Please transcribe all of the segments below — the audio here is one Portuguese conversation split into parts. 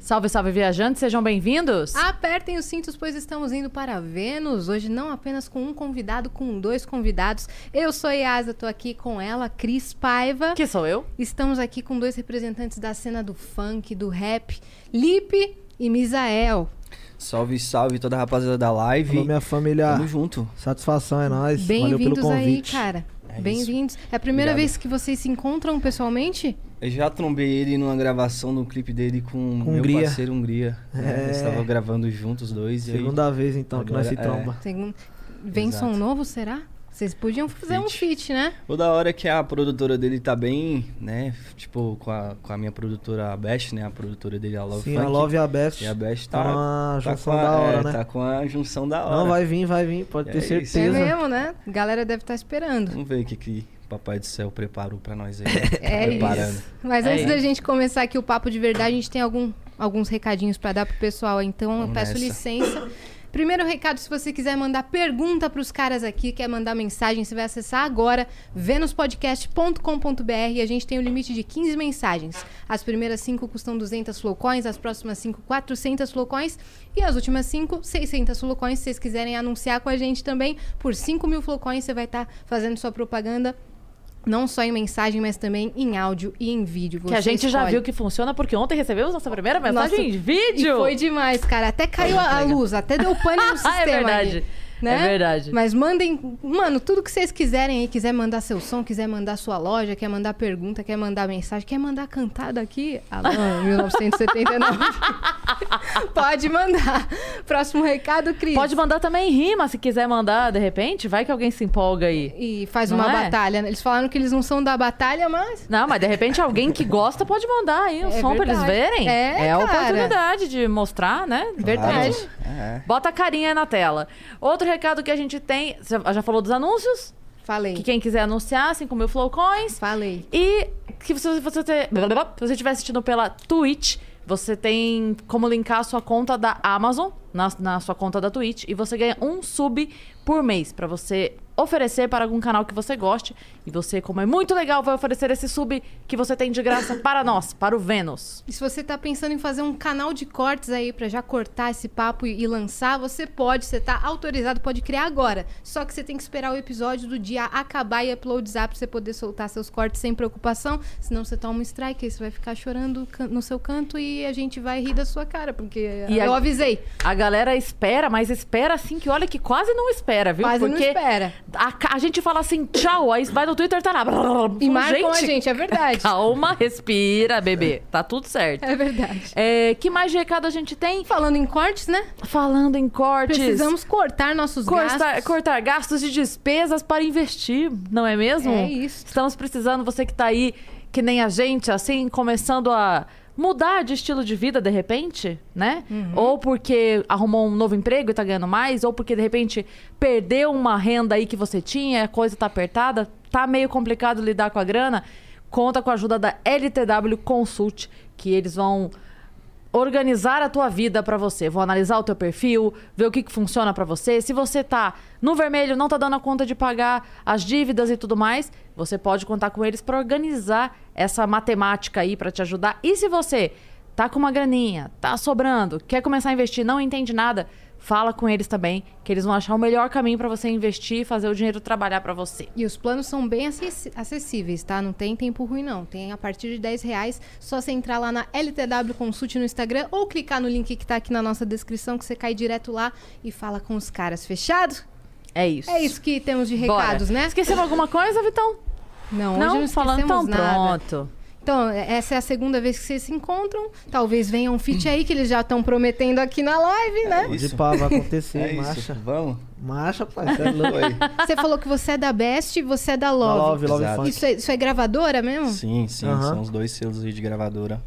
Salve, salve, viajantes, sejam bem-vindos. Apertem os cintos, pois estamos indo para Vênus. Hoje, não apenas com um convidado, com dois convidados. Eu sou a Yasa, tô aqui com ela, Cris Paiva. Que sou eu? Estamos aqui com dois representantes da cena do funk, do rap, Lipe e Misael. Salve, salve toda a rapaziada da live. Alô, minha família. Tamo junto. Satisfação é nóis. Valeu pelo Bem-vindos aí, convite. cara. É Bem-vindos. É a primeira Obrigado. vez que vocês se encontram pessoalmente? Eu já trombei ele numa gravação do clipe dele com, Com meu Hungria. parceiro Hungria. É. Eles estavam gravando juntos os dois. e aí- Segunda vez então que nós se Agora, é. tromba. Segundo- um- Vem Exato. som novo, será? Vocês podiam fazer um Feat. feat, né? O da hora é que a produtora dele tá bem, né? Tipo, com a, com a minha produtora, a Best, né? A produtora dele, a Love Sim, Funk. a Love e a Best. E a Best tá tá, uma tá junção com a, da hora, é, né? tá com a junção da hora. Não, vai vir, vai vir, pode É ter isso. É certeza. mesmo, né? Galera deve estar esperando. Vamos ver o que, que Papai do Céu preparou pra nós aí. né? Tá É Preparando. isso. Mas É antes isso. da gente começar aqui o papo de verdade, a gente tem algum- alguns recadinhos pra dar pro pessoal. Então eu Vamos peço nessa. licença. Primeiro recado, se você quiser mandar pergunta pros caras aqui, quer mandar mensagem, você vai acessar agora venuspodcast.com.br e a gente tem o limite de 15 mensagens. As primeiras 5 custam 200 flowcoins, as próximas 5, 400 flowcoins e as últimas 5, 600 flowcoins. Se vocês quiserem anunciar com a gente também, por 5 mil flowcoins você vai estar fazendo sua propaganda não só em mensagem, mas também em áudio e em vídeo. Que a Você gente já escolhe. viu que funciona, porque ontem recebemos nossa primeira mensagem Nossa, de E vídeo. foi demais, cara. Até caiu a, a luz, até deu pane no sistema. é verdade. ali, né? É verdade. Mas mandem, mano, tudo que vocês quiserem aí. Quiser mandar seu som, quiser mandar sua loja, quer mandar pergunta, quer mandar mensagem, quer mandar cantada aqui. Alan, 1979. Pode mandar. Próximo recado, Cris. Pode mandar também em rima, se quiser mandar, de repente. Vai que alguém se empolga aí. E faz Não uma é? batalha. né? Eles falaram que eles não são da batalha, mas. Não, mas de repente alguém que gosta pode mandar aí o É som pra eles verdade. verem. É, a cara. oportunidade de mostrar, né? Verdade. Claro. É. Bota a carinha aí na tela. Outro recado que a gente tem. Você já falou dos anúncios? Falei. Que é? quem quiser anunciar, 5 mil flowcoins. Falei. E que se você, te- se você estiver assistindo pela Twitch, você tem como linkar a sua conta da Amazon na, na sua conta da Twitch e você ganha um sub por mês pra você oferecer para algum canal que você goste. E você, como é muito legal, vai oferecer esse sub que você tem de graça para nós, para o Vênus. E se você tá pensando em fazer um canal de cortes aí pra já cortar esse papo e, e lançar, você pode, você tá autorizado, pode criar agora. Só que você tem que esperar o episódio do dia acabar e uploadizar pra você poder soltar seus cortes sem preocupação, senão você toma um strike, aí você vai ficar chorando can- no seu canto e a gente vai rir da sua cara, porque E eu a- avisei. A galera espera, mas espera assim que olha que quase não espera, viu? Quase não Porque espera. A, ca- a gente fala assim, tchau, aí vai no Twitter, tá lá. E marcam a gente, é verdade. Calma, respira, bebê. Tá tudo certo. É verdade. É, que mais de recado a gente tem? Falando em cortes, né? Falando em cortes. Precisamos cortar nossos cortar gastos. gastos. cortar gastos e despesas para investir, não é mesmo? É isso. Estamos precisando, você que tá aí, que nem a gente, assim, começando a mudar de estilo de vida de repente, né? Uhum. Ou porque arrumou um novo emprego e tá ganhando mais, ou porque de repente perdeu uma renda aí que você tinha, a coisa tá apertada, tá meio complicado lidar com a grana. Conta com a ajuda da LTW Consult, que eles vão organizar a tua vida pra você. Vou analisar o teu perfil, ver o que, que funciona pra você. Se você tá no vermelho, não tá dando a conta de pagar as dívidas e tudo mais, você pode contar com eles pra organizar essa matemática aí pra te ajudar. E se você tá com uma graninha, tá sobrando, quer começar a investir, não entende nada, fala com eles também, que eles vão achar o melhor caminho pra você investir e fazer o dinheiro trabalhar pra você. E os planos são bem acessi- acessíveis, tá? Não tem tempo ruim, não. Tem a partir de 10 reais. Só você entrar lá na LTW Consult no Instagram ou clicar no link que tá aqui na nossa descrição, que você cai direto lá e fala com os caras. Fechado? É isso. É isso que temos de Bora. recados, né? Esquecemos alguma coisa, Vitão? Não, hoje não, não falando tão esquecemos nada. pronto. Então, essa é a segunda vez que vocês se encontram. Talvez venha um feat aí que eles já estão prometendo aqui na live, né? Pode Isso. pá, vai acontecer, É isso. marcha. Vamos? Marcha, pai, cê é louco. Oi. Você falou que você é da Best e você é da Da Love. Love, Love Exato. Funk. Isso, é, isso é gravadora mesmo? Sim, sim, Aham. são os dois selos aí de gravadora.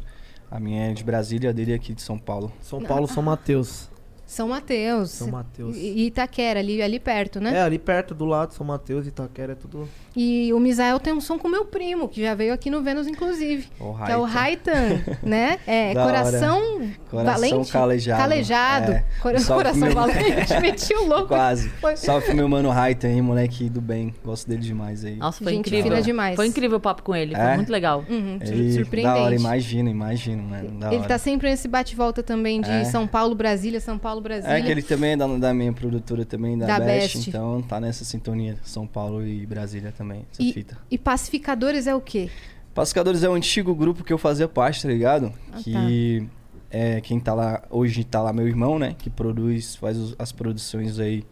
A minha é de Brasília, a dele é aqui de São Paulo. São Paulo, São Mateus. São Mateus. São Mateus. E Itaquera, ali, ali perto, né? É, ali perto, do lado, São Mateus, Itaquera, é tudo. E o Misael tem um som com meu primo, que já veio aqui no Vênus, inclusive. O Que é o Raitan, né? É, Da hora. coração, Coração valente. calejado. Calejado. É. Cora- Só coração meu- valente. Meti o louco. Quase. Foi. Salve pro meu mano Raitan aí, moleque do bem. Gosto dele demais aí. Nossa, foi Gente incrível. fina demais. Foi incrível o papo com ele, foi É? muito legal. Uhum, sur- Ele- tipo, surpreendente. Da hora, imagina, imagina, mano. Da ele hora. tá sempre nesse bate-volta também de É. São Paulo, Brasília, São Paulo, Brasília. É que ele também é da, da minha produtora também, da, Da Best, Best. Então tá nessa sintonia São Paulo e Brasília também, essa E- fita. E pacificadores é o quê? Pacificadores é um antigo grupo que eu fazia parte, tá ligado? que é quem tá lá hoje tá lá meu irmão, né? Que produz, faz os- as produções aí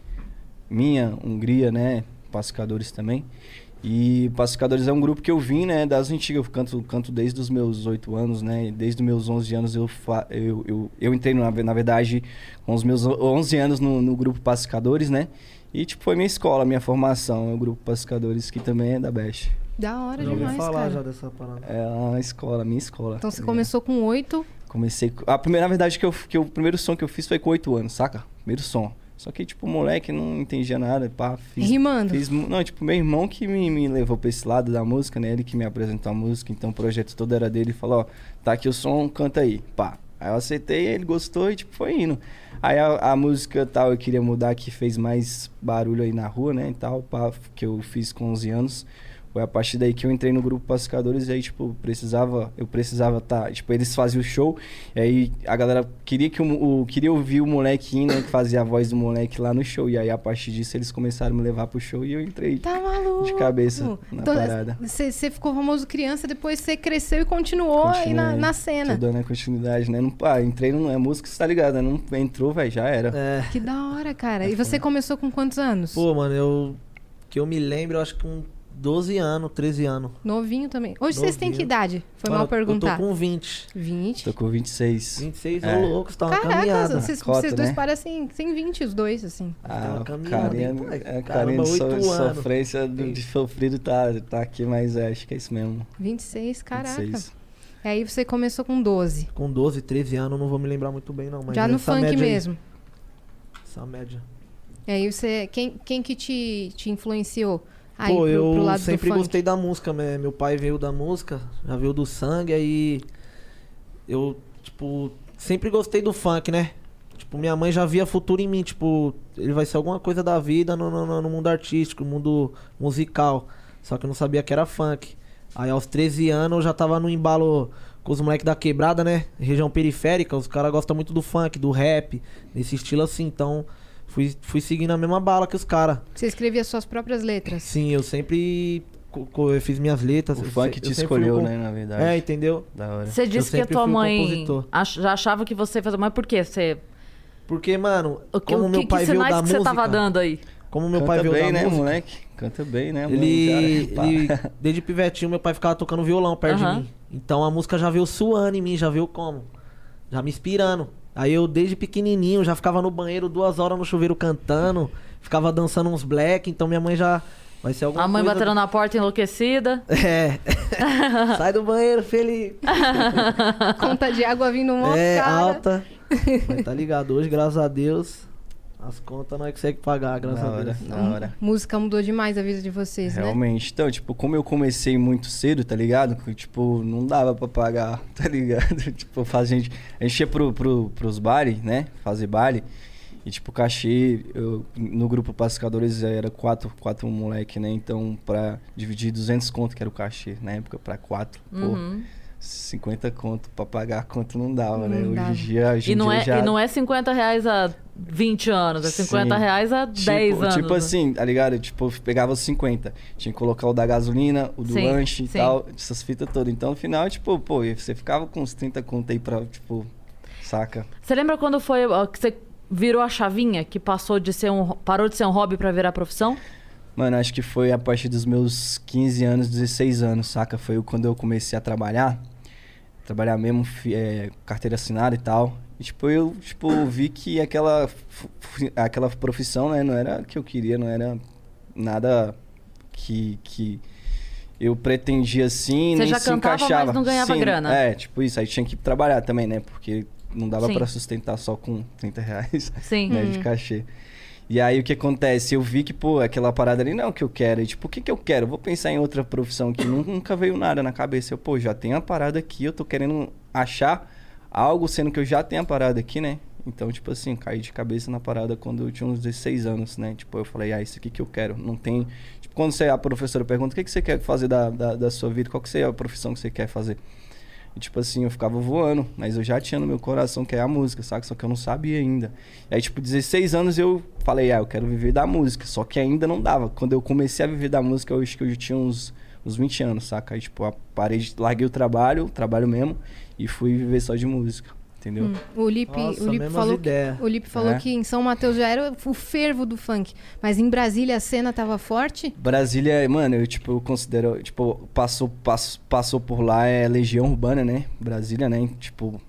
minha, Hungria, né? Pacificadores também. E Pacificadores é um grupo que eu vim, né? Das antigas, eu canto, canto desde os meus 8 anos, né? e Desde os meus 11 anos eu, fa- eu, eu, eu entrei, na, na verdade, com os meus 11 anos no, no grupo Pacificadores, né? E, tipo, foi minha escola, minha formação, é o grupo Pacificadores, que também é da Best. Da hora Já ouvi demais, falar cara. já dessa parada. É a escola, a minha escola. Então você tá ligado? começou com oito. Comecei. co- A primeira, na verdade, que eu, que eu- o primeiro som que eu fiz foi com 8 anos, saca? Primeiro som. Só que, tipo, moleque, não entendia nada, pá, fiz. Rimando. fiz mu- não, tipo, meu irmão que me, me levou pra esse lado da música, né? Ele que me apresentou a música, então o projeto todo era dele. Ele falou, ó, tá aqui o som, canta aí, pá. Aí eu aceitei, ele gostou e, tipo, foi indo. Aí a, a música tal, eu queria mudar, que fez mais barulho aí na rua, né, e tal, pá, que eu fiz com 11 anos. Foi a partir daí que eu entrei no grupo Pacificadores e aí, tipo, precisava, eu precisava tá, tipo, eles faziam o show, e aí a galera queria que o, mo- o- queria ouvir o moleque indo, né, que fazia a voz do moleque lá no show, e aí a partir disso eles começaram a me levar pro show e eu entrei Tá maluco. de cabeça na Então, parada. Você você ficou famoso criança, depois você cresceu e continuou aí na, Continuei. na cena. Tô dando a continuidade, né? Não, ah, entrei, não é música, você tá ligado, né? Não entrou, velho, já era. É. Que da hora, cara. E você começou com quantos anos? Pô, mano, eu. Que eu me lembro, eu acho que um com 12 anos, 13 anos. Novinho também. Hoje vocês têm Novinho. que idade? Foi Mano, mal perguntar. Eu tô com 20. É. 20. Tô com 26. 26 É. é. louco, você tá uma Caraca, caminhada. vocês, Cota, vocês dois né? parecem sem 20, os dois, assim. Tem Ah, tá uma o caminhada, carinha, hein, pai? é, carinha Caramba, de so- oito anos. sofrência do, de sofrido tá, tá aqui, mas é, acho que é isso mesmo. 26, caraca. 26. E aí você começou com 12. Com 12, 13 anos, não vou me lembrar muito bem, não. Mas já no essa funk média aí, mesmo. essa média. E aí você. Quem, quem que te, te influenciou? Aí Pô, pro, eu pro lado sempre do funk? gostei da música, né? Meu pai veio da música, já veio do sangue, aí eu, tipo, sempre gostei do funk, né? Tipo, minha mãe já via futuro em mim, tipo, ele vai ser alguma coisa da vida no, no- no- no mundo artístico, no mundo musical. Só que eu não sabia que era funk. Aí aos 13 anos eu já tava no embalo com os moleques da quebrada, né? Região periférica, os caras gostam muito do funk, do rap, desse estilo assim, então fui, fui seguindo a mesma bala que os caras. Você escrevia suas próprias letras. Sim, eu sempre co- co- eu fiz minhas letras. O eu funk se- te eu sempre fui escolheu, um com- né, na verdade. É, entendeu? Da hora. Você disse que a sempre tua fui um mãe compositor. ach- já achava que você fazia, mas por quê? Você, Porque, mano, o que, como o meu que- pai que veio sinais que da música, você tava dando aí? como meu Canta pai veio bem, da né, música, moleque? Canta bem, né, mano? ele, Já- pá. ele- desde pivetinho meu pai ficava tocando violão perto Aham. de mim. Então a música já veio suando em mim, já veio como, já me inspirando. Aí eu desde pequenininho já ficava no banheiro duas horas no chuveiro cantando, ficava dançando uns black. Então minha mãe já vai ser alguma A mãe coisa- batendo na porta enlouquecida. É. Sai do banheiro, Felipe. Conta de água vindo um é, cara. alta. Mas tá ligado, hoje, graças a Deus, as contas nós conseguimos pagar, graças Da a hora, Deus. da hora. Música mudou demais a vida de vocês, né? Realmente. Então, tipo, como eu comecei muito cedo, tá ligado? Que, Tipo, não dava pra pagar, tá ligado? tipo, faz- a gente, a gente ia pro, pro, pros bares, né? Fazer baile. E, tipo, o cachê, eu- no grupo Pacificadores era quatro, quatro moleque, né? Então, pra dividir 200 conto, que era o cachê na época, pra quatro, pô, Uhum. 50 conto pra pagar a conta não dava, né? Não Hoje dava. em dia, hoje E em não, dia é, já... e não é 50 reais há 20 anos, é 50 Sim. reais há Tipo, 10 anos. Tipo né? assim, tá ligado? Tipo, eu pegava os 50. Tinha que colocar o da gasolina, o do Sim, lanche e sim. tal, essas fitas todas. Então, no final, tipo, pô, e você ficava com uns 30 conto aí pra, tipo, saca? Você lembra quando foi ó, que você virou a chavinha que passou de ser um parou de ser um hobby pra virar profissão? Mano, acho que foi a partir dos meus 15 anos, 16 anos, saca? Foi o- quando eu comecei a trabalhar. Trabalhar mesmo, fi- é, carteira assinada e tal. E, tipo, eu tipo, vi que aquela, fu- fu- aquela profissão, né, não era o que eu queria, não era nada que, que eu pretendia assim, Você nem já se cantava, mas encaixava. não ganhava Sim, grana. É, tipo isso, aí tinha que trabalhar também, né? Porque não dava Sim. pra sustentar só com 30 É. reais Sim. né, de cachê. E aí o que acontece? Eu vi que, pô, aquela parada ali não é o que eu quero. E, tipo, o que, que eu quero? Eu Vou pensar em outra profissão que nun- nunca veio nada na cabeça. Eu, pô, já tenho a parada aqui, eu tô querendo achar algo, sendo que eu já tenho a parada aqui, né? Então, tipo assim, caí de cabeça na parada quando eu tinha uns 16 anos, né? Tipo, eu falei, ah, isso aqui que eu quero. Não tem. Tipo, quando você, a professora pergunta o que, que você quer fazer da, da, da sua vida, qual que é a profissão que você quer fazer? E, tipo assim, eu ficava voando, mas eu já tinha no meu coração que é a música, saca? Só que eu não sabia ainda. E aí, tipo, 16 anos eu falei, ah, eu quero viver da música. Só que ainda não dava. Quando eu comecei a viver da música, eu acho que eu já tinha uns, uns 20 anos, saca? Aí, tipo, a parede, larguei o trabalho, o trabalho mesmo, e fui viver só de música, entendeu? O Lipe, Nossa, o Lipe mesmas falou ideias. O Lipe falou É. que em São Mateus já era o fervo do funk, mas em Brasília a cena tava forte. Brasília, mano, eu tipo, eu considero, tipo, passou, passou, passou por lá é legião urbana, né? Brasília, né? Tipo,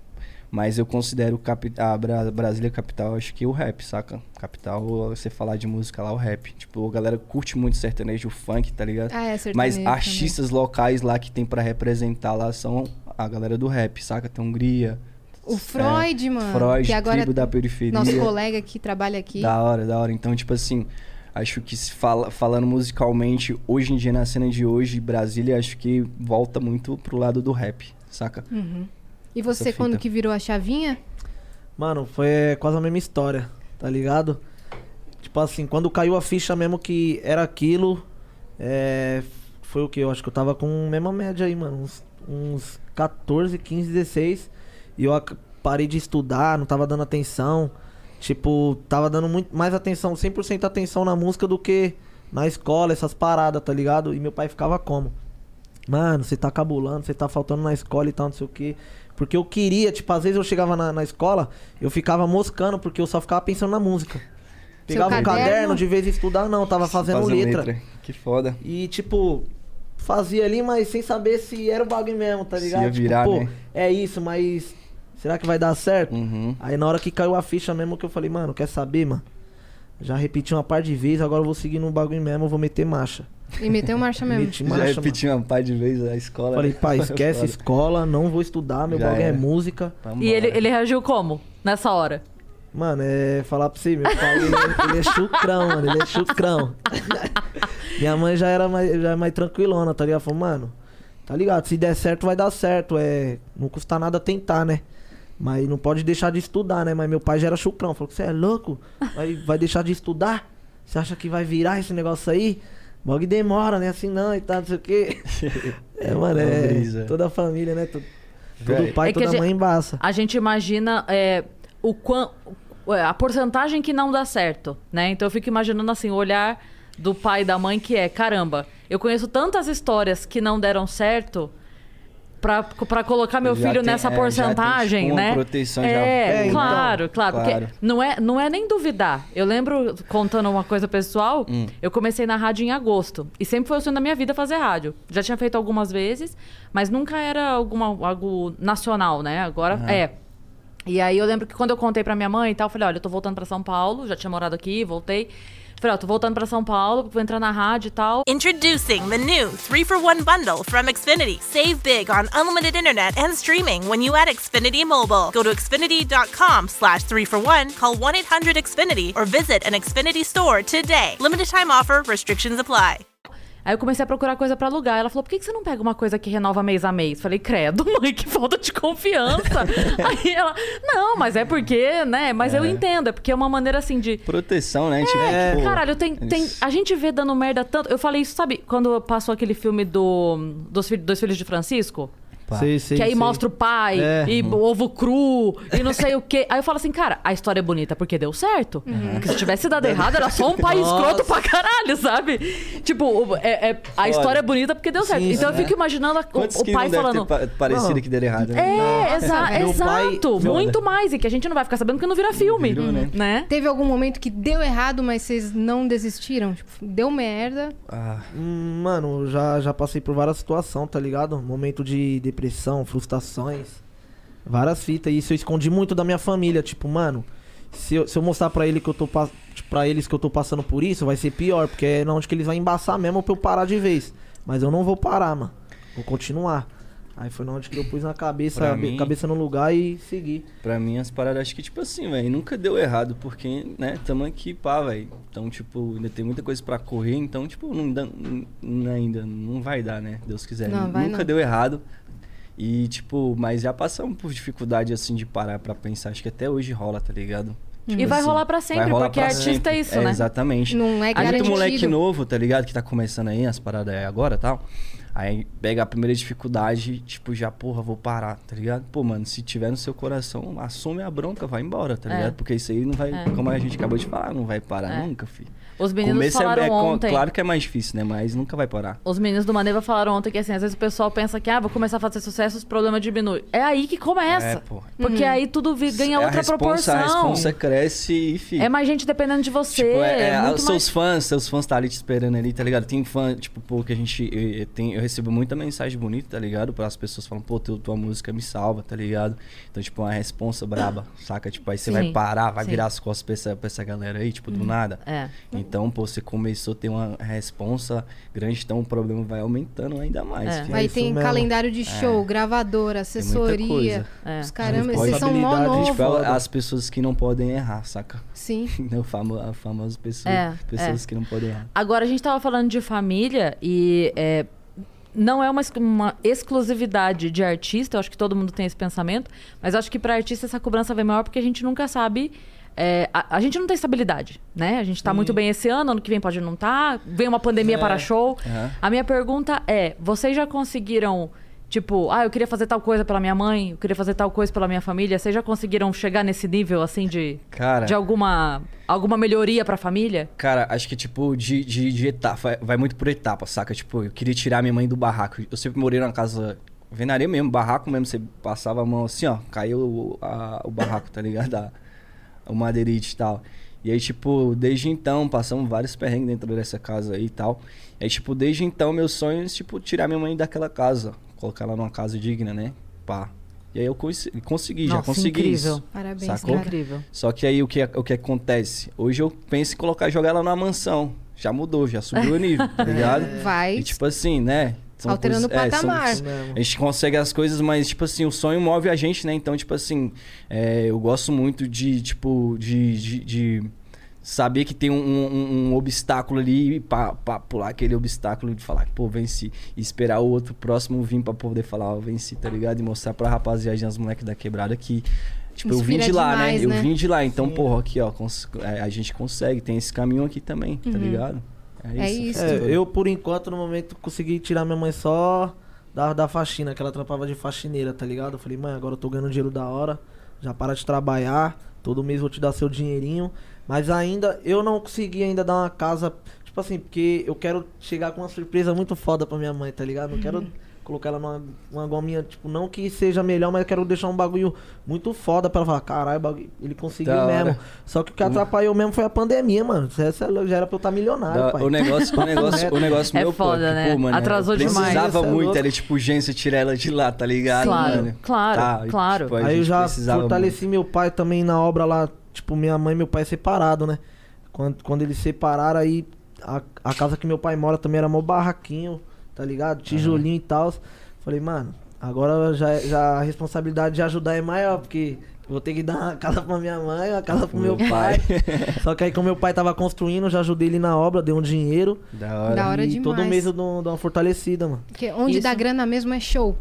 mas eu considero capi- a Bra- Brasília capital, acho que o rap, saca? Capital, você falar de música lá, o rap. Tipo, a galera curte muito sertanejo, funk, tá ligado? Ah, é certeza. Mas artistas locais lá que tem pra representar lá são a galera do rap, saca? Tem Hungria. O é, Freud, mano, Freud, que agora tribo da periferia. nosso colega que trabalha aqui. Da hora, da hora. Então, tipo assim, acho que se fala, falando musicalmente, hoje em dia, na cena de hoje, Brasília, acho que volta muito pro lado do rap, saca? Hum. Uhum. E você, Essa quando fita. que virou a chavinha? Mano, foi é quase a mesma história, tá ligado? Tipo assim, quando caiu a ficha mesmo que era aquilo, é, foi o que? Eu acho que eu tava com a mesma média aí, mano. Uns, uns 14, 15, 16. E eu ac- parei de estudar, não tava dando atenção. Tipo, tava dando muito mais atenção, 100% atenção na música do que na escola, essas paradas, tá ligado? E meu pai ficava como? Mano, você tá cabulando, você tá faltando na escola e tal, não sei o quê. Porque eu queria, tipo, às vezes eu chegava na, na escola, eu ficava moscando, porque eu só ficava pensando na música. Pegava um caderno? caderno, de vez em estudar, não, tava fazendo letra. Que foda. E, tipo, fazia ali, mas sem saber se era o bagulho mesmo, tá Se ligado? ia virar, tipo, pô, né? é isso, mas será que vai dar certo? Uhum. Aí na hora que caiu a ficha mesmo que eu falei, mano, quer saber, mano? Já repeti uma par de vezes, agora eu vou seguir no bagulho mesmo, eu vou meter marcha. E meteu marcha mesmo. Meti Já marcha, mano. repeti uma par de vezes a escola. né? Falei, pai, esquece Foda. escola, não vou estudar, meu Já bagulho é era. música. Vambora. E ele, ele reagiu como? Nessa hora. Mano, é falar pra você, meu pai, ele, é- ele é chucrão, mano, ele é chucrão. Minha mãe já era mais, já é mais tranquilona, tá ligado? Falou, mano, tá ligado? Se der certo, vai dar certo. É, não custa nada tentar, né? Mas não pode deixar de estudar, né? Mas meu pai já era chucrão. Falou, você é louco? Vai, vai deixar de estudar? Você acha que vai virar esse negócio aí? Bog demora, né? Assim não e tal, não sei o quê. É, mano, Uma é. brisa. Toda a família, né? Todo, todo Véi. pai, É que a toda gente- mãe embaça. A gente imagina é, o quan, é, a porcentagem que não dá certo, né? Então eu fico imaginando assim, o olhar do pai e da mãe que é, caramba, eu conheço tantas histórias que não deram certo pra, pra colocar meu Já filho tem- nessa é, já tem, tipo, porcentagem, uma né? proteção já- é, É, então, claro, claro, claro. Porque não é, não é nem duvidar. Eu lembro, contando uma coisa pessoal, Hum. eu comecei na rádio em agosto. E sempre foi o sonho da minha vida fazer rádio. Já tinha feito algumas vezes, mas nunca era alguma, algo nacional, né? Agora é. E aí eu lembro que quando eu contei pra minha mãe e tal, eu falei, olha, eu tô voltando pra São Paulo, já tinha morado aqui, voltei. Falei, ó, tô voltando pra São Paulo, vou entrar na rádio e tal. Introducing the new 3 for 1 bundle from Xfinity. Save big on unlimited internet and streaming when you add Xfinity Mobile. Go to xfinity.com slash 3 for 1, call 1 800 Xfinity, or visit an Xfinity store today. Limited time offer, restrictions apply. Aí eu comecei a procurar coisa pra alugar. Ela falou: por que, que você não pega uma coisa que renova mês a mês? Falei, credo, mãe, que falta de confiança. Aí ela, não, mas é porque, né? Mas eu entendo, é porque é uma maneira assim de. Proteção, né? tipo, É. pô, Caralho, tem, tem, a gente vê dando merda tanto. Eu falei isso, sabe, quando passou aquele filme do dos, Fil- dos Filhos de Francisco? Sei, sei, que aí sei. mostra o pai É. e Uhum. o ovo cru e não sei o quê. Aí eu falo assim, cara, a história é bonita porque deu certo. Uhum. Uhum. Porque se tivesse dado errado, era só um pai escroto pra caralho, sabe? Tipo, o- é- é- a história é bonita porque deu certo. Sim, então eu né? fico imaginando a- Quantos o, o que pai não deve falando. ter pa- parecido Não. que deram errado, né? É, exa- velho. Meu pai- exato. Foda. Muito mais. E que a gente não vai ficar sabendo que não vira filme. virou, né? né? Teve algum momento que deu errado, mas vocês não desistiram? Tipo, deu merda. Ah, Hum, Mano, já, já passei por várias situações, tá ligado? Momento de depressão, frustrações, várias fitas. E isso eu escondi muito da minha família. Tipo, mano, se eu, se eu mostrar pra, ele que eu tô, pass- tipo, pra eles que eu tô passando por isso, vai ser pior, porque é na onde que eles vão embaçar mesmo pra eu parar de vez. Mas eu não vou parar, mano. Vou continuar. Aí foi na onde que eu pus na cabeça, Pra a be- mim- cabeça no lugar e segui. Pra mim, as paradas, acho que, tipo assim, velho, nunca deu errado, porque, né, tamo aqui, pá, velho. Então, tipo, ainda tem muita coisa pra correr, então, tipo, não dá, n- n- ainda não vai dar, né? Deus quiser. Não, vai nunca não. deu errado. E, tipo, mas já passamos por dificuldade, assim, de parar pra pensar. Acho que até hoje rola, tá ligado? Tipo E vai assim, rolar pra sempre, vai rolar porque pra artista é sempre. isso, né? Exatamente. Não é Aí muito garantido. um moleque novo, tá ligado? Que tá começando aí as paradas aí agora e tal. Aí pega a primeira dificuldade, tipo, já, porra, vou parar, tá ligado? Pô, mano, se tiver no seu coração, assume a bronca, vai embora, tá É. ligado? Porque isso aí não vai, É. como a gente acabou de falar, não vai parar É. nunca, filho. Os meninos falaram é, co- ontem. claro que é mais difícil, né? Mas nunca vai parar. Os meninos do Maneva falaram ontem que assim, às vezes o pessoal pensa que ah, vou começar a fazer sucesso, os problemas diminuem. É aí que começa. É, pô. Porque aí tudo vi- ganha É a outra responsa, proporção. A responsa cresce e, fi, É mais gente dependendo de você. Tipo, é, é, é muito os mais- seus fãs, seus fãs tá ali te esperando ali, tá ligado? Tem fã, tipo, pô, que a gente. eh, eh, tem, eu recebo muita mensagem bonita, tá ligado? Para as pessoas falam, pô, teu, tua música me salva, tá ligado? Então, tipo, é uma responsa braba, saca? Tipo, aí você vai Sim, parar, vai sim. virar as costas pra essa, pra essa galera aí, tipo, do nada. É. Então, pô, você começou a ter uma responsa grande, então o problema vai aumentando ainda mais. É. fi. Aí isso tem mesmo. calendário de show, gravadora, assessoria. É. coisa. É. Os caramba, Pode vocês são mó habilidade, Tipo, novo. gente. foda. as pessoas que não podem errar, saca? Sim. Não, famo, a famosa pessoa, É, pessoas que não podem errar. Agora, a gente tava falando de família e é, não é uma, ex- uma exclusividade de artista, eu acho que todo mundo tem esse pensamento, mas acho que para artista essa cobrança vem maior porque a gente nunca sabe. é, a, a gente não tem estabilidade, né? A gente tá muito bem esse ano, ano que vem pode não tá, vem uma pandemia para show. É. Aham. A minha pergunta é: vocês já conseguiram, tipo, ah, eu queria fazer tal coisa pela minha mãe, eu queria fazer tal coisa pela minha família? Vocês já conseguiram chegar nesse nível, assim, de, Cara. de alguma, alguma melhoria pra família? Cara, acho que, tipo, de, de, de etapa. Vai muito por etapa, saca? Tipo, eu queria tirar minha mãe do barraco. Eu sempre morei numa casa. Venaria mesmo, barraco mesmo. Você passava a mão assim, ó. Caiu o, a- o barraco, tá ligado? A- o madeirite e tal. E aí, tipo, desde então, passamos vários perrengues dentro dessa casa aí e tal. E aí, tipo, desde então, meu sonho é, tipo, tirar minha mãe daquela casa. Colocar ela numa casa digna, né? Pá. E aí eu conse- consegui, já Nossa, consegui incrível. isso. Parabéns, Sacou? cara. Incrível. Só que aí o que, é, o que acontece? Hoje eu penso em colocar, jogar ela numa mansão. Já mudou, já subiu o nível, tá ligado? Vai. E tipo assim, né? Alterando o é, são- patamar. Isso mesmo. a gente consegue as coisas, mas, tipo assim, o sonho move a gente, né? Então, tipo assim, é, eu gosto muito de, tipo, de, de, de saber que tem um, um- um obstáculo ali e pá, pá, pular aquele obstáculo de falar, pô, venci. E esperar o outro próximo vir pra poder falar, ó, venci, tá ligado? E mostrar pra rapaziada, as moleques da quebrada que. Tipo, eu vim Inspira de lá, demais, né? né? Eu vim de lá. Então, porra, aqui, ó, cons- é, a gente consegue. Tem esse caminho aqui também, tá ligado? Uhum. É isso. É, eu, por enquanto, no momento, consegui tirar minha mãe só da, da faxina, que ela trampava de faxineira, tá ligado? Eu falei, mãe, agora eu tô ganhando dinheiro da hora, já para de trabalhar, todo mês vou te dar seu dinheirinho. Mas ainda, eu não consegui ainda dar uma casa, tipo assim, porque eu quero chegar com uma surpresa muito foda pra minha mãe, tá ligado? Não quero colocar ela numa uma gominha, tipo, não que seja melhor, mas eu quero deixar um bagulho muito foda pra ela falar, caralho, bagulho- ele conseguiu Da hora. mesmo. Só que o que atrapalhou mesmo foi a pandemia, mano. é, Essa já era pra eu estar milionário, Da- pai. o negócio, o negócio, o negócio É meu, pô, foda, que, né? pô, mano, Atrasou eu demais. Isso Precisava é muito, louco. era tipo urgência tirar ela de lá, tá ligado? Claro, mano? Tá, claro, e, tipo, claro. a Aí eu gente já precisava fortaleci meu pai também na obra lá. Tipo, minha mãe e meu pai separado, né? Quando, quando eles separaram, aí a, a casa que meu pai mora também era mó barraquinho, tá ligado? Tijolinho e tal. Falei, mano, agora já, já a responsabilidade de ajudar é maior, porque vou ter que dar uma casa pra minha mãe, uma casa pro meu pai. Só que aí, como meu pai tava construindo, eu já ajudei ele na obra, dei um dinheiro. muito. Da hora. Da hora e demais. todo mês eu dou, dou uma fortalecida, mano. Porque onde Isso. dá grana mesmo é show.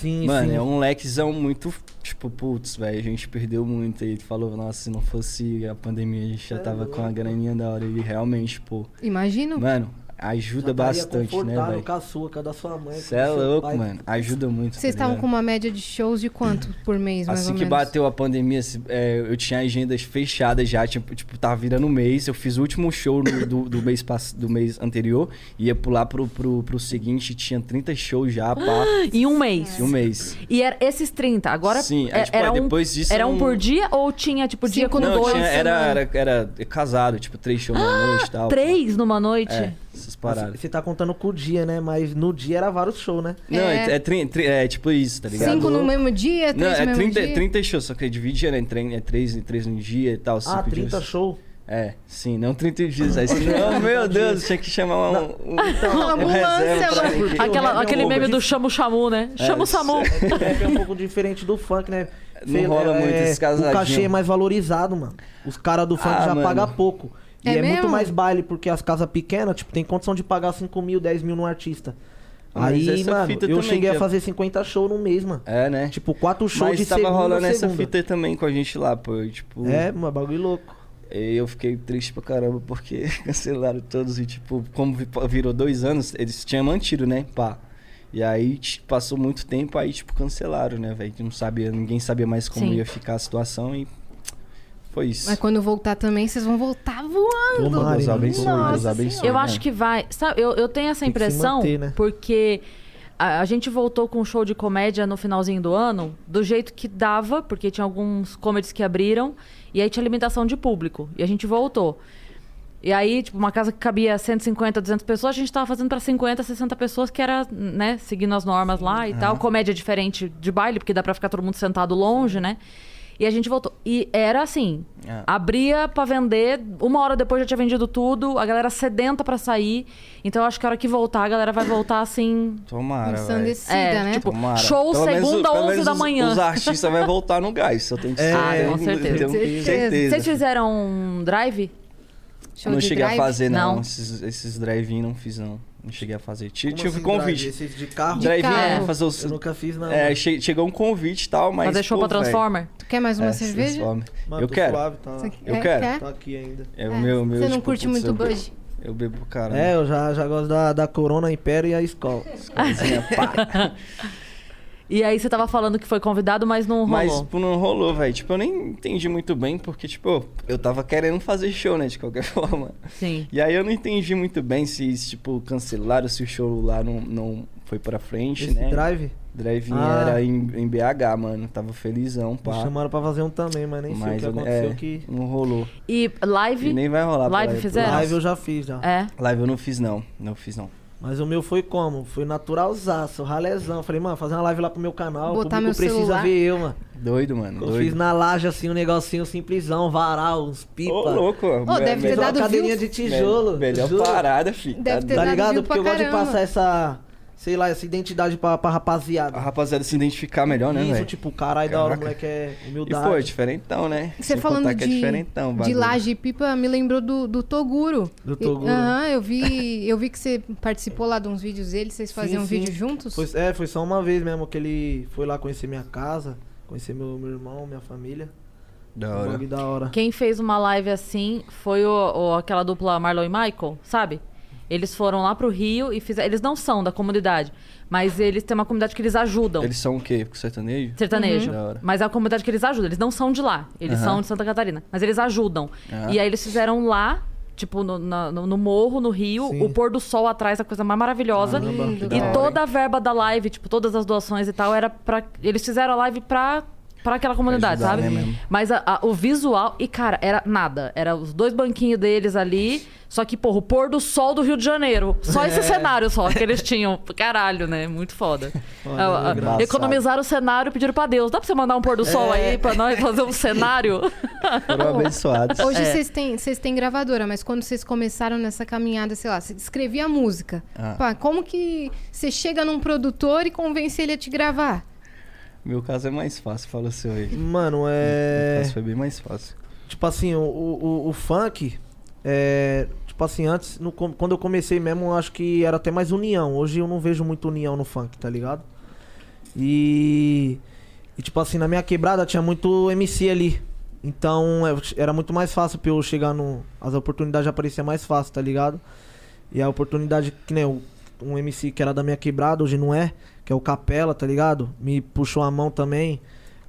Sim, Mano, sim. é um lequezão muito, tipo, putz, velho, a gente perdeu muito. E falou, nossa, se não fosse a pandemia, a gente já tava com a graninha da hora. E realmente, pô, Imagino. mano, ajuda bastante, né, velho? Com a sua, com a da sua mãe. Você é louco, mano, ajuda muito. Vocês tá estavam ligado? com uma média de shows de quanto por mês, mais Assim ou que menos? bateu a pandemia, se- é, eu tinha agendas fechadas já, tipo, tipo, tava virando mês. Eu fiz o último show no- do, do, mês, pass- do mês anterior, ia pular pro, pro, pro seguinte, tinha 30 shows já, pá, Em um mês. em um mês. E era esses 30. Agora Sim, é- aí, tipo, era, aí um, depois disso era eu um não- por dia ou tinha, tipo, dia Cinco com no Não, dois? tinha, era, semana. era, era casado, tipo, três shows Ah, na noite e tal. Três numa noite? É, essas paradas. Você tá contando com o dia, né? Mas no dia era vários shows, né? Não, é, é, tri- tri- é tipo isso, tá ligado? Cinco no mesmo dia, Não, três é no mesmo 30, dia? 30 shows, só que dividia, né? em tre- É três, três no dia e tal, cinco ah, 30 dias. shows. É, sim, não 30 dias. Aí você, é não, meu Deus, tinha que chamar um. um, Uma ambulância, reserva pra mano. mim. Aquela- Uber, aquele Uber. meme do chama o Chamu, né? Chama o Samu. O rap é um pouco diferente do funk, né? Não rola muito esse O casadinho. cachê é mais valorizado, mano. Os caras do funk Ah, já mano. pagam pouco. E É é, mesmo? muito mais baile, porque as casas pequenas, tipo, tem condição de pagar 5 mil, 10 mil num artista. Ah, Mas Aí, essa mano, eu fita também cheguei que a é- fazer 50 shows no mês, mano. É, né? Tipo, 4 shows Mas de tava segunda a rolando essa segunda. fita também com a gente lá, pô. e, Tipo, É, mano, bagulho louco. E eu fiquei triste pra caramba porque cancelaram todos e, tipo, como vi- virou dois anos, eles tinham mantido, né? Pá. E aí t- passou muito tempo, aí, tipo, cancelaram, né, velho? Não sabia, ninguém sabia mais como Sim. ia ficar a situação e foi isso. Mas quando voltar também, vocês vão voltar voando. Tomara, Deus abençoe, Deus Nossa abençoe. Eu né? acho que vai. Sabe, eu, eu tenho essa Tem que se impressão manter, né? porque a, a gente voltou com um show de comédia no finalzinho do ano, do jeito que dava, porque tinha alguns comedies que abriram, e aí tinha limitação de público. E a gente voltou. E aí, tipo, uma casa que cabia 150, 200 pessoas, a gente tava fazendo pra 50, 60 pessoas, que era, né, seguindo as normas lá e tal. Comédia é diferente de baile, porque dá pra ficar todo mundo sentado longe, né? E a gente voltou. E era assim, É. abria pra vender, uma hora depois já tinha vendido tudo, a galera sedenta pra sair. Então eu acho que a hora que voltar, a galera vai voltar assim... Tomara, velho. Ensandecida, É, né? tipo, Tomara. show Pelo menos- segunda, pelo 11 menos da os- manhã. Os artistas vão voltar no gás, eu tenho que É, Ah, eu com tenho- certeza. tenho Certeza. Vocês fizeram um drive? Show não de cheguei drive. a fazer, não. Não. Esses, esses drive-in não fiz, não. Não cheguei a fazer. Ti- Como Tive um assim, drive? convite. Esses de carro? De- Drive-in carro. é fazer os. Eu nunca fiz, não. É, che- chegou um convite e tal, mas. Fazer show pô, pra Transformer? Tu quer mais velho, uma é, cerveja? Transformer. Mano, eu tô quero. suave, tá, Você- Eu é, quero. quer? tá aqui ainda. É, o É, meu, meu. Você não tipo, curte putz, muito eu bebo- Bud? Eu bebo, cara. É, eu já, já gosto da, da Corona, Império e a escola. E aí você tava falando que foi convidado, mas não rolou. Mas tipo, não rolou, velho. Tipo, eu nem entendi muito bem, porque, tipo, eu tava querendo fazer show, né? De qualquer forma. Sim. E aí eu não entendi muito bem se, tipo, cancelaram, se o show lá não, não foi pra frente, Esse né? drive, Drive-in Ah. era em, em BH, mano. Tava felizão, me pá. chamaram pra fazer um também, mas nem sei o Mas que eu- aconteceu é, que... não rolou. E live? E nem vai rolar. pra Live lá, fizeram? pra lá. Live eu já fiz, já. É. Live eu não fiz, não. Não fiz, não. Mas o meu foi como? Foi naturalzaço, ralezão. Falei, mano, fazer uma live lá pro meu canal, Botar o público meu precisa celular. ver eu, mano. Doido, mano. Eu doido. fiz na laje, assim, um negocinho simplesão, varal, uns pipa. Ô, louco. Ô, deve ter Fiz uma dado cadeirinha view. de tijolo. Melhor juro. parada, fi. Deve Tá ter doido. Tá dado ligado? view Porque eu pra gosto de caramba. passar essa, sei lá, essa identidade pra, pra rapaziada. A rapaziada se identificar melhor, né, Isso, velho? tipo, caralho, da hora, o Caraca. moleque é E humildade. foi, diferentão, né? Você Sem falando contar que é de, diferentão, o de bagulho. laje e pipa, me lembrou do, do Toguro. Do E- Toguro. Aham, eu, vi, eu vi que você participou lá de uns vídeos dele, vocês faziam um sim. vídeo juntos? Foi- é, foi só uma vez mesmo que ele foi lá conhecer minha casa, conhecer meu, meu irmão, minha família. Da Um hora. bagulho da hora. Quem fez uma live assim foi o, o- aquela dupla Marlon e Michael, sabe? Eles foram lá pro Rio e fizeram. Eles não são da comunidade, mas eles têm uma comunidade que eles ajudam. Eles são o quê? Sertanejo? Sertanejo. Uhum. Da hora. Mas é a comunidade que eles ajudam. Eles não são de lá. Eles Aham. são de Santa Catarina. Mas eles ajudam. Ah. E aí eles fizeram lá, tipo, no, na- no- no morro, no rio, Sim. o pôr do sol atrás, a coisa mais maravilhosa. Caramba, que Lindo, e da hora, toda a verba da live, tipo, todas as doações e tal, era pra. Eles fizeram a live pra. Pra aquela comunidade, ajudar, sabe? né, mesmo? Mas a- a- o visual. E, cara, era nada. Era os dois banquinhos deles ali. Só que, porra, o pôr do sol do Rio de Janeiro. Só esse cenário só que eles tinham. Caralho, né? Muito foda. Olha, Ah, ah, engraçado. economizaram o cenário e pediram pra Deus. Dá pra você mandar um pôr do sol aí pra nós fazer um cenário? Foram abençoados. Hoje vocês têm, vocês têm gravadora, mas quando vocês começaram nessa caminhada, sei lá, você escrevia música. Ah. Pá, como que você chega num produtor e convence ele a te gravar? Meu caso é mais fácil, fala o seu aí. Mano, é. Meu caso foi bem mais fácil. Tipo assim, o, o, o funk. É, tipo assim, antes, no com- quando eu comecei mesmo, eu acho que era até mais união. Hoje eu não vejo muito união no funk, tá ligado? E. E tipo assim, na minha quebrada tinha muito MC ali. Então eu che- era muito mais fácil pra eu chegar no. As oportunidades apareciam mais fácil, tá ligado? E a oportunidade, que nem o- um MC que era da minha quebrada, hoje não é, que é o Capela, tá ligado? Me puxou a mão também.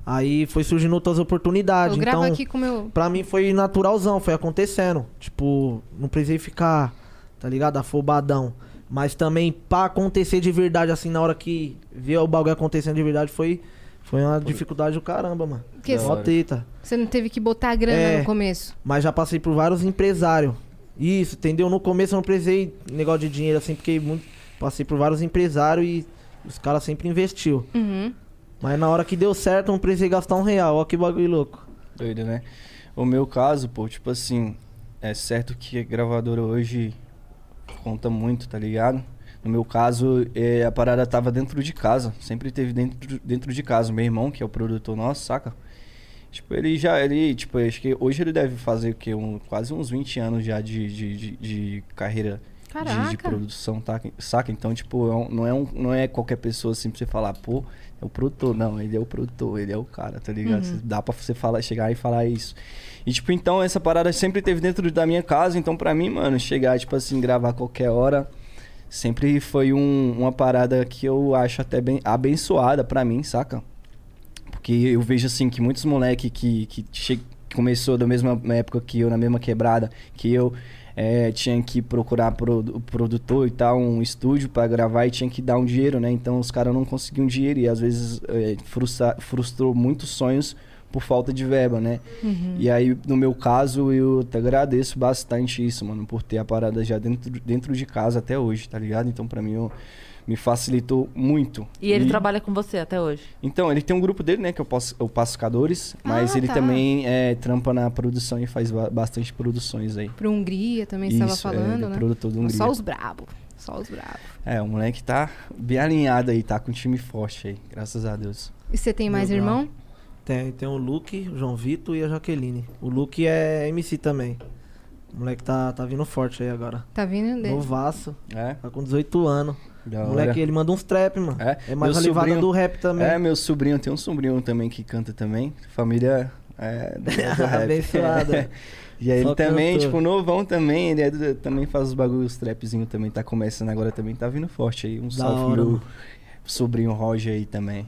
Aí foi surgindo outras oportunidades. eu gravo então, aqui com o meu. Pra mim foi naturalzão, foi acontecendo. Tipo, não precisei ficar, tá ligado? Afobadão. Mas também pra acontecer de verdade, assim, na hora que vê o bagulho acontecendo de verdade, foi, foi uma dificuldade do caramba, mano. Porque Mó treta. você não teve que botar a grana É. no começo. Mas já passei por vários empresários. Isso, entendeu? No começo eu não precisei negócio de dinheiro, assim, porque muito- passei por vários empresários e os caras sempre investiu. Uhum. Mas na hora que deu certo, eu não precisei gastar um real. Ó que bagulho louco. Doido, né? O meu caso, pô, tipo assim, É certo que a gravadora hoje conta muito, tá ligado? No meu caso, eh, a parada tava dentro de casa. Sempre teve dentro, dentro de casa. Meu irmão, que é o produtor nosso, saca? Tipo, ele já, ele, tipo, acho que hoje ele deve fazer o quê? Um, quase uns 20 anos já de, de, de, de carreira de- de, Caraca. produção, tá? saca? Então, tipo, é um- não, é um, não é qualquer pessoa assim pra você falar, pô, é o produtor. Não, ele é o produtor, ele é o cara, tá ligado? Cê- Dá pra você falar, chegar e falar isso. E, tipo, então, essa parada sempre teve dentro da minha casa. Então, pra mim, mano, chegar, tipo assim, gravar a qualquer hora sempre foi um- uma parada que eu acho até bem abençoada pra mim, saca? Porque eu vejo assim que muitos moleque que, que che- que começou da mesma época que eu, na mesma quebrada que eu, é, tinha que procurar produ- produtor e tal, um estúdio pra gravar e tinha que dar um dinheiro, né? Então os caras não conseguiam dinheiro e às vezes é, frustra- frustrou muitos sonhos por falta de verba, né? Uhum. E aí, no meu caso, eu te agradeço bastante isso, mano, por ter a parada já dentro, dentro de casa até hoje, tá ligado? Então, pra mim, eu- me facilitou muito. E ele trabalha com você até hoje. Então, ele tem um grupo dele, né? Que é o Pas- o Pacificadores. Mas Ah, ele tá. também é, trampa na produção e faz ba- bastante produções aí. Pro Hungria também estava Isso, é, falando, ele é né? produtor do Hungria. Só os brabo. Só os brabo. É, o moleque tá bem alinhado aí, tá com um time forte aí, graças a Deus. E você tem mais Meu irmão? Tem, tem o Luke, o João Vitor e a Jaqueline. O Luke é MC também. O moleque tá, tá vindo forte aí agora. Tá vindo? né? Novaço, É, tá com 18 anos. da O hora. moleque, ele manda uns trap, mano. É, É, mais meu elevado sobrinho- do rap também. É, meu sobrinho, tem um sobrinho também que canta também. Família é, do, do rap. Abençoada. E aí Só ele também, cantor. tipo, novão também, ele é do- também faz os bagulhos, os trapzinho também, tá começando agora também, tá vindo forte aí. Um salve hora, pro meu mano. sobrinho Roger aí também.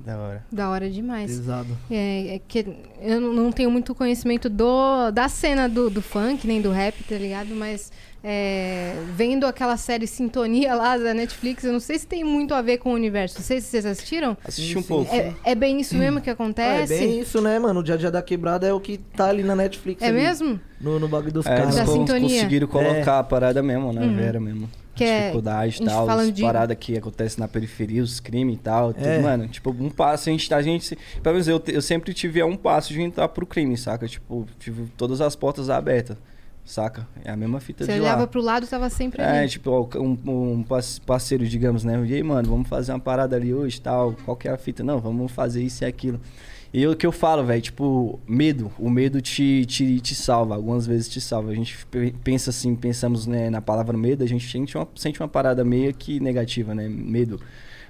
Da hora. Da hora demais. Pesado. É, é que eu não- não tenho muito conhecimento do, da cena do, do funk, nem do rap, tá ligado? Mas é, vendo aquela série Sintonia lá da Netflix, eu não sei se tem muito a ver com o universo. Não sei se vocês assistiram. Assisti Sim, um sim. pouco. É, é bem isso mesmo que É, acontece? bem isso, né, mano? O dia a dia da quebrada é o que tá ali na Netflix. assim. É ali, mesmo? No, no bagulho dos É, caras. É. eles Da cons- sintonia. conseguiram colocar a parada mesmo, né? Uhum. Vera mesmo. Que é- Dificuldade a e gente tal, as falando de- paradas que acontecem na periferia, os crimes e tal. tudo, É. mano, tipo, um passo a gente tá. A gente, se- pelo menos eu, te- eu sempre tive a um passo de entrar pro crime, saca? Tipo, tive todas as portas abertas, saca? É a mesma fita Você de olhava lá. pro lado tava sempre É, ali. tipo, ó, um, um parce- parceiro, digamos, né? E aí, mano, vamos fazer uma parada ali hoje tal. Qual que é a fita? Não, vamos fazer isso e aquilo. E é o que eu falo, velho, tipo, medo. O medo te, te, te salva, algumas vezes te salva. A gente pe- pensa assim, pensamos né, na palavra medo, a gente sente uma, sente uma parada meio que negativa, né? Medo.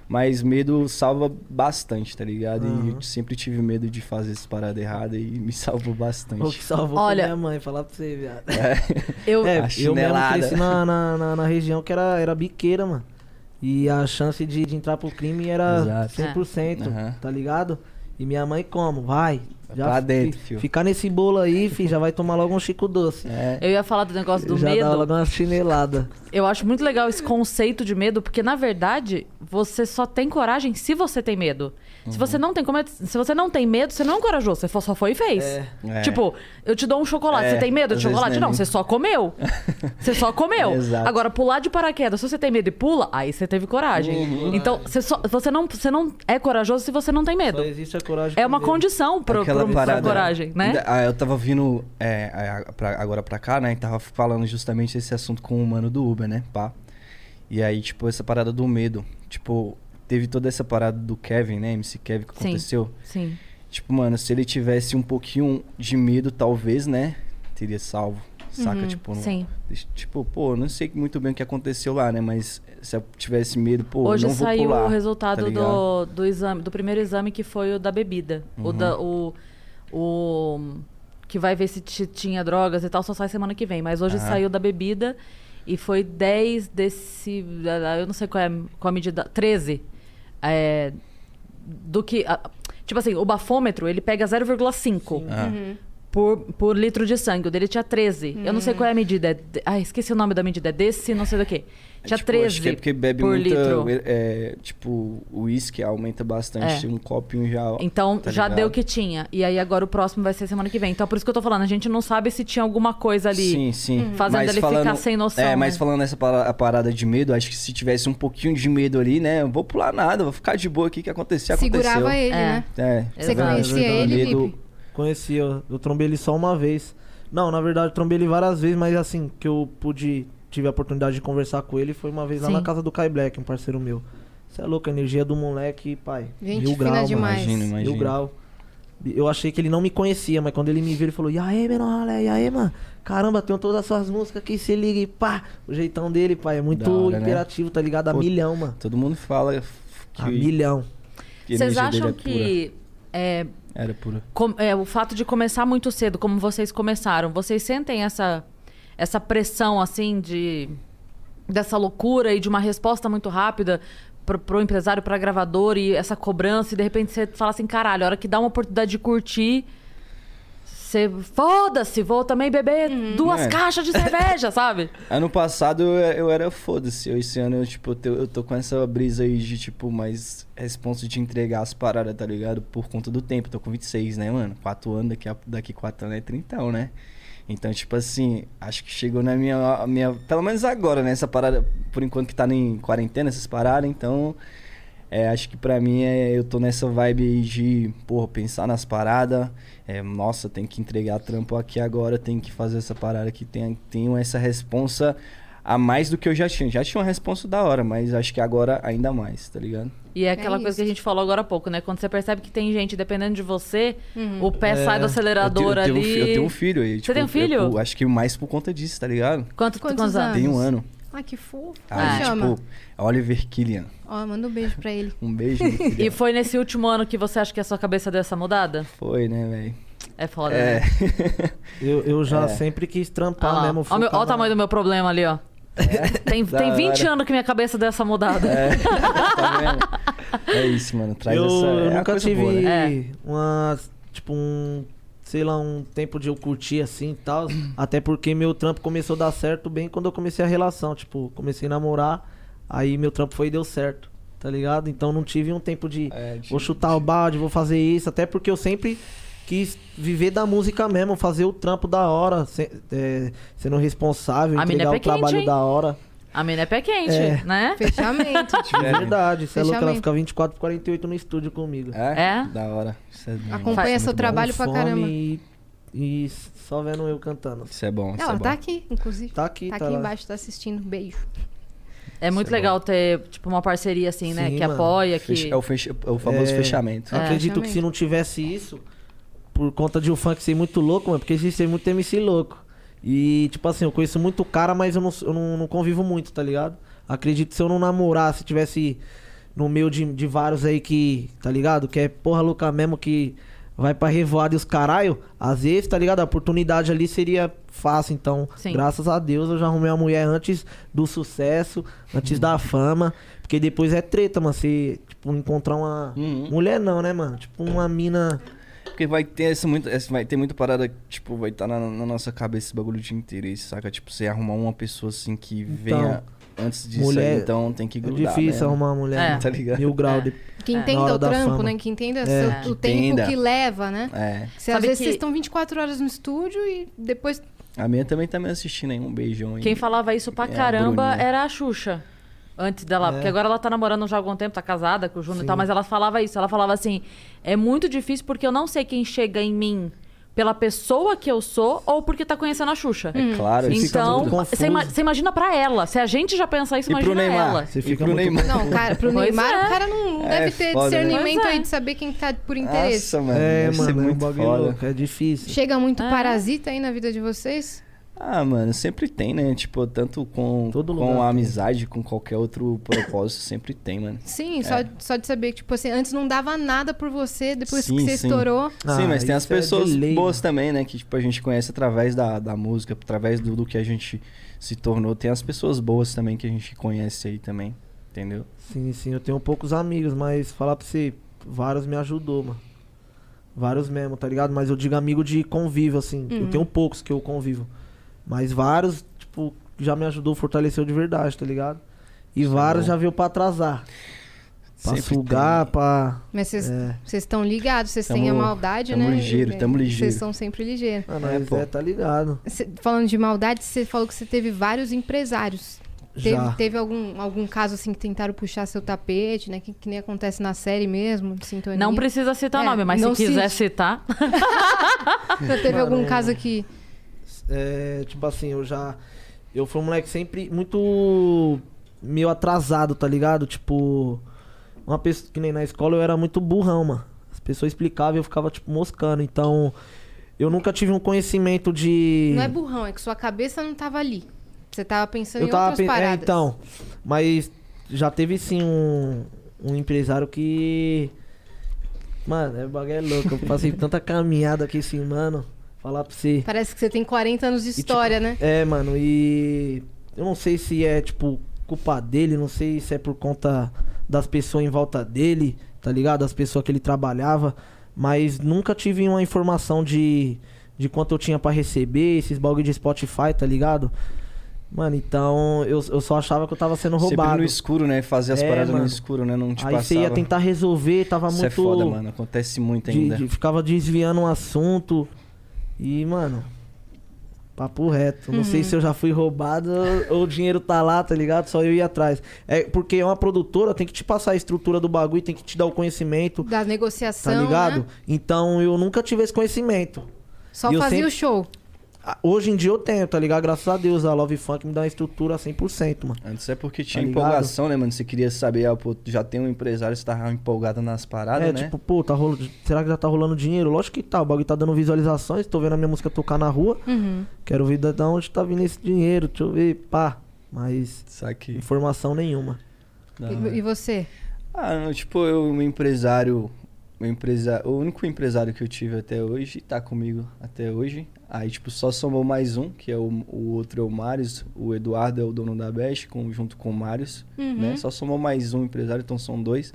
Mas medo salva bastante, tá ligado? E eu sempre tive medo de fazer essa parada errada e me salvou bastante. né? O que salvou foi Olha- minha mãe, falar pra você, viado. Eu, A É, eu mesmo chinelada. cresci na, na, na, na região que era, era biqueira, mano. E a chance de, de entrar pro crime era Exato. É. 100%, Aham. tá ligado? E minha mãe como? Vai. Pra fi- dentro, fio. Ficar nesse bolo aí, fi, já vai tomar logo um chico doce. É, eu ia falar do negócio do já dá medo. logo uma chinelada. Eu acho muito legal esse conceito de medo, porque na verdade você só tem coragem se você tem medo. Uhum. Se você não tem como é- se você não tem medo, você não é corajoso, você fo- só foi e fez. É. Tipo, eu te dou um chocolate, É, você tem medo às de vezes chocolate? nem- Não, você só comeu. você só comeu. Exato. Agora pular de paraquedas, se você tem medo e pula, aí você teve coragem. Uhum. Então, você só- você não, você não é corajoso se você não tem medo. Só existe a coragem. É com uma medo. condição pro, Aquela pro, pra parada. coragem, né? Ainda- ah, eu tava vindo é, a- a- pra- agora pra cá, né? E tava falando justamente esse assunto com o mano do Uber, né? Pá. E aí, tipo, essa parada do medo. Tipo, teve toda essa parada do Kevin, né? MC Kevin que Sim. aconteceu. Sim. Tipo, mano, se ele tivesse um pouquinho de medo, talvez, né? Teria salvo. Saca? tipo, não- Uhum. Sim. tipo, pô, não sei muito bem o que aconteceu lá, né? Mas se eu tivesse medo, pô, Hoje não vou saiu pular. o resultado tá ligado? do, do exame, do primeiro exame que foi o da bebida. O, da- Uhum. o, o que vai ver se ti- tinha drogas e tal, só sai semana que vem. Mas hoje saiu da bebida e foi 10 desse. Eu não sei qual é qual a medida. 13. É, do que. a- tipo assim, o bafômetro ele pega 0,5 Ah. por, por litro de sangue. O dele tinha 13. Eu não sei qual é a medida. É, de- ai, esqueci o nome da medida. É desse, não sei do que. Tinha tipo, 13 Acho que é porque bebe por muita, litro. É, tipo, o uísque aumenta bastante. É. Um copinho já. Então tá já ligado? deu o que tinha. E aí agora o próximo vai ser semana que vem. Então por isso que eu tô falando, a gente não sabe se tinha alguma coisa ali. Uhum. Sim, sim. Fazendo ele ficar sem noção, É, mas né? falando essa para- a parada de medo, acho que se tivesse um pouquinho de medo ali, né? Eu vou pular nada, vou ficar de boa aqui. que aconteceu, Segurava aconteceu. ele, É. né? É, Você tá vendo? conhecia verdade. ele, medo, Lipe? Conheci, eu, eu trombei ele só uma vez. Não, na verdade, eu trombei ele várias vezes, mas assim, que eu pude. Tive a oportunidade de conversar com ele foi uma vez lá Sim. na casa do Kai Black, um parceiro meu. Você é louco, a energia do moleque, pai. Gente mil fina grau, demais. mano. Imagino, imagino. Mil grau. Eu achei que ele não me conhecia, mas quando ele me viu, ele falou: E aí, Menolé, e aí, mano? Caramba, tenho todas as suas músicas aqui, se liga e pá. O jeitão dele, pai, é muito Da hora, né? imperativo, tá ligado? A Pô, milhão, mano. Todo mundo fala f- que A milhão. que a Vocês energia acham dele que é, é pura. Era pura. com- é, o fato de começar muito cedo, como vocês começaram, vocês sentem essa, essa pressão, assim, de dessa loucura e de uma resposta muito rápida pro, pro empresário, pra gravador e essa cobrança, e de repente você fala assim, caralho, a hora que dá uma oportunidade de curtir, você foda-se, vou também beber duas É. caixas de cerveja, sabe? Ano passado eu, eu era foda-se. eu- Esse ano eu, tipo, eu tô- eu tô com essa brisa aí de, tipo, mais responsa de entregar as paradas, tá ligado? Por conta do tempo. Tô com 26, né, mano? 4 anos, daqui, a, daqui 4 anos é 30, né? Então, tipo assim, acho que chegou na minha, a minha. Pelo menos agora, né? Essa parada, por enquanto que tá em quarentena, essas paradas, então. É, acho que pra mim é, eu tô nessa vibe aí de, porra, pensar nas paradas. É, nossa, tem que entregar trampo aqui agora, tem que fazer essa parada aqui. Tem, tenho essa responsa a mais do que eu já tinha. Já tinha uma responsa da hora, mas acho que agora ainda mais, tá ligado? E é aquela coisa isso. que a gente falou agora há pouco, né? Quando você percebe que tem gente dependendo de você, o pé sai do acelerador É, eu tenho, eu ali. tenho, eu tenho um filho aí. tipo, tem um filho? eu- eu acho que mais por conta disso, tá ligado? Quanto, Quantos quantos, anos? Tem um ano. Ah, que fofo. Aí, Como chama? tipo, Oliver Killian. Ó, manda um beijo pra ele. Um beijo, meu filhão. E foi nesse último ano que você acha que a sua cabeça deu essa mudada? Foi, né, velho? É foda. É. né? Eu, eu já É. sempre quis Olha trampar lá. mesmo. Ó meu- ó focar o tamanho na- do meu problema ali, ó. Tem, É. Da tem 20 hora. É. anos que minha cabeça deu essa mudada. tá vendo? É isso, mano. Traz eu, essa. eu é uma nunca coisa tive boa, né? É. uma. Tipo, um. Sei lá, um tempo de eu curtir assim e tal. até porque meu trampo começou a dar certo bem quando eu comecei a relação. Tipo, comecei a namorar, aí meu trampo foi e deu certo. Tá ligado? Então não tive um tempo de. É, de- vou chutar o balde, vou fazer isso. Até porque eu sempre quis viver da música mesmo, fazer o trampo da hora, se- é, sendo responsável, A mina é entregar pé o quente, trabalho hein? da hora. A mina é pé quente, É. né? Fechamento. É verdade, você é louco, ela Fechamento. fica 24 por 48 no estúdio comigo. É? É? Da hora. Isso é bom. Acompanha Isso é seu muito trabalho pra fome caramba. E, e só vendo eu cantando. bom. Isso é bom. Isso Ela é bom. tá aqui, inclusive. Tá aqui, Tá tá, aqui lá. embaixo, tá assistindo. Beijo. É muito Isso é legal ter, tipo, uma parceria assim, né? Sim, Que mano. apoia, Fecha- que... É, o fecha- é o famoso É. fechamento. Eu Acredito que se não tivesse isso, por conta de o funk ser muito louco, mano, porque existe muito MC louco. E, tipo assim, eu conheço muito cara, mas eu não, eu não, não convivo muito, tá ligado? Acredito que se eu não namorasse, tivesse no meio de, de vários aí que, tá ligado? Que é porra louca mesmo, que vai pra revoada e os caralho, às vezes, tá ligado? A oportunidade ali seria fácil, então, Sim. graças a Deus, eu já arrumei uma mulher antes do sucesso, antes da fama, porque depois é treta, mano, você, tipo, encontrar uma... Uhum. Mulher não, né, mano? Tipo, uma mina... É Porque vai ter essa muito, essa- vai ter muita parada, tipo, vai estar na, na nossa cabeça esse bagulho de interesse, saca? Tipo, você arrumar uma pessoa assim que venha antes disso Então, mulher- aí, então tem que É grudar. difícil mesmo. arrumar uma mulher. É. né? Tá ligado? Mil grau de... Que É. Na entenda hora o da trampo, fama. né? Que entenda É. seu- o Que tempo entenda. que leva, né? É. Se às Sabe vezes que- vocês estão 24 horas no estúdio e depois. A minha também tá me assistindo aí. Um beijão aí. Quem falava isso pra É, a caramba Bruninha. É. era a Xuxa. Antes dela, porque agora ela tá namorando já há algum tempo, tá casada com o Júnior e tal, mas ela falava isso. Ela falava assim: é muito difícil porque eu não sei quem chega em mim pela pessoa que eu sou ou porque tá conhecendo a Xuxa. É claro, isso fica Então, tudo- confuso. você ima- você imagina pra ela. Se a gente já pensa isso, E pro imagina Neymar. ela. Você E fica pro muito Neymar. Não, cara, pro Pois Neymar, é. o cara não É deve ter foda, né? discernimento Pois é. aí de saber quem tá por interesse. Nossa, mano. É, deve ser mano, é um muito bagulho foda. louco, é difícil. Chega muito É. parasita aí na vida de vocês? Ah, mano, sempre tem, né? Tipo, tanto com, Todo lugar com a tem. amizade, com qualquer outro propósito, sempre tem, mano. Sim, só, É. só de saber que, tipo assim, antes não dava nada por você, depois que Sim, você sim. estourou. Ah, Sim, mas tem as isso é de pessoas lei, boas mano. também, né? Que tipo, a gente conhece através da, da música, através do, do que a gente se tornou. Tem as pessoas boas também que a gente conhece aí também, entendeu? Sim, sim, eu tenho poucos amigos, mas falar pra você, vários me ajudou, mano. Vários mesmo, tá ligado? Mas eu digo amigo de convívio, assim. Eu tenho poucos que eu convivo. Mas vários, tipo, já me ajudou, fortaleceu de verdade, tá ligado? E vários já veio pra atrasar. Pra é Sempre sugar, tem. pra. Mas vocês É. vocês estão ligados, vocês têm a Tamo- maldade, tamo né? ligeiro, E- tamo ligeiro. Vocês são sempre ligeiros. Ah, É, mas pô. é, tá ligado. Cê- falando de maldade, você falou que você teve vários empresários. Já. Teve, teve algum, algum caso assim que tentaram puxar seu tapete, né? Que, que nem acontece na série mesmo, de sintonia. Não precisa citar o É, nome, mas se não quiser cite. citar. Então, teve algum caso que é, tipo assim, eu já. Eu fui um moleque sempre muito. meio atrasado, tá ligado? Tipo. Uma pessoa. Que nem na escola eu era muito burrão, mano. As pessoas explicavam e eu ficava, tipo, moscando. Então. Eu nunca tive um conhecimento de. Não é burrão, é que sua cabeça não tava ali. Você tava pensando Eu em tava outras pensando. É, paradas. então. Mas já teve sim um, um empresário que. Mano, é bagulho é louco. Eu passei tanta caminhada aqui assim, mano. Falar pra você. Parece que você tem 40 anos de E, tipo, história, né? É, mano, e. Eu não sei se é, tipo, culpa dele, não sei se é por conta das pessoas em volta dele, tá ligado? Das pessoas que ele trabalhava. Mas nunca tive uma informação de, de quanto eu tinha pra receber, esses bagulho de Spotify, tá ligado? Mano, então eu, eu só achava que eu tava sendo Sempre roubado. no escuro, né? Fazer as É, paradas mano. no escuro, né? Não te Aí passava. você ia tentar resolver, tava Isso muito. é foda, mano. Acontece muito de- ainda. de- ficava desviando um assunto. E, mano, papo reto. Não sei se eu já fui roubado ou- ou o dinheiro tá lá, tá ligado? Só eu ir atrás. É porque é uma produtora, tem que te passar a estrutura do bagulho, tem que te dar o conhecimento, Da negociação, tá ligado? né? Então eu nunca tive esse conhecimento. Só E eu fazia o sempre- show. Ah, Hoje em dia eu tenho, tá ligado? Graças a Deus, a Love Funk me dá uma estrutura 100%, mano. Antes é porque tinha Tá ligado? empolgação, né, mano? Você queria saber, ah, pô, já tem um empresário, você tava empolgado nas paradas, é, né? tipo, pô, tá rolando, será que já tá rolando dinheiro? Lógico que tá, o bagulho tá dando visualizações, tô vendo a minha música tocar na rua. Uhum. Quero ver da da onde tá vindo esse dinheiro, deixa eu ver, pá. Mas Saquei. informação nenhuma. Tá. Da hora. E, e você? Ah, não, tipo, eu, um empresário, um empresa, o único empresário que eu tive até hoje, tá comigo até hoje. Aí, tipo, só somou mais um, que é o, o outro é o Marius, o Eduardo é o dono da Best, com, junto com o Marius, Uhum. né? Só somou mais um empresário, então são dois.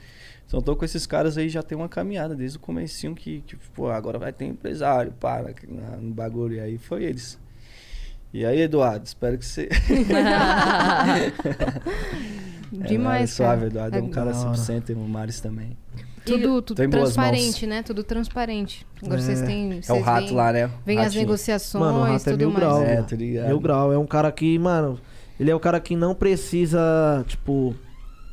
Então, tô com esses caras aí, já tem uma caminhada desde o comecinho que, tipo, pô, agora vai ter empresário, para, no bagulho, e aí foi eles. E aí, Eduardo, espero que você... Demais, é, cara. suave, Eduardo, é um cara 100% e o Marius também. Tudo, Tô tudo em boas transparente, né? Tudo transparente. Agora vocês têm. É o vocês rato veem- lá, né? Vem as Ratinho. negociações, Mano, o rato é tudo mil mais. grau. É, tá ligado? Mil grau, é um cara que, mano, ele é o cara que não precisa, tipo,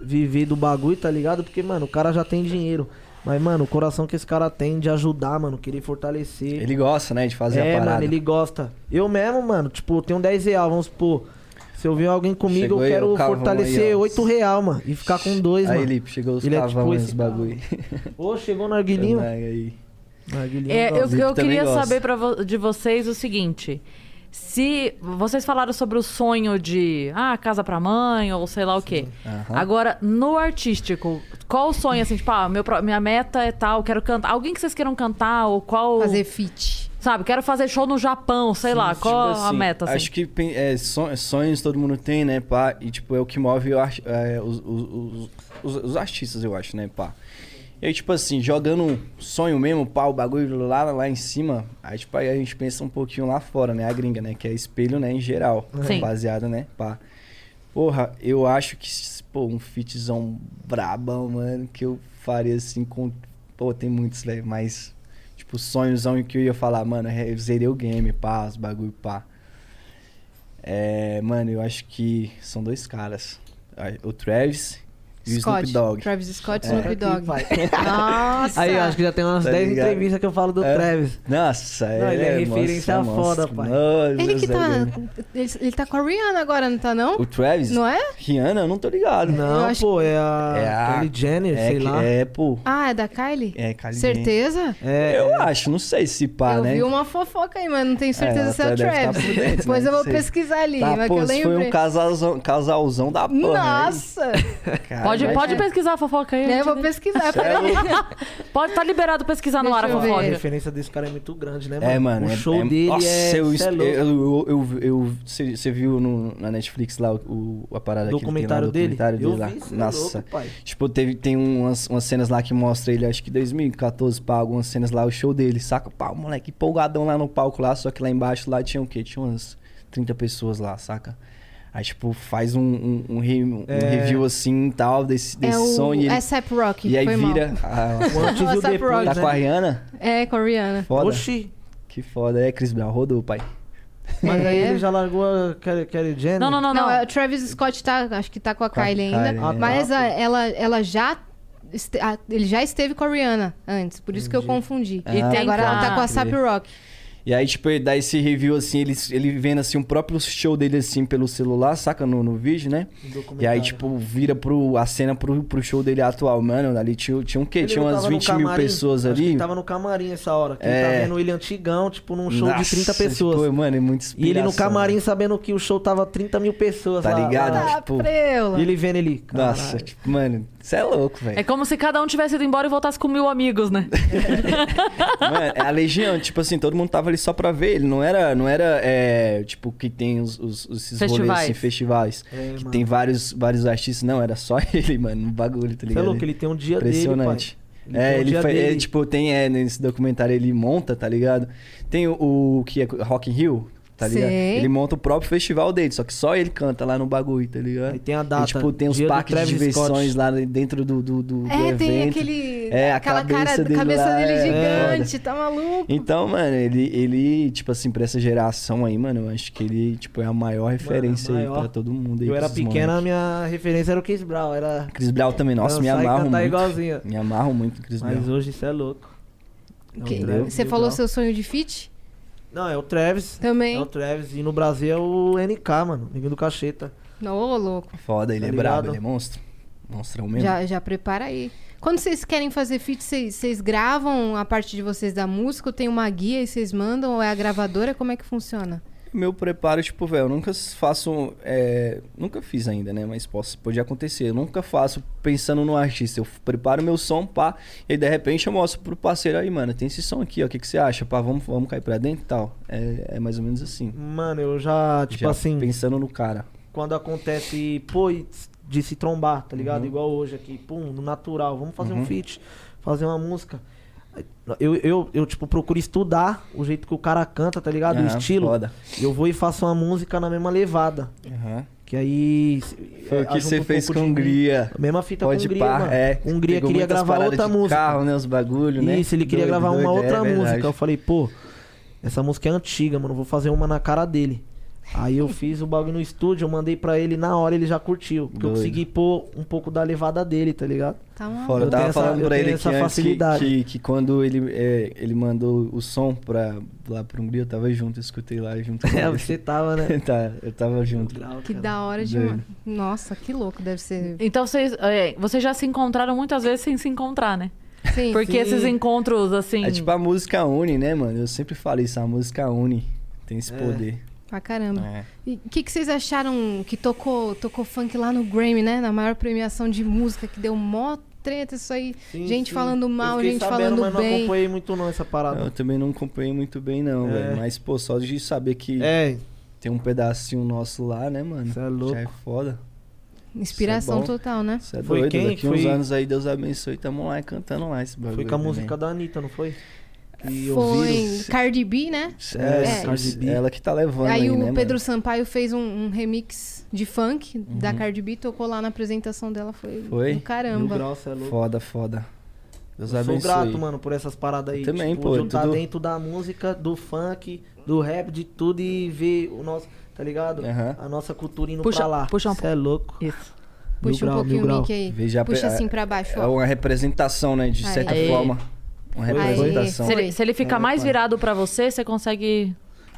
viver do bagulho, tá ligado? Porque, mano, o cara já tem dinheiro. Mas, mano, o coração que esse cara tem de ajudar, mano, querer fortalecer. Ele gosta, né, de fazer é, a parada. mano, ele gosta. Eu mesmo, mano, tipo, eu tenho 10 real, vamos supor. Se eu vir alguém comigo, Chegou eu aí, quero o carro, fortalecer vamos aí, ó. 8 real, mano. E ficar com dois, Aí, mano. Lipe, chegou os Ele é cavão, tipo esse esse é bagulho. É, né? Ô, chegou o narguilinho. Aí. Narguilinho, É, eu, gosta. eu também queria gosta. saber pra vo- de vocês o seguinte. Se vocês falaram sobre o sonho de ah, casa pra mãe ou sei lá o quê. Aham. Agora, no artístico, qual o sonho assim, tipo, ah, meu, pro- minha meta é tal, quero cantar. Alguém que vocês queiram cantar ou qual, Fazer fit. sabe, quero fazer show no Japão, sei lá, qual Tipo a assim, meta assim? Acho que pen- é, son- sonhos todo mundo tem, né, pá? E, tipo, é o que move o ar- é, os, os- os- os- os artistas, eu acho, né, pá? E aí, tipo assim, jogando um sonho mesmo, pá, o bagulho lá, lá em cima, aí, tipo, aí a gente pensa um pouquinho lá fora, né? A gringa, né? Que é espelho, né, em geral. Sim. Rapaziada, né, pá? Porra, eu acho que, pô, um fitzão brabão, mano, que eu faria assim com. Pô, tem muitos, velho, mas. Tipo, sonhozão que eu ia falar, mano, é, eu zerei o game, pá, os bagulho, pá. É, mano, eu acho que são dois caras. Ah, O Travis e o Scott. Snoop Dogg. Travis Scott e É. Snoop Dogg. Vai. Nossa! Aí eu acho que já tem umas Tá 10 ligado? entrevistas que eu falo do É. Travis. Nossa, Não, ele é referência monstro, foda, monstro. pai. Nossa, Ele que Zé tá. Game. Ele, ele tá com a Rihanna agora, não tá, não? é O Travis? Não é? Rihanna, eu não tô ligado. Não, acho pô, é a, É a- Kylie Jenner, é, sei que- lá. É, pô. Ah, é da Kylie? É, Kylie Certeza? É, Eu acho, não sei se pá, eu né? vi uma fofoca aí, mas não tenho certeza É, se é o deve estar Travis. por dentro, né? Depois eu vou Sei. pesquisar ali, Tá, mas pô, que eu isso foi lembro. um casalzão, casalzão da porra. Nossa! né? Cara, Pode, mas- pode pesquisar a fofoca aí. né? gente. Eu vou pesquisar. Cê é peraí. louco. Pode tá liberado pesquisar no ar Deixa a eu ver. a fofoca. referência desse cara é muito grande, né, mano? É, mano. O é- show é- dele nossa, é... eu, cê é louco. eu, eu, eu- você- você viu no- na Netflix lá o, o- a parada que ele tem lá, documentário o dele? documentário dele eu lá. vi, cê é Nossa. louco, pai. Tipo, teve, tem umas, umas cenas lá que mostra ele, acho que 2014, pá, algumas cenas lá, o show dele, saca? Pá, o moleque empolgadão lá no palco lá, só que lá embaixo lá tinha o quê? Tinha umas 30 pessoas lá, saca? Aí, tipo, faz um, um, um re- um É. review assim e tal, desse, É desse o som. E, ele- ASAP Rock. e aí foi mal. vira. a- O antes e o Nossa, depois, tá né? com a Rihanna? É, com a Rihanna. Foda. Oxi. Que foda. É, Chris Brown, rodou, pai. Mas aí É. ele já largou a Kylie, Kylie Jenner. Não, não, não, Não, não. é, o Travis Scott tá, acho que tá com a Com a Kylie Kylie, né? ainda. é. Mas Ah, a- tá. ela, ela já. este- ah, a- ele já esteve com a Rihanna antes, por isso que eu confundi. E tem Agora com ela a- tá com a Sap Rock. E aí, tipo, ele dá esse review assim, ele, ele vendo assim o próprio show dele assim pelo celular, saca no, no vídeo, né? E aí, Um documentário. tipo, vira pro, a cena pro, pro show dele atual, mano. Ali tinha, tinha um quê? Ele tinha não umas tava no 20 mil camarim? pessoas Acho que ali. Ele tava no camarim essa hora. Que É. ele tá vendo ele antigão, tipo, num show de 30 Nossa, pessoas. Tipo, mano, é muito e ele no inspiração, camarim né? sabendo que o show tava 30 mil pessoas Tá lá- ligado? lá. Ah, tipo, preula. E ele vendo ele. Nossa, caralho. tipo, mano, você é louco, velho. É como se cada um tivesse ido embora e voltasse com mil amigos, né? Mano, é a legião, tipo assim, todo mundo tava ali só pra ver. Ele não era, não era é, tipo, que tem os, os, os- esses rolês, Festivais. assim, festivais. É, que mano. tem vários, vários artistas. Não, era só ele, mano, no bagulho, tá Você é ligado? louco, ele tem um dia Impressionante. dele, pai. É, tem um ele dia foi, é, dele. tipo, tem, é, nesse documentário ele monta, tá ligado? Tem o, o que é Rock in Rio, tá ligado? Sei. Ele monta o próprio festival dele, só que só ele canta lá no bagulho, tá ligado? Aí tem a E, data, tipo, tem os dia do parques de Travis diversões Scott. lá dentro do, do, do, do É, evento. tem aquele. É, a aquela cabeça cara, dele cabeça lá dele é- gigante, tá maluco? Então, mano, ele, ele, tipo assim, pra essa geração aí, mano, eu acho que ele, tipo, é a maior referência maior. aí pra todo mundo. Aí, Eu era né? pra esses pequena, a moleques. minha referência era o Chris Brown. Era Chris Brown também, nossa, me dançar e amarro cantar muito. igualzinho. Me amarro muito em Chris Mas Brown. hoje isso é louco. É o Que- Travis, você Chris falou Brown. seu sonho de fit? Não, é o Travis. Também. É o Travis. E no Brasil é o NK, mano. Ninguém do Cacheta. Não, ô louco. Foda, ele Tá é brabo, ligado? ele é monstro. Monstrão mesmo. Já, já prepara aí. Quando vocês querem fazer feat, vocês, vocês gravam a parte de vocês da música? Ou tem uma guia e vocês mandam? Ou é a gravadora? Como é que funciona? Meu preparo, tipo, velho, eu nunca faço. é, nunca fiz ainda, né? Mas posso, pode acontecer. Eu nunca faço pensando no artista. Eu preparo meu som, pá, e de repente eu mostro pro parceiro aí, mano, tem esse som aqui, ó. O que, que você acha? Pá, vamos, vamos cair pra dentro e tal. É, é mais ou menos assim. Mano, eu já, tipo Já assim, Pensando no cara. quando acontece, pô, de se trombar, tá Uhum. ligado? Igual hoje aqui, pum, no natural, vamos fazer um feat, fazer uma música. Eu, eu, eu, tipo, procuro estudar o jeito que o cara canta, tá ligado? o Aham, estilo. foda. Eu vou e faço uma música na mesma levada. Que aí. Foi o que ajunta você um fez pouco com de Hungria. mim. Mesma fita Pode com Hungria, pá, mano. é. Hungria Pegou queria muitas gravar paradas outra de música. carro, né? Os bagulho, né? Isso, ele queria Doido, gravar uma doido, é outra verdade. música. Eu falei, pô, essa música é antiga, mano. Vou fazer uma na cara dele. Aí eu fiz o bagulho no estúdio, eu mandei pra ele na hora, ele já curtiu. Porque eu Doido. consegui pôr um pouco da levada dele, tá ligado? Tá uma... Fora, eu Eu tava tenho essa- falando eu pra tenho ele que essa antes que, facilidade. que, que quando ele, é, ele mandou o som pra, lá pro Hungria, eu tava junto, eu escutei lá junto com É, ele. você tava, né? tá, eu tava junto. Que da hora de. Doido. Nossa, que louco deve ser. Então vocês, é, vocês já se encontraram muitas vezes sem se encontrar, né? Sim. Porque esses encontros, assim. É tipo, a música une, né, mano? Eu sempre falo isso, a música une. Tem esse É. poder. Pra caramba. É. E o que, que vocês acharam que tocou, tocou funk lá no Grammy, né? Na maior premiação de música, que deu mó treta isso aí. Sim, gente sim. falando Eu mal, fiquei gente sabendo, falando mas não bem. acompanhei muito não essa parada. Eu também não acompanhei muito bem, não, É. velho. Mas, pô, só de saber que É, tem um pedacinho nosso lá, né, mano? Cê é louco. Já é foda. Inspiração Isso é bom. total, né? Você é Foi doido. quem? Daqui uns Foi- anos aí, Deus abençoe, tamo lá cantando lá esse bagulho. foi com a também. música da Anitta, não foi? Que Foi ouviram. Cardi B, né? É. É, Cardi B. ela que tá levando aí, Aí o né, Pedro mano? Sampaio fez um, um remix de funk da Cardi B, tocou lá na apresentação dela, foi, Uhum. Foi? do Mil caramba. graus, cê é louco. Foda, foda. Deus Eu sou abençoe. grato, mano, por essas paradas aí. Eu também, tipo, pô, de eu tá tudo- dentro da música, do funk, do rap, de tudo e ver o nosso, tá ligado? Aham. A nossa cultura indo Puxa- pra lá. puxa um Cê é louco. Isso. Mil Puxa um grau, pouquinho mil o grau. mic aí. Veja a Puxa pre- assim pra baixo, É ó. uma representação, né? De Aí. certa Aí. forma. Uma Foi, foi. representação. Se ele, se ele fica Olha, mais pai. virado pra você, você consegue.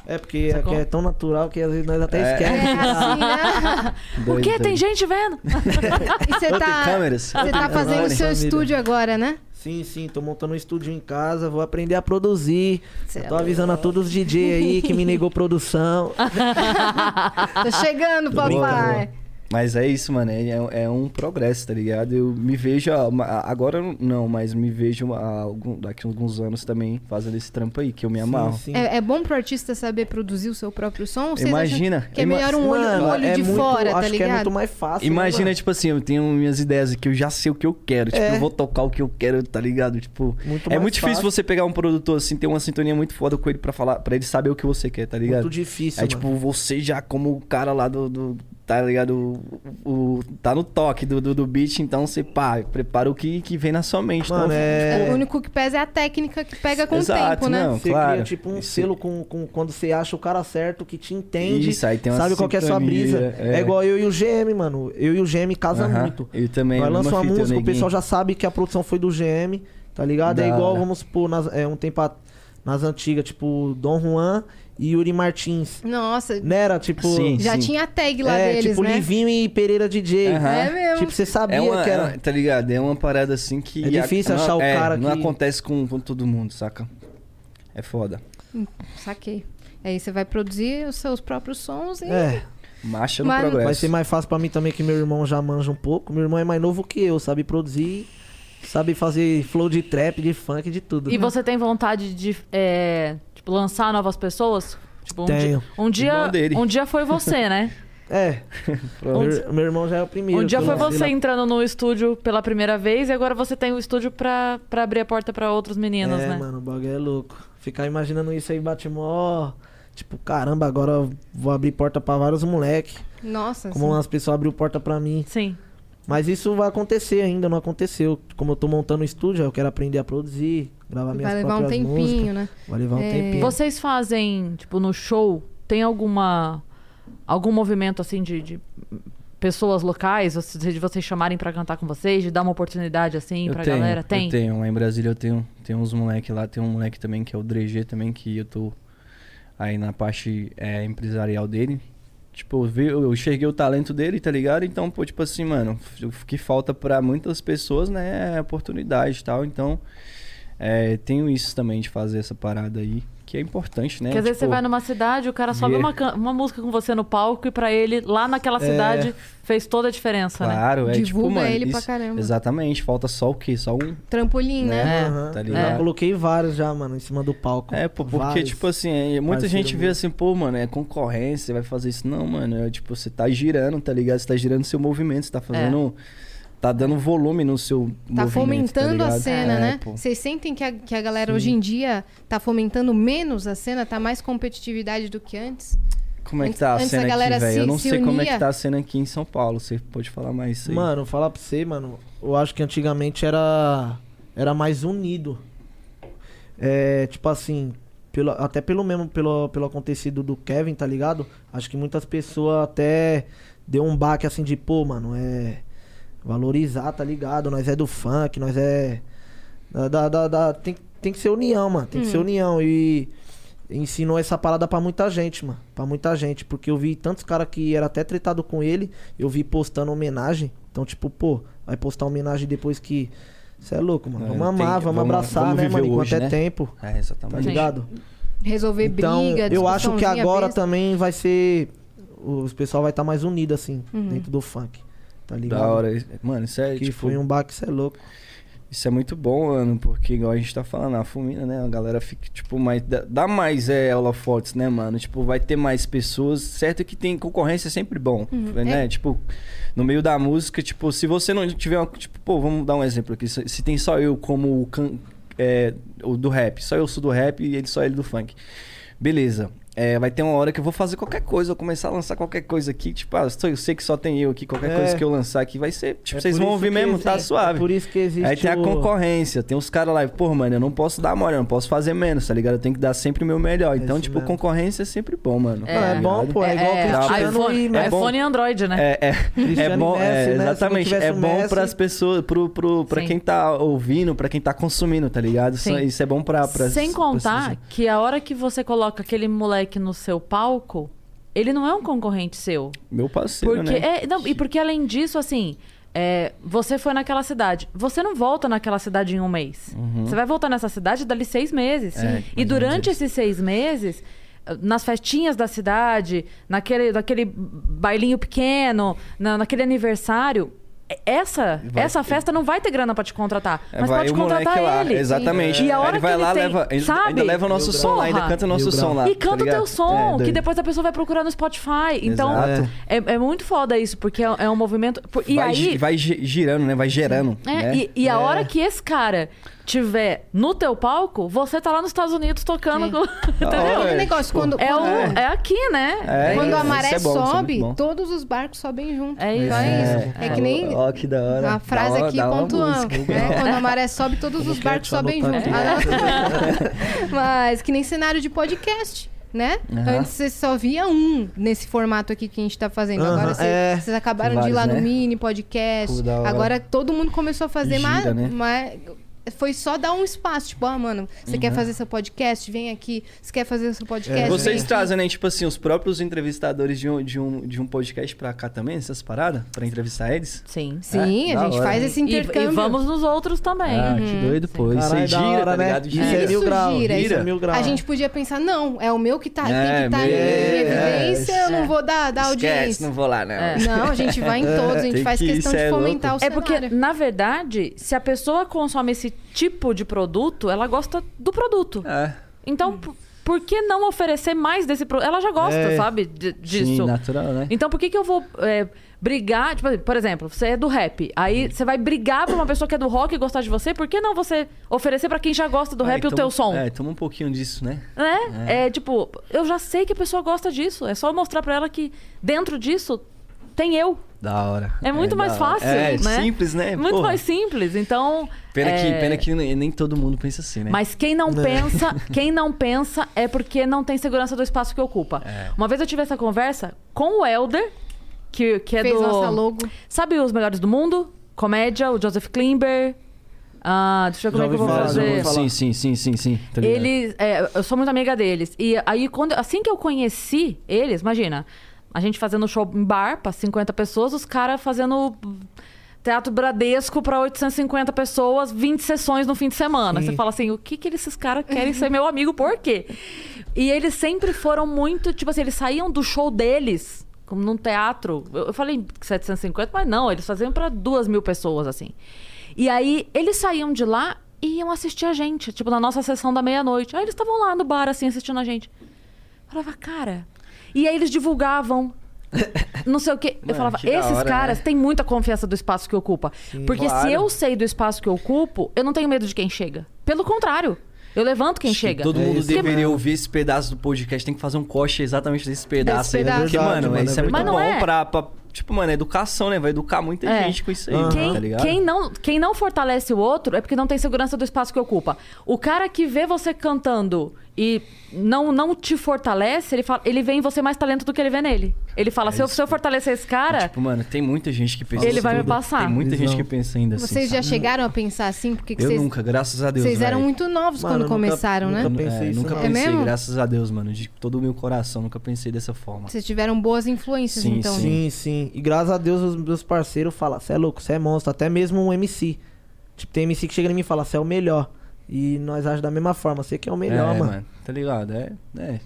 É porque é, Sacou? que é tão natural que às vezes nós até É. É esquece. assim, né? o Doido, quê? Tem doido. gente vendo? E você Eu tenho tá, câmeras. você tá fazendo o Família. seu estúdio agora, né? Sim, sim, tô montando um estúdio em casa, vou aprender a produzir. Cê é Eu tô avisando a todos os DJ aí que me negou produção. Ah, Tô Tá chegando, papai. Mas é isso, mano. É, é um progresso, tá ligado? Eu me vejo. a- uma- a- Agora não, mas me vejo a algum- daqui a alguns anos também fazendo esse trampo aí, que eu me amarro. Sim, sim. É, é bom pro artista saber produzir o seu próprio som? Ou vocês Imagina, acham Que é ima- melhor um olho, um Mano, olho é de muito- fora, tá acho que é ligado? muito mais fácil. né, Imagina, mano? tipo assim, eu tenho minhas ideias aqui, eu já sei o que eu quero. Tipo, É. eu vou tocar o que eu quero, tá ligado? Tipo, Muito é mais muito difícil fácil. você pegar um produtor assim, ter uma sintonia muito foda com ele pra falar, para ele saber o que você quer, tá ligado? Muito difícil, Aí, mano. tipo, você já, como o cara lá do. do- tá ligado? O, o- tá no toque do, do, do beat, então você, pá, prepara o que, que vem na sua mente. Mano, então, é... O único que pesa é a técnica que pega com Exato, o tempo, né? não. Você claro. cria tipo um Isso- selo com, com quando você acha o cara certo, que te entende. Isso, aí tem uma sabe qual que é a sua sintonia, brisa. é. É. igual eu e o GM, mano. Eu e o GM casa Aham, muito. eu também, Nós mesma lança uma fita, música, o neguinho. pessoal já sabe que a produção foi do GM, tá ligado? Da é igual, hora. vamos supor, nas- é, um tempo a- nas antigas, tipo Dom Juan e Yuri Martins. Nossa, Não era, tipo. Sim. já tinha a tag lá é, deles, tipo né? Livinho e Pereira DJ. Aham. É mesmo. Tipo, você sabia É uma, que é era. uma- tá ligado? É uma parada assim que. É difícil não- achar o é, cara Não que- acontece com, com todo mundo, saca? É foda. Saquei. Aí você vai produzir os seus próprios sons e... É, Marcha no Mas- progresso. vai ser mais fácil pra mim também que meu irmão já manja um pouco. Meu irmão é mais novo que eu, sabe produzir, sabe fazer flow de trap, de funk, de tudo. E você tem vontade de é, tipo, lançar novas pessoas? Tipo, um Tenho. dia, um dia, Irmão dele. um dia foi você, né? É. meu, meu irmão já é o primeiro. um dia que foi eu você lancei lá. entrando no estúdio pela primeira vez e agora você tem o estúdio pra, pra abrir a porta pra outros meninos, é, né? mano, o bagulho é louco. Ficar imaginando isso aí bate mó. Tipo, caramba, agora eu vou abrir porta pra vários moleque. Nossa, Como assim, as pessoas abriu porta pra mim. Sim. Mas isso vai acontecer ainda, não aconteceu. Como eu tô montando o estúdio, eu quero aprender a produzir, gravar minhas vai levar um próprias tempinho, músicas. né? Vai levar um É. tempinho. Vocês fazem, tipo, no show, tem alguma. algum movimento assim de. de pessoas locais, vocês- de vocês chamarem pra cantar com vocês, de dar uma oportunidade assim pra galera? Tem? Eu tenho. né, Lá em Brasília eu tenho, tenho uns moleque lá. Tem um moleque também que é o Drejê também, que eu tô aí na parte é, empresarial dele. Tipo, eu vi- eu enxerguei o talento dele, tá ligado? Então, pô, tipo assim, mano, o que falta pra muitas pessoas, né, é oportunidade e tal. Então, é, tenho isso também de fazer essa parada aí, que é importante, né? Porque às vezes você Tipo, vai numa cidade, o cara sobe yeah. É. uma, can- uma música com você no palco e pra ele, lá naquela cidade, fez toda a diferença, né? Claro, é tipo, Divulga mano, ele pra isso- caramba. Exatamente, falta só o quê? Só um, Trampolim, né? É. Aham. Tá Eu ligado? já coloquei vários já, mano, em cima do palco. É, pô, porque, Vários. tipo assim, é, muita Parceiro gente vê meu. assim, pô, mano, é concorrência, vai fazer isso. Não, mano, é tipo, você tá girando, tá ligado? Você tá girando seu movimento, você tá fazendo. Tá dando volume no seu É. Tá movimento. fomentando tá a ligado? cena, É, né? pô. Vocês sentem que a, que a galera hoje em dia tá fomentando menos a cena, tá mais competitividade do que antes? Como é que Antes- tá a antes a cena galera aqui, velho? Eu se- não se sei como é unia. que tá a cena aqui em São Paulo. Você pode falar mais isso aí? Mano, falar pra você, mano, eu acho que antigamente era era mais unido. É, tipo assim, pelo, até pelo mesmo pelo, pelo acontecido do Kevin, tá ligado? Acho que muitas pessoas até deu um baque assim de, pô, mano, é valorizar, tá ligado? Nós é do funk, nós é da, da, da- da- tem, tem que ser união, mano, tem que ser união e ensinou essa parada pra muita gente, mano. Pra muita gente. Porque eu vi tantos caras que era até tretado com ele, eu vi postando homenagem. Então, tipo, pô, vai postar homenagem depois que. Você é louco, mano. É, Vamos tem- amar, vamos, vamos- abraçar, vamos né, viver mano? Enquanto hoje, é né? tempo. É, Tá exatamente. ligado? Resolver Então, briga, eu acho que discussãozinha agora besta. também vai ser. Os pessoal vai estar mais unido, assim, Uhum. dentro do funk. Tá ligado? Da hora. isso- Mano, isso é, Que tipo, foi um baque, você é louco. isso é muito bom, mano, porque igual a gente tá falando, a Fumina, né? A galera fica, tipo, mais. Dá, dá mais é, holofotes, né, mano? Tipo, vai ter mais pessoas. Certo que tem concorrência é sempre bom, né? Tipo, no meio da música, tipo, se você não tiver. uma- Tipo, pô, vamos dar um exemplo aqui. Se, se tem só eu como o, can, é, o do rap, só eu sou do rap e ele só ele do funk. Beleza. É, vai ter uma hora que eu vou fazer qualquer coisa, eu começar a lançar qualquer coisa aqui. Tipo, ah, só eu sei que só tem eu aqui, qualquer É. coisa que eu lançar aqui vai ser. Tipo, É vocês por vão isso ouvir que mesmo, tá existe- suave. é por isso que existe. Aí tem a o- concorrência, tem os caras lá, pô, mano, eu não posso dar mole, eu não posso fazer menos, tá ligado? Eu tenho que dar sempre o meu melhor. Então, É isso tipo, mesmo. concorrência é sempre bom, mano. Não, é Tá bom, ligado? pô. É, igual Cristiano iPhone, e Messi. é bom. iPhone e Android, né? É, é, é Cristiano bom, e Messi, é, né? Se não exatamente. tivesse É o bom Messi- para as pessoas, pro, pro, pra Sim. quem tá ouvindo, pra quem tá consumindo, tá ligado? Isso, Sim. isso é bom pra. pra né? Sem pra- contar que a hora que você coloca aquele moleque no seu palco, ele não é um concorrente seu. Meu parceiro, Porque, né? é, não, e porque além disso, assim, é, você foi naquela cidade. Você não volta naquela cidade em um mês. Você vai voltar nessa cidade dali seis meses. Sim. Uhum. É, mais e ou durante menos esses seis meses, eh, nas festinhas da cidade, naquele, naquele bailinho pequeno, na- naquele aniversário. eh, Essa, Vai- essa festa não vai ter grana pra te contratar. É, Mas vai pode o moleque contratar lá, ele. exatamente. E a Aí hora ele vai que lá, ele tem, leva, ainda- sabe? ainda leva o nosso som lá, ainda Porra. canta o nosso Mil som grau. lá. E tá canta o teu ligado? É, som, que doido. depois a pessoa vai procurar no Spotify. Então, Exato. é, é muito foda isso, porque é, é um movimento. por- e vai, gi- aí. vai gi- girando, né? Vai gerando. é, né? e, e a hora que esse cara tiver no teu palco, você tá lá nos Estados Unidos tocando. Sim. com- hora, Entendeu? Tá Aquele É, negócio, quando, É, o, quando, é aqui, né? É, quando isso a é maré bom, isso é sobe, muito bom. todos os barcos sobem junto. É isso. Só É. isso. É, que nem Ó, que da hora. a frase Da hora- aqui da hora pontuando. música. né? Quando a maré sobe, todos os que é? barcos Deixa eu sobem anotar junto. Ah, Mas que nem cenário de podcast. Né? Aham. Antes você só via um nesse formato aqui que a gente tá fazendo. Aham, Agora cê- é. vocês acabaram de ir Vários, lá no né? mini podcast. Pô, da hora. Agora todo mundo começou a fazer Gira, mais, né? mais- foi só dar um espaço, tipo, ah, mano, você Uhum. quer fazer seu podcast? Vem aqui. Você quer fazer seu podcast? É, Vocês Vem aqui. trazem, né, tipo assim, os próprios entrevistadores de um, de um, de um podcast pra cá também, essas paradas? Pra entrevistar eles? Sim. Sim, É, a da gente hora. faz esse E, intercâmbio. e vamos nos outros também. Ah, que doido, pô. Isso aí Caralho, da gira, hora, tá né? ligado? Isso Gira. é mil Uhum. Isso graus. gira. Isso é mil graus. A gente podia pensar, não, é o meu que tá, tem que É, estar meu- em é, evidência, eu não é. vou dar, dar Esquece, audiência. não vou lá, não. Não, a gente vai em todos, a gente tem faz que- questão isso de é fomentar o É cenário. porque, na verdade, se a pessoa consome esse tipo de produto, ela gosta do produto. É, Então, por, por que não oferecer mais desse produto? Ela já gosta, É. sabe? de- disso. sim, natural, né? Então, por que, que eu vou é, brigar? Tipo, por exemplo, você é do rap. Hum. Aí você vai brigar pra uma pessoa que é do rock e gostar de você? Por que não você oferecer pra quem já gosta do Ah, rap e o toma- teu som? É, toma um pouquinho disso, né? Né? É. tipo, eu já sei que a pessoa gosta disso. É só eu mostrar pra ela que dentro disso tem eu. Da hora. É muito da mais hora. fácil, é, né? simples, né? Muito Porra. mais simples. Então. Pena, é, que, pena que nem nem todo mundo pensa assim, né? Mas quem não pensa, quem não pensa é porque não tem segurança do espaço que ocupa. É. Uma vez eu tive essa conversa com o Elder, que, que é Fez do. nossa logo. Sabe os melhores do mundo? Comédia, o Joseph Klimber. Ah, deixa eu ver Já como é que eu vou ouvi falar, já fazer. ouvi falar. Sim, sim, sim, sim, sim. tá ligado? Eles, é, eu sou muito amiga deles. E aí, quando, assim que eu conheci eles, imagina, a gente fazendo show em bar pra 50 pessoas, os caras fazendo teatro Bradesco pra 850 pessoas, 20 sessões no fim de semana. Você fala assim, o que que esses caras querem ser meu amigo, por quê? E eles sempre foram muito, tipo assim, eles saíam do show deles, como num teatro. Eu, eu falei 750, mas não, eles faziam pra duas mil pessoas, assim. E aí, eles saíam de lá e iam assistir a gente, tipo, na nossa sessão da meia-noite. Aí eles estavam lá no bar, assim, assistindo a gente. Eu falava, cara. E aí eles divulgavam. Não sei o quê. eu Mano, falava, que da esses hora, caras né?" têm muita confiança do espaço que ocupa. Porque Claro. se eu sei do espaço que eu ocupo, eu não tenho medo de quem chega. Pelo contrário, eu levanto quem Acho que chega. Todo mundo Porque- deveria ouvir esse pedaço do podcast. Tem que fazer um corte exatamente desse pedaço. aí, né? pedaço. Porque, É verdade, mano, mano, isso é é muito verdade. Mas bom não é? pra, pra- Tipo, mano, é educação, né? Vai educar muita É. gente com isso aí, Aham. Quem, tá ligado? quem não, quem não fortalece o outro é porque não tem segurança do espaço que ocupa. O cara que vê você cantando e não, não te fortalece, ele, fala, ele vê em você mais talento do que ele vê nele. Ele fala, É se, eu, isso. se eu fortalecer esse cara... Tipo, mano, tem muita gente que pensa Ele assim, vai me né? passar. Tem muita gente Visão. que pensa ainda assim. Vocês já sabe? chegaram a pensar assim? Porque que Eu vocês, nunca, graças a Deus. vocês eram velho. muito novos Mano, quando nunca- começaram, né? nunca É, pensei isso, nunca não. É pensei, mesmo? graças a Deus, mano. De todo o meu coração, nunca pensei dessa forma. Vocês tiveram boas influências, Sim, então. sim. Sim, sim. E graças a Deus os meus parceiros falam, você é louco, você é monstro. Até mesmo um MC. Tipo, tem MC que chega em mim e fala, você é o melhor. E nós agimos da mesma forma, você que é o melhor, é, mano. Tá ligado? É, é,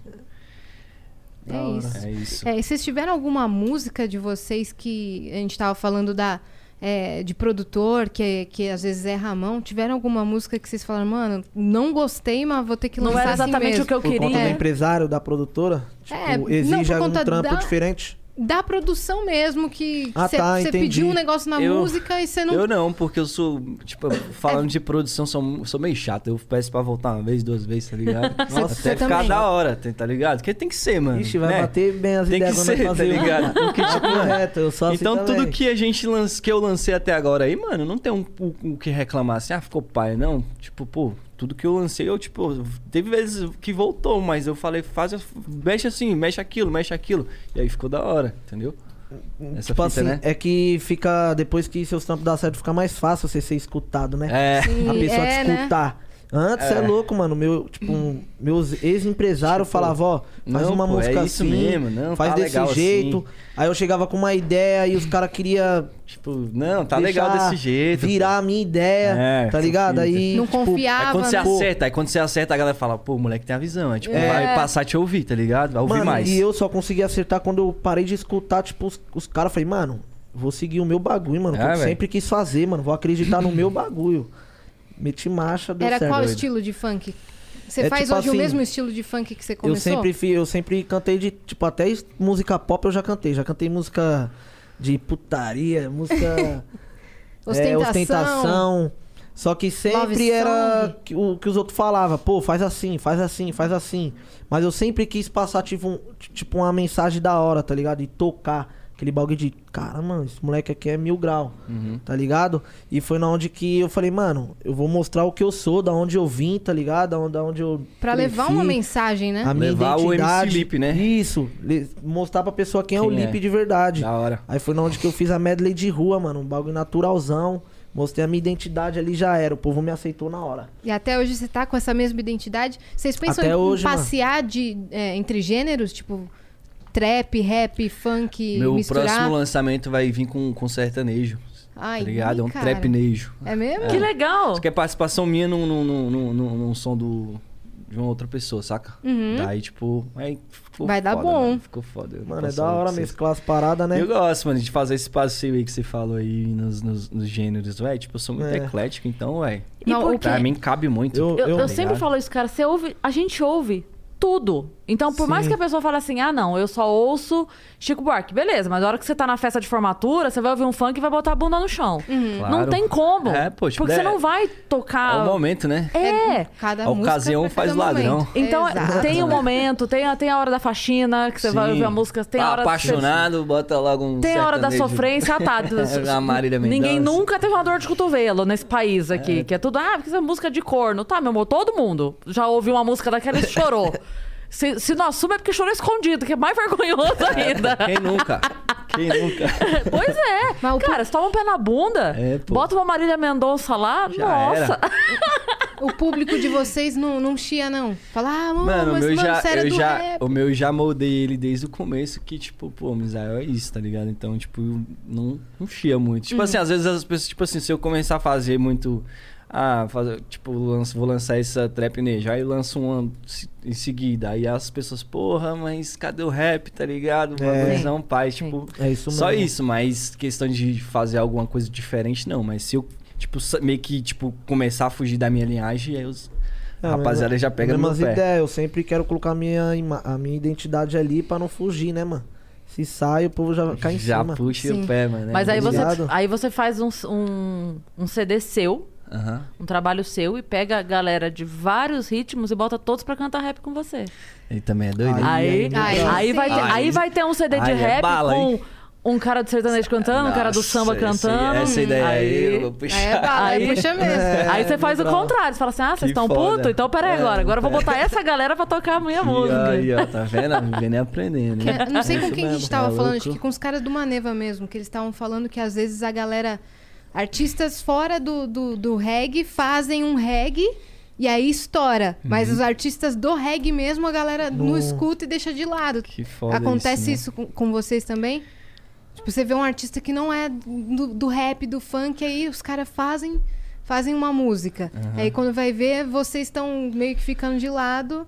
É isso. é isso. É, e vocês tiveram alguma música de vocês que a gente tava falando da é, de produtor, que, que às vezes é Ramão, tiveram alguma música que vocês falaram, mano, não gostei, mas vou ter que lançar Não era assim exatamente mesmo. o que eu Por conta do queria. empresário, da produtora, É, tipo, não, exige por algum conta trampo da- diferente. Da produção mesmo, que Ah, você tá, entendi. pediu um negócio na Eu- música e você não. Eu não, porque eu sou, tipo, falando de produção, sou, sou meio chato. Eu peço pra voltar uma vez, duas vezes, tá ligado? Nossa, Até você ficar também. da hora, tá tá ligado? Porque tem que ser, mano. Ixi, vai né? bater bem as Tem que ideias quando nós ser, tá fazer uma- ligado? Porque, tipo, Papo mano, reto, eu sou assim Então também. tudo que a gente lança, que eu lancei até agora aí, mano, não tem um, o, o que reclamar assim, ah, ficou pai, não. Tipo, pô, tudo que eu lancei, eu, tipo, teve vezes que voltou, mas eu falei, faz, mexe assim, mexe aquilo, mexe aquilo. E aí ficou da hora, entendeu? Essa tipo fita, assim, né? é que fica. Depois que seus trampos dá certo, fica mais fácil você ser escutado, né? É. a Sim, pessoa é, te né? escutar. Antes é. É. louco, mano. Meu, tipo, um- meus ex-empresários Tipo, falavam, ó, faz não, uma pô, é música isso assim, mesmo, não, faz tá desse legal jeito. assim. Aí eu chegava com uma ideia e os caras queriam. Tipo, não, tá legal desse jeito. pô. Virar a minha ideia, É, tá ligado? essa fita. Aí. não tipo, Aí confiava. quando você né? acerta, aí quando você acerta, a galera fala, pô, o moleque tem a visão. É tipo, É. vai passar a te ouvir, tá ligado? Vai ouvir mano, mais. E eu só consegui acertar quando eu parei de escutar, tipo, os, os caras. Falei, mano, vou seguir o meu bagulho, mano. que É, eu velho. sempre quis fazer, mano. Vou acreditar no meu bagulho. Meti marcha, deu Era certo. qual Doido. estilo de funk? Você É faz tipo hoje o assim, mesmo estilo de funk que você Eu começou? sempre, fi- eu sempre cantei de, tipo, até es- música pop eu já cantei. Já cantei música de putaria, música. é, Ostentação. ostentação. Só que Love sempre song. era que- o que os outros falavam, pô, faz assim, faz assim, faz assim. Mas eu sempre quis passar, tipo, um- t- tipo uma mensagem da hora, tá ligado? E tocar. Aquele bagulho de, cara, mano, esse moleque aqui é mil grau, Uhum. tá ligado? E foi na onde que eu falei, mano, eu vou mostrar o que eu sou, da onde eu vim, tá ligado? Da on- Da onde eu. Pra levar uma cresci. mensagem, né? A minha Levar o MC identidade. Lipe, né? Isso. le- Mostrar pra pessoa quem, é o Quem é. Lipe de verdade. Da hora. Aí foi na onde que eu fiz a medley de rua, mano. Um bagulho naturalzão. Mostrei a minha identidade ali, já era. O povo me aceitou na hora. E até hoje você tá com essa mesma identidade. Vocês pensam Até em hoje, mano. passear de, é, entre gêneros? Tipo, trap, rap, funk, Meu misturar? próximo lançamento vai vir com, com sertanejo. Ai, tá ligado? É um cara. trapnejo. É mesmo? Que legal. Isso que é participação minha num, num, num, num, num- num som do, de uma outra pessoa, saca? Daí, tipo, aí ficou Uhum. Vai dar foda, bom. velho. Ficou foda. Eu não Mano, é posso da falar hora pra vocês. mesclar as paradas, né? Tá Eu gosto, mano, de fazer esse passeio aí que você falou aí nos, nos, nos gêneros, velho. Tipo, eu sou muito É. eclético, então, velho. E Não, por o quê? Pra mim cabe muito. Eu- Eu, eu Tá sempre falo isso, cara. Você ouve, a gente ouve tudo. Então, por mais que a pessoa fale assim, ah, não, eu só ouço Chico Buarque, beleza, mas na hora que você tá na festa de formatura, você vai ouvir um funk e vai botar a bunda no chão. Uhum. Não Claro. tem como. É, pô, tipo, porque você é- não vai É tocar. o momento, né? É. Cada A música é ocasião pra faz cada momento. ladrão. Então, Exato. tem o momento, tem a, tem a hora da faxina, que você vai Sim. ouvir a música, tem Tá a hora que você- apaixonado, bota logo um Tem a hora da sertanejo. sofrência, ah, tá. A Marília Mendonça. Ninguém nunca teve uma dor de cotovelo nesse país aqui, que é tudo, ah, porque isso é música de corno. Tá, meu amor, todo mundo já ouviu uma música daquela e chorou. Se, se não assume é porque chorou escondido, que é mais vergonhoso ainda. Quem nunca? Quem nunca? pois é. Mas o Cara, você toma um pé na bunda, É, pô. bota uma Marília Mendonça lá, Já nossa. era. O público de vocês não, não chia, não. Fala, ah, mano, Mano, o mas meu mano, já, sério é eu é do já, rap. o meu já moldei ele desde o começo que tipo, pô, Misael é isso, tá ligado? Então, tipo, não, não chia muito. Tipo Uhum. assim, às vezes as pessoas, tipo assim, se eu começar a fazer muito ah, fazer, tipo, lanço, vou lançar essa trap nejo, aí lanço um se- em seguida, aí as pessoas, porra, mas cadê o rap, tá ligado? Uma É. coisa não paz, tipo, É isso mesmo. só isso, mas questão de fazer alguma coisa diferente, não. Mas se eu, tipo, sa- meio que, tipo, começar a fugir da minha linhagem, aí os É, rapaziada mesma- já pega no meu mesmas pé. ideias, eu sempre quero colocar a minha, ima- a minha identidade ali pra não fugir, né, mano? Se sai, o povo já cai em já cima. puxa Sim. o pé, mano. é Mas aí você, Obrigado. aí você faz um, um, um CD seu, Aham. um trabalho seu, e pega a galera de vários ritmos e bota todos pra cantar rap com você. Ele também é doido. né? Aí, aí, Aí, aí, aí vai sim. ter, aí Aí- vai ter um CD de aí é rap bala, com hein? um cara do sertanejo cantando, então, um cara do Nossa, samba essa- cantando. Essa ideia aí, eu Aí vou é puxar. bala, aí, Aí- puxa mesmo. Aí você faz o bravo. contrário, você fala assim: ah, vocês Que estão foda. É. puto? Então peraí agora, agora eu vou botar essa galera pra tocar a minha música. Aí, ó, tá vendo? Vivendo e aprendendo. né? Que- não sei É com isso quem a gente mesmo, tava é falando, louco. acho que com os caras do Maneva mesmo, que eles estavam falando que às vezes a galera. Artistas fora do, do, do reggae fazem um reggae e aí estoura. Uhum. Mas os artistas do reggae mesmo, a galera não escuta e deixa de lado. Que foda Acontece isso, isso, né? com, com vocês também? Tipo, você vê um artista que não é do, do rap, do funk, aí os caras fazem, fazem uma música. Aí quando vai ver, vocês estão meio que ficando de lado.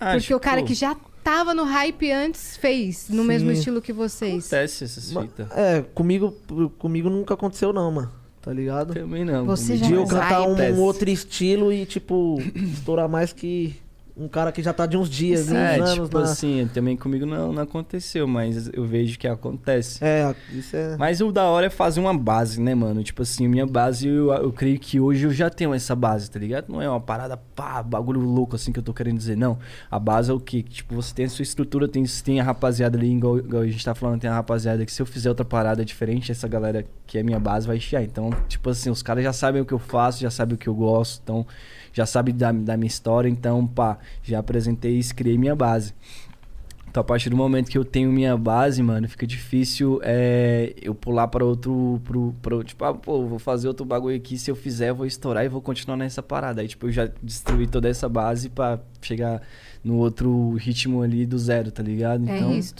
né? Porque o cara que Acho, já tava no hype antes fez, no Sim. mesmo estilo que vocês. pô, Acontece essas Ma- fitas. É, comigo, comigo nunca aconteceu, não, mano. Tá ligado? Também não. Você comigo já de eu não. Mas cantar um, acontece. outro estilo e, tipo, estourar mais que um cara que já tá de uns dias, uns É, anos tipo na... assim, também comigo não, não aconteceu, mas eu vejo que acontece. É, isso é... Mas o da hora é fazer uma base, né, mano? Tipo assim, minha base, eu, eu creio que hoje eu já tenho essa base, tá ligado? Não é uma parada, pá, bagulho louco assim que eu tô querendo dizer, não. A base é o quê? Que, tipo, você tem a sua estrutura, tem, tem a rapaziada ali, igual, igual a gente tá falando, tem a rapaziada que se eu fizer outra parada diferente, essa galera que é minha base vai chiar. Então, tipo assim, os caras já sabem o que eu faço, já sabem o que eu gosto, então, já sabem da, da minha história, então, pá, já apresentei isso, criei minha base. Então, a partir do momento que eu tenho minha base, mano, fica difícil é, eu pular pra outro. Pro, pro, tipo, ah, pô, vou fazer outro bagulho aqui. Se eu fizer, eu vou estourar e vou continuar nessa parada. Aí, tipo, eu já destruí toda essa base pra chegar no outro ritmo ali do zero, tá ligado? É Então, isso.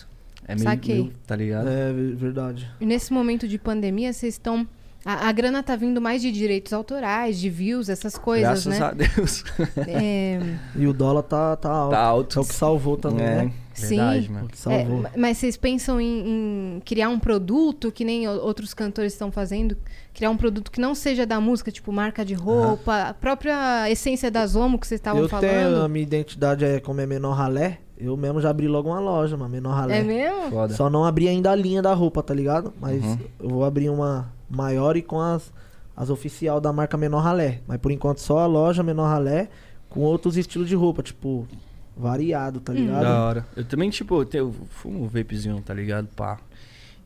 é meio, Saquei. meio- tá ligado? É ve- verdade. E nesse momento de pandemia, vocês estão. A, a grana tá vindo mais de direitos autorais, de views, essas coisas, Graças né? a Deus. É, E o dólar tá, tá alto. tá É alto. o que salvou também, É, né? Sim. verdade, É O mano. que é, salvou. ma- mas vocês pensam em, em criar um produto que nem o- outros cantores estão fazendo? Criar um produto que não seja da música, tipo marca de roupa, a própria essência da Zomo que vocês estavam eu tenho, a falando. minha identidade é como é menor ralé, eu mesmo já abri logo uma loja, mano, menor ralé. É mesmo? Foda. Uhum. Só não abri ainda a linha da roupa, tá ligado? Mas eu vou abrir uma maior e com as, as oficial da marca Menor Ralé. Mas por enquanto só a loja Menor Ralé com outros estilos de roupa, tipo, variado, Hum. tá ligado? Da hora. Eu também, tipo, eu, tenho, eu fumo um vapezinho, tá ligado? Pá.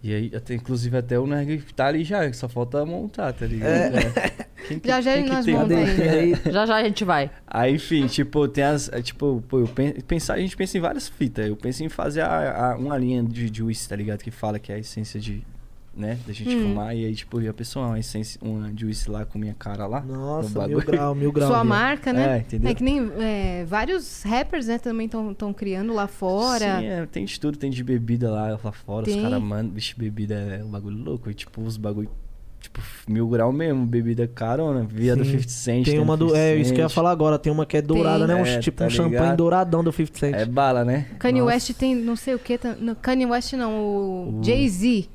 E aí, até, inclusive, até o Nerg tá ali já, só falta montar, tá ligado? É. Quem que- Já, já quem que nós tem? montamos. Cadê? Aí, Já já a gente vai. Aí, enfim, tipo, tem as. é, Tipo, pô, eu pen- pensar, a gente pensa em várias fitas. Eu penso em fazer a- a- uma linha de juice, tá ligado? Que fala que é a essência de, né? Da gente Hum. fumar. E aí, tipo, eu ia pessoal, uma essência, uma juice lá com minha cara lá. no Nossa, mil bagulho. grau, mil grau. Sua mesmo. marca, né? É, entendeu? que nem é, vários rappers, né, também estão criando lá fora. Sim, é, tem de tudo, tem de bebida lá, lá fora, Tem. os caras, mano, bicho, bebida é um bagulho louco, e tipo, os bagulho, tipo, mil grau mesmo, bebida carona, via do Sim. 50 Cent. Tem uma do. 50 É, isso que eu ia um Cent. falar agora. Tem uma que é dourada, Tem. né? Um, É, tipo tá um champanhe ligado? dourado do 50 Cent. É bala, né? Kanye Nossa. West tem não sei o que. Tá, não, Kanye West não, o Jay-Z.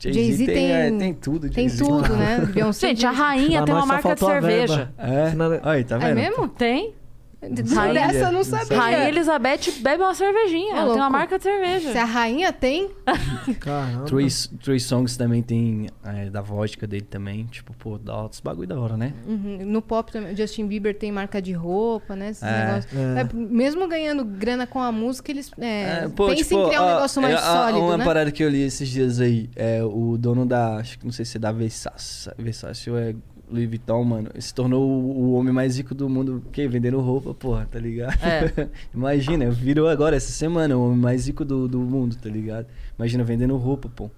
Jay-Z tem- é, tem tudo. Tem Jay-Z. tudo, né? Beyoncé. Gente, a rainha Pra tem uma nós só marca de faltou a verba. cerveja. É, Não- aí, tá É vendo? mesmo? Tem? Dessa eu não sabia. é. Rainha Elizabeth bebe uma cervejinha. Ela tem uma louco. marca de cerveja. Se a rainha tem, Caramba. Trey, Trey Songs também tem, é, da vodka dele também, tipo, pô, dá altos bagulho da hora, né? uhum, no pop também, o Justin Bieber tem marca de roupa, né? Esses É. negócios. É. É, mesmo ganhando grana com a música, eles é, É, pô, pensam tipo, em criar um ó, negócio mais é, a- sólido, Uma né? parada que eu li esses dias aí, é o dono da, acho que não sei se é da Versace, Versace ou é Louis Vuitton, mano, se tornou o o homem mais rico do mundo, que vendendo roupa, porra, tá ligado? É. Imagina, virou agora essa semana o homem mais rico do, do mundo, tá ligado? Imagina vendendo roupa, pô.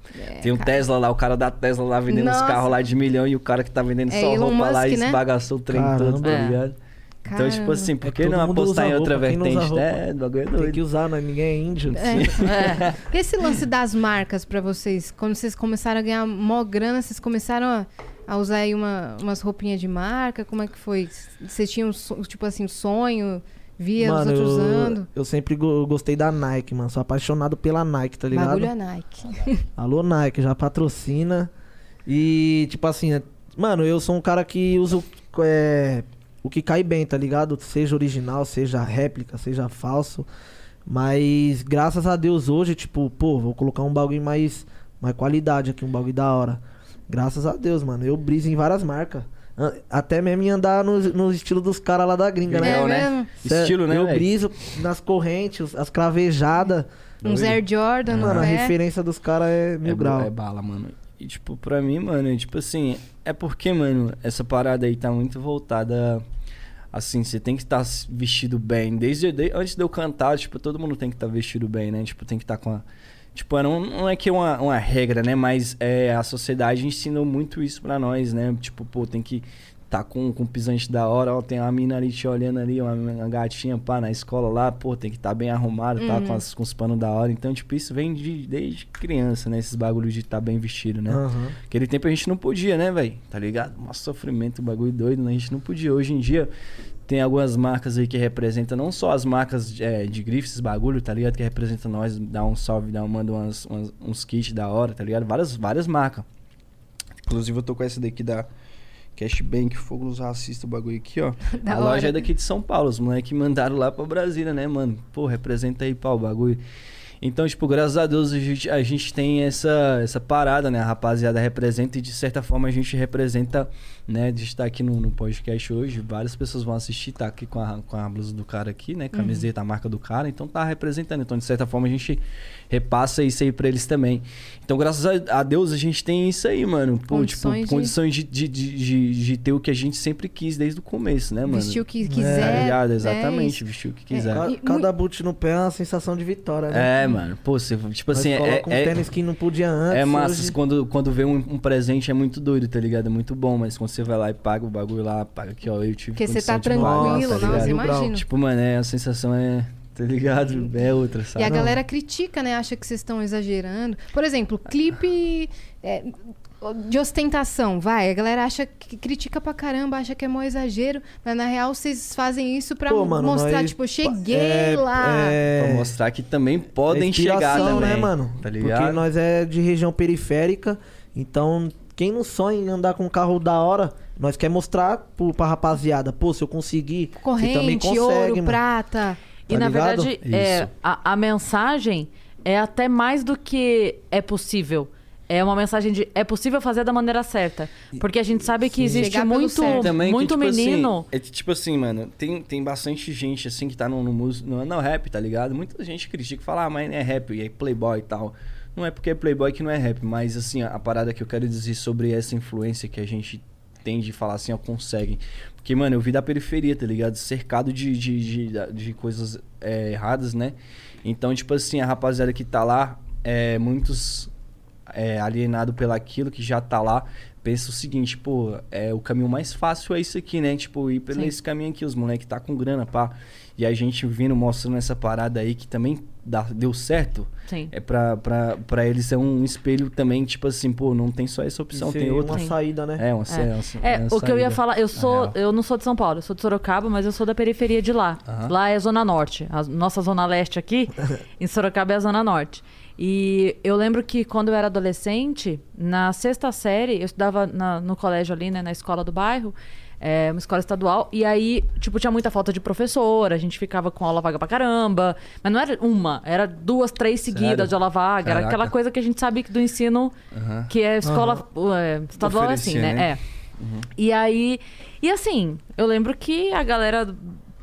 Tem o Tesla lá, o cara da Tesla lá vendendo os É, Nossa. carros lá de milhão e o cara que tá vendendo É só Elon roupa lá e Musk, né? esbagaçou o trem todo, tá Caramba. ligado? Então, tipo Caramba. assim, por que É todo não mundo usa apostar em outra roupa, quem não usa vertente, roupa? né? É, O bagulho é Tem doido. que usar, né? Ninguém é índio. É. Esse lance das marcas pra vocês, quando vocês começaram a ganhar mó grana, vocês começaram a, a usar aí uma- umas roupinhas de marca? Como é que foi? Vocês tinham, so- tipo assim, sonho? Via os outros eu, usando? eu sempre go- gostei da Nike, mano. Sou apaixonado pela Nike, tá ligado? Bagulho é Nike. Alô, Nike, já patrocina. E, tipo assim, é- mano, eu sou um cara que uso é, o que cai bem, tá ligado? Seja original, seja réplica, seja falso. Mas, graças a Deus, hoje, tipo, pô, vou colocar um bagulho mais, mais qualidade aqui, um bagulho da hora. Graças a Deus, mano. Eu briso em várias marcas. An- Até mesmo em andar no, no estilo dos caras lá da gringa, né? É Legal, mesmo? Cê- Estilo, né? Eu velho? briso nas correntes, as cravejadas. Um Air Jordan é? no É, Mano, a pé. referência dos caras é mil é, grau. É bala, mano. E, tipo, pra mim, mano, é tipo assim, é porque, mano, essa parada aí tá muito voltada. Assim, você tem que estar vestido bem. Desde, de- antes de eu cantar, tipo, todo mundo tem que estar vestido bem, né? Tipo, tem que estar com a. Tipo, não, não é que é uma, uma regra, né? Mas é, a sociedade ensinou muito isso pra nós, né? Tipo, pô, tem que tá com, com pisante da hora, ó, tem uma mina ali te olhando ali, uma, uma gatinha, pá, na escola lá, pô, tem que estar bem arrumado, tá com, as- com os panos da hora. Então, tipo, isso vem de- desde criança, né? Esses bagulhos de estar bem vestido, né? Aham. Aquele tempo a gente não podia, né, velho? Tá ligado? Nossa, sofrimento, bagulho doido, né? A gente não podia. Hoje em dia tem algumas marcas aí que representam não só as marcas é, de grifes, esses bagulho, tá ligado? Que representam nós, dá um salve, dá, manda umas, umas- uns kits da hora, tá ligado? Várias, várias marcas. Inclusive eu tô com essa daqui da Cashbank, fogo nos racistas, o bagulho aqui, ó. Da a hora. loja é daqui de São Paulo, os moleques mandaram lá pra Brasília, né, mano? Pô, representa aí, pau, o bagulho. Então, tipo, graças a Deus a gente, a gente tem essa, essa parada, né? A rapaziada representa e de certa forma a gente representa, né? A gente tá aqui no, no podcast hoje, várias pessoas vão assistir, tá aqui com a, com a blusa do cara aqui, Uhum. né? Camiseta, a marca do cara, então tá representando. Então, de certa forma, a gente repassa isso aí pra eles também. Então, graças a, a Deus a gente tem isso aí, mano. Pô, Condições tipo, de- condições de, de, de, de- de ter o que a gente sempre quis desde o começo, né, mano? Vestir o que Tá quiser. ligado? né? É. Exatamente, vestir o que quiser. Ca- E- Cada boot no pé é uma sensação de vitória, né? É, mano. Pô, você, tipo assim, Nós é, coloca um é, tênis que não podia antes. é massa. hoje- Quando, quando vê um, um presente é muito doido, tá ligado? É muito bom, mas quando você vai lá e paga o bagulho lá, paga aqui, ó, eu tive Porque você condição tá de comprar, tranquilo, tá nossa, ligado? imagina. Tipo, mano, é, a sensação é, tá ligado? É outra, Tá, sabe? E a galera critica, né? Acha que vocês estão exagerando. Por exemplo, clipe é, de ostentação, vai. A galera acha que critica pra caramba, acha que é mó exagero. Mas na real, vocês fazem isso pra Pô, mano, mostrar, nós- tipo, eu cheguei é- lá. é- Pra mostrar que também é podem chegar inspiração, também. né, mano? Tá ligado? Porque nós é de região periférica, então quem não sonha em andar com um carro da hora, nós quer mostrar pro, pra rapaziada, pô, se eu conseguir, você também Corrente, consegue, ouro, mano. prata. E Tá na ligado? verdade, é, Isso. a, a mensagem é até mais do que é possível. É uma mensagem de é possível fazer da maneira certa. Porque a gente sabe que existe Chegar pelo muito, certo. também É, muito que, tipo menino. Assim, é que, tipo assim, mano, tem, tem bastante gente assim que tá no, no, mus- no, no rap, tá ligado? Muita gente critica e fala, ah, mas é rap, e é playboy e tal. Não é porque é playboy que não é rap, mas assim, a, a parada que eu quero dizer sobre essa influência que a gente tem de falar assim, ó, conseguem. Porque, mano, eu vi da periferia, tá ligado? Cercado de, de, de, de coisas é, erradas, né? Então, tipo assim, a rapaziada que tá lá, é, muitos é, alienado pelaquilo que já tá lá, pensa o seguinte, pô, é, o caminho mais fácil é isso aqui, né? Tipo, ir por Sim. esse caminho aqui, os moleques tá com grana, pá. E a gente vindo mostrando essa parada aí que também dá- deu certo. Sim. É pra, pra, pra eles é um espelho também, tipo assim, pô, não tem só essa opção, Isso tem é outra. uma saída, né? É, uma, sa- uma sa- É, uma o que eu ia saída. falar, eu sou, real. eu não sou de São Paulo, eu sou de Sorocaba, mas eu sou da periferia de lá. Aham. Lá é zona norte, a nossa zona leste aqui, em Sorocaba é a zona norte. E eu lembro que quando eu era adolescente, na sexta série, eu estudava na- no colégio ali, né, na escola do bairro, é, uma escola estadual, e aí, tipo, tinha muita falta de professora, a gente ficava com aula vaga pra caramba, mas não era uma, era duas, três seguidas Sério? de aula vaga, era Caraca. aquela coisa que a gente sabe que do ensino, que é escola é, estadual é assim, Oferecia, né? né? É. E aí. E assim, eu lembro que a galera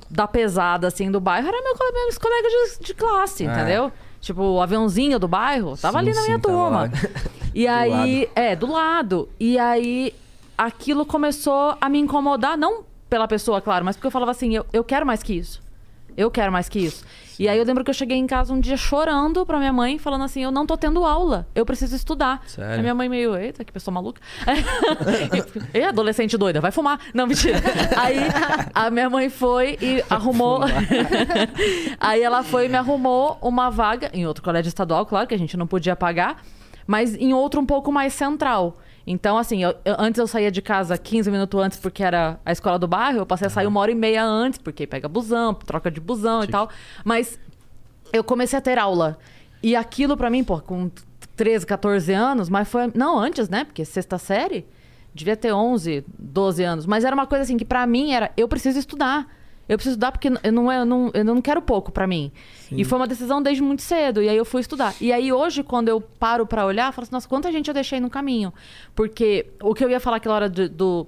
da pesada, assim, do bairro era meu, co- meus colegas de, de classe, Ah. entendeu? Tipo, o aviãozinho do bairro tava Sim, ali na minha sim, tava turma. lá. E aí. É, do lado. E aí aquilo começou a me incomodar, não pela pessoa, claro, mas porque eu falava assim: eu, eu quero mais que isso. Eu quero mais que isso. E aí eu lembro que eu cheguei em casa um dia chorando pra minha mãe, falando assim: eu não tô tendo aula, eu preciso estudar. Sério? Aí minha mãe meio, eita, que pessoa maluca. e adolescente doida, vai fumar. Não, mentira. Aí a minha mãe foi e arrumou. aí ela foi e me arrumou uma vaga em outro colégio estadual, claro, que a gente não podia pagar, mas em outro um pouco mais central. Então, assim, eu- eu- antes eu saía de casa 15 minutos antes porque era a escola do bairro, eu passei a sair uma hora e meia antes, porque pega busão, troca de busão e tal. Mas eu comecei a ter aula. E aquilo pra mim, pô, com 13, 14 anos, mas foi. Não, antes, né? Porque sexta série, devia ter 11, 12 anos. Mas era uma coisa assim que pra mim era: eu preciso estudar. Eu preciso estudar porque eu não, é, eu não, eu não quero pouco pra mim. E foi uma decisão desde muito cedo. E aí eu fui estudar. E aí hoje, quando eu paro pra olhar, eu falo assim: nossa, quanta gente eu deixei no caminho. Porque o que eu ia falar aquela hora do, do,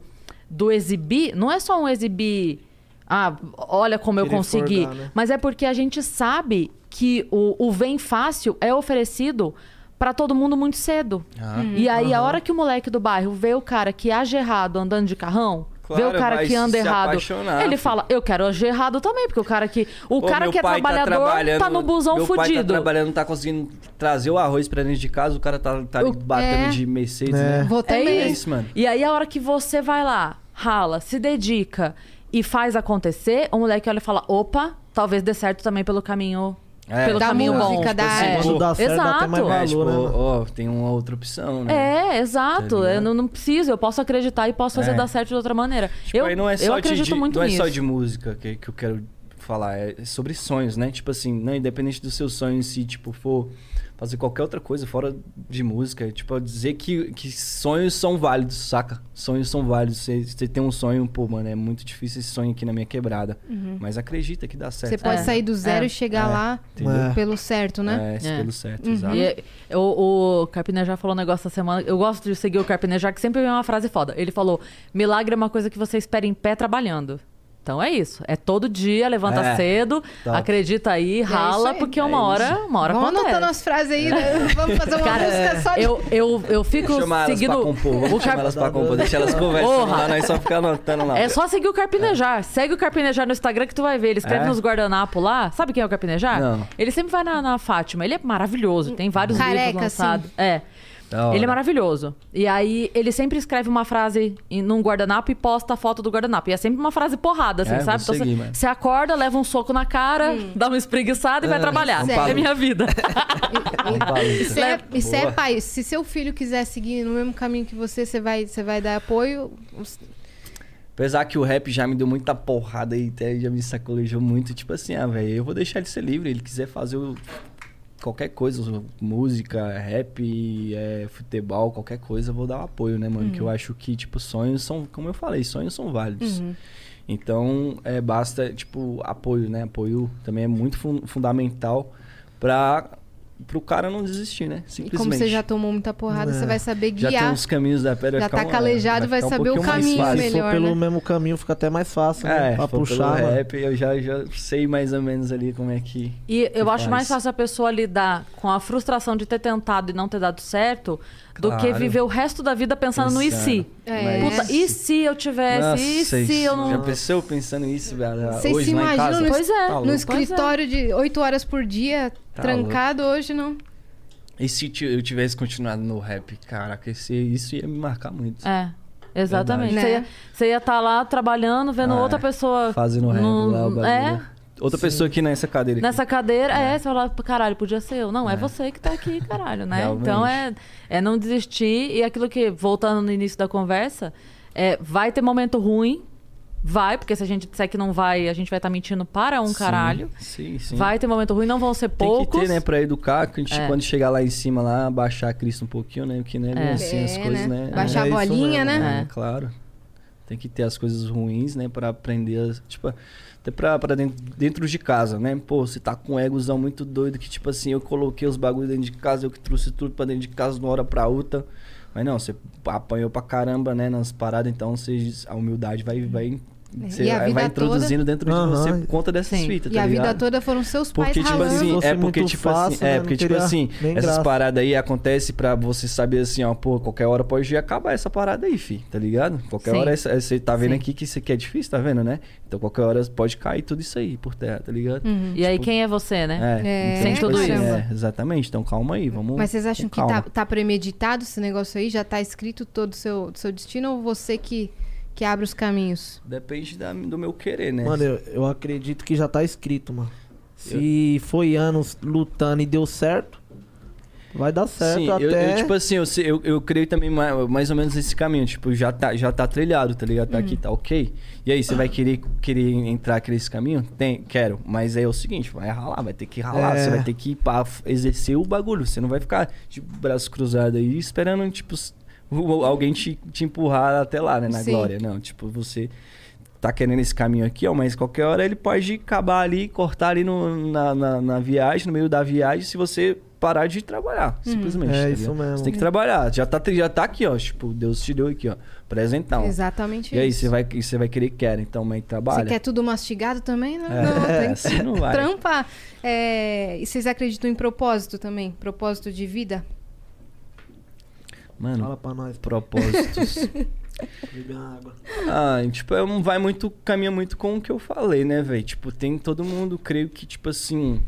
do exibir, não é só um exibir. Ah, olha como eu Querer consegui. forgar, né? Mas é porque a gente sabe que o, o vem fácil é oferecido pra todo mundo muito cedo. Ah. e Uhum. aí, a hora que o moleque do bairro vê o cara que age errado andando de carrão, Claro, vê o cara vai que anda se errado, apaixonar, ele filho. fala: Eu quero agir errado também, porque o cara que. O Pô, cara meu que é pai trabalhador tá, trabalhando, no busão meu pai tá fudido. trabalhando, não tá conseguindo trazer o arroz pra dentro de casa, o cara tá, tá ali O- batendo é. de Mercedes, É. né? Vou É também. isso, mano. E aí, a hora que você vai lá, rala, se dedica e faz acontecer, o moleque olha e fala: opa, talvez dê certo também pelo caminho. É. assim, Pelo Da caminho música, bom. da É. arte. Quando dá certo, dá até mais Exato. É, valor, tipo, né? mano? ó, tem uma outra opção, né? É, exato. Tá eu não, não preciso, eu posso acreditar e posso fazer É. dar certo de outra maneira. Tipo, eu aí não é só eu de- acredito de, muito não nisso. é só de música que, que eu quero falar, é sobre sonhos, né? Tipo assim, não, independente do seu sonho, se tipo for fazer qualquer outra coisa fora de música, é, tipo dizer que, que sonhos são válidos, saca? Sonhos são válidos. Você você tem um sonho, pô, mano, é muito difícil esse sonho aqui na minha quebrada, Uhum. mas acredita que dá certo. Você pode É. sair do zero É. e chegar lá Entendeu? pelo certo, né? É, isso É. pelo certo, exato. E, é, o, o Carpinejar falou um negócio essa semana. Eu gosto de seguir o Carpinejar, que sempre vem uma frase foda. Ele falou: milagre é uma coisa que você espera em pé trabalhando. Então é isso. É todo dia, levanta É. cedo, Top. acredita aí, rala, aí. porque É uma isso. hora, uma hora Vamos acontece. anotando as frases aí, né? Vamos fazer uma Cara, música só de... eu, eu, eu fico Chama elas seguindo. pra compor, o vamos Car- chamar elas pra compor, deixa elas conversando Porra. lá, nós só ficar anotando lá. É só seguir o Carpinejar. Segue o Carpinejar no Instagram que tu vai ver. Ele escreve É? nos guardanapos lá. Sabe quem é o Carpinejar? Não. Ele sempre vai na, na Fátima. Ele é maravilhoso. Tem vários Careca, livros lançados. assim. É. Da hora. Ele é maravilhoso. E aí, ele sempre escreve uma frase em- num guardanapo e posta a foto do guardanapo. E é sempre uma frase porrada, assim, É, sabe? vou seguir, você- mano. você acorda, leva um soco na cara, dá uma espreguiçada e vai um trabalhar. Zé. É minha vida. Vamos pra luta. Isso é, Leva- isso é Boa. pai. Se seu filho quiser seguir no mesmo caminho que você, você vai, você vai dar apoio. Os- Apesar que o rap já me deu muita porrada e até já me sacolejou muito. Tipo assim, ah, velho, eu vou deixar ele ser livre. Ele quiser fazer o- qualquer coisa, música, rap, é, futebol, qualquer coisa, eu vou dar o apoio, né, mano? Que Uhum. eu acho que, tipo, sonhos são, como eu falei, sonhos são válidos. Uhum. Então, é, basta, tipo, apoio, né? Apoio também é muito fun- fundamental pra, pro cara não desistir, né? E Simplesmente. É. como você já tomou muita porrada, você vai saber Já tem guiar. os caminhos da pedra. Já vai tá ficar um- calejado, vai ficar um saber o pouquinho mais caminho fácil. Se for melhor, né? pelo mesmo caminho, fica até mais fácil, né? É, pra se for puxar, pelo mano. rap, eu já, já sei mais ou menos ali como é que... E eu que acho faz. mais fácil a pessoa lidar com a frustração de ter tentado e não ter dado certo do que Claro. viver o resto da vida pensando no e se. É. Puta, Mas- e se eu tivesse? Nossa, e se eu Já não. pensou pensando nisso, velho? Vocês Hoje se lá em imaginam casa? no- Pois é. Tá No louco. Pois é. escritório de 8 horas por dia, Tá trancado hoje, não. E se ti- eu tivesse continuado no rap, caraca, esse, isso ia me marcar muito. É, exatamente. Verdade. Né? Você ia estar lá trabalhando, vendo Ah, outra pessoa. Fazendo rap no- lá, o bagulho. É, Outra pessoa aqui nessa cadeira. aqui. nessa cadeira, é, você fala, "Pô, caralho, podia ser eu. Não, é, você que tá aqui, caralho, né? Realmente. Então é, é não desistir e aquilo que, voltando no início da conversa, é, vai ter momento ruim, vai, porque se a gente disser que não vai, a gente vai estar mentindo para um Sim, caralho. Sim, sim. Vai ter momento ruim, não vão ser Tem poucos. que ter, né, pra educar, que a gente, É. quando chegar lá em cima, lá, baixar a crista um pouquinho, né? Que não é bem assim as É, coisas, né? né? Baixar a É isso bolinha, mesmo, né? É. Claro. Tem que ter as coisas ruins, né? Pra aprender, as- tipo, até pra, pra dentro, dentro de casa, né? Pô, você tá com um egozão muito doido, que tipo assim, eu coloquei os bagulhos dentro de casa, eu que trouxe tudo pra dentro de casa de uma hora pra outra. Mas não, você apanhou pra caramba, né? Nas paradas, então você, a humildade vai... vai você É, E a vai, vida vai toda- introduzindo dentro de Aham. você por conta dessas Sim. fitas, E tá a vida ligado? toda foram seus pais Porque, tipo ralando. assim, fosse é porque, muito tipo assim, fácil, né? é Não porque, tipo teria assim, nem essas graça. paradas aí acontece pra você saber assim, ó, pô, qualquer hora pode acabar essa parada aí, fi, tá ligado? Qualquer Sim. hora essa- essa- você tá vendo Sim. aqui que isso aqui é difícil, tá vendo, né? Então qualquer hora pode cair tudo isso aí por terra, tá ligado? E aí, quem é você, né? Uhum. É, então, Sem tipo tudo assim, isso. é, exatamente, então calma aí, vamos. Mas vocês acham com que tá, calma. tá premeditado esse negócio aí? Já tá escrito todo o seu, seu destino ou você que, que abre os caminhos? Depende da- do meu querer, né? Mano, eu, eu acredito que já tá escrito, mano. Se foi anos lutando e deu certo, vai dar certo Sim, até... eu, eu, tipo assim, eu, se- eu, eu creio também ma- mais, ou menos esse caminho. Tipo, já tá, já tá trilhado, tá ligado? Tá aqui, Uhum. tá ok. E aí, você vai querer, querer entrar por esse caminho? Tem, quero. Mas aí é o seguinte, vai ralar, vai ter que ralar. É. Você vai ter que ir pra f- exercer o bagulho. Você não vai ficar, tipo, braço cruzado aí, esperando, tipo, s- o- alguém te, te empurrar até lá, né? Na Sim. glória. Não, tipo, você tá querendo esse caminho aqui, ó, mas qualquer hora ele pode acabar ali, cortar ali no- na, na, na viagem, no meio da viagem, se você parar de trabalhar, Hum. simplesmente. É, tá isso ligado? mesmo. Você tem que trabalhar, já tá, já tá aqui, ó, tipo, Deus te deu aqui, ó, presentão. Exatamente E aí, isso. você vai, você vai querer que quer, então, mas trabalha. Você quer tudo mastigado também? Não, É, não, tem que assim não vai. trampar. É, e vocês acreditam em propósito também? Propósito de vida? Fala Mano, pra nós, propósitos. beber uma água. Ah, tipo, eu não vai muito, caminha muito com o que eu falei, né, velho? Tipo, tem todo mundo, creio que, tipo assim,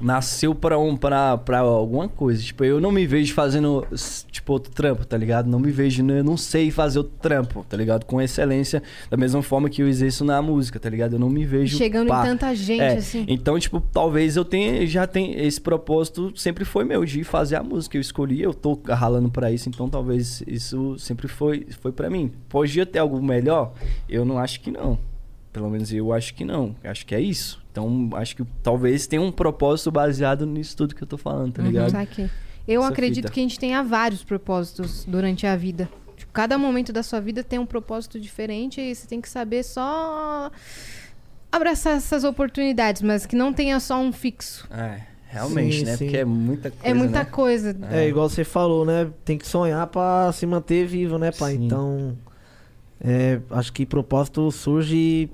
nasceu pra, um, pra, pra alguma coisa. Tipo, eu não me vejo fazendo, s- tipo, outro trampo, tá ligado? Não me vejo, né? eu não sei fazer outro trampo, tá ligado? Com excelência, da mesma forma que eu exerço na música, tá ligado? Eu não me vejo... Chegando pá. em tanta gente, É, assim. Então, tipo, talvez eu tenha, já tenha esse propósito, sempre foi meu de fazer a música. Eu escolhi, eu tô ralando pra isso, então talvez isso sempre foi foi para mim. Podia ter algo melhor? Eu não acho que não. Pelo menos eu acho que não. Acho que é isso. Então, acho que talvez tenha um propósito baseado nisso tudo que eu tô falando, tá ligado? Uhum. Saquei. Eu Essa acredito fita. que a gente tenha vários propósitos durante a vida. Tipo, cada momento da sua vida tem um propósito diferente e você tem que saber só abraçar essas oportunidades, mas que não tenha só um fixo. É, realmente, Sim, né? sim. Porque é muita coisa, é muita né? coisa. É, igual você falou, né? Tem que sonhar pra se manter vivo, né, pai? Sim. Então, é, acho que propósito surge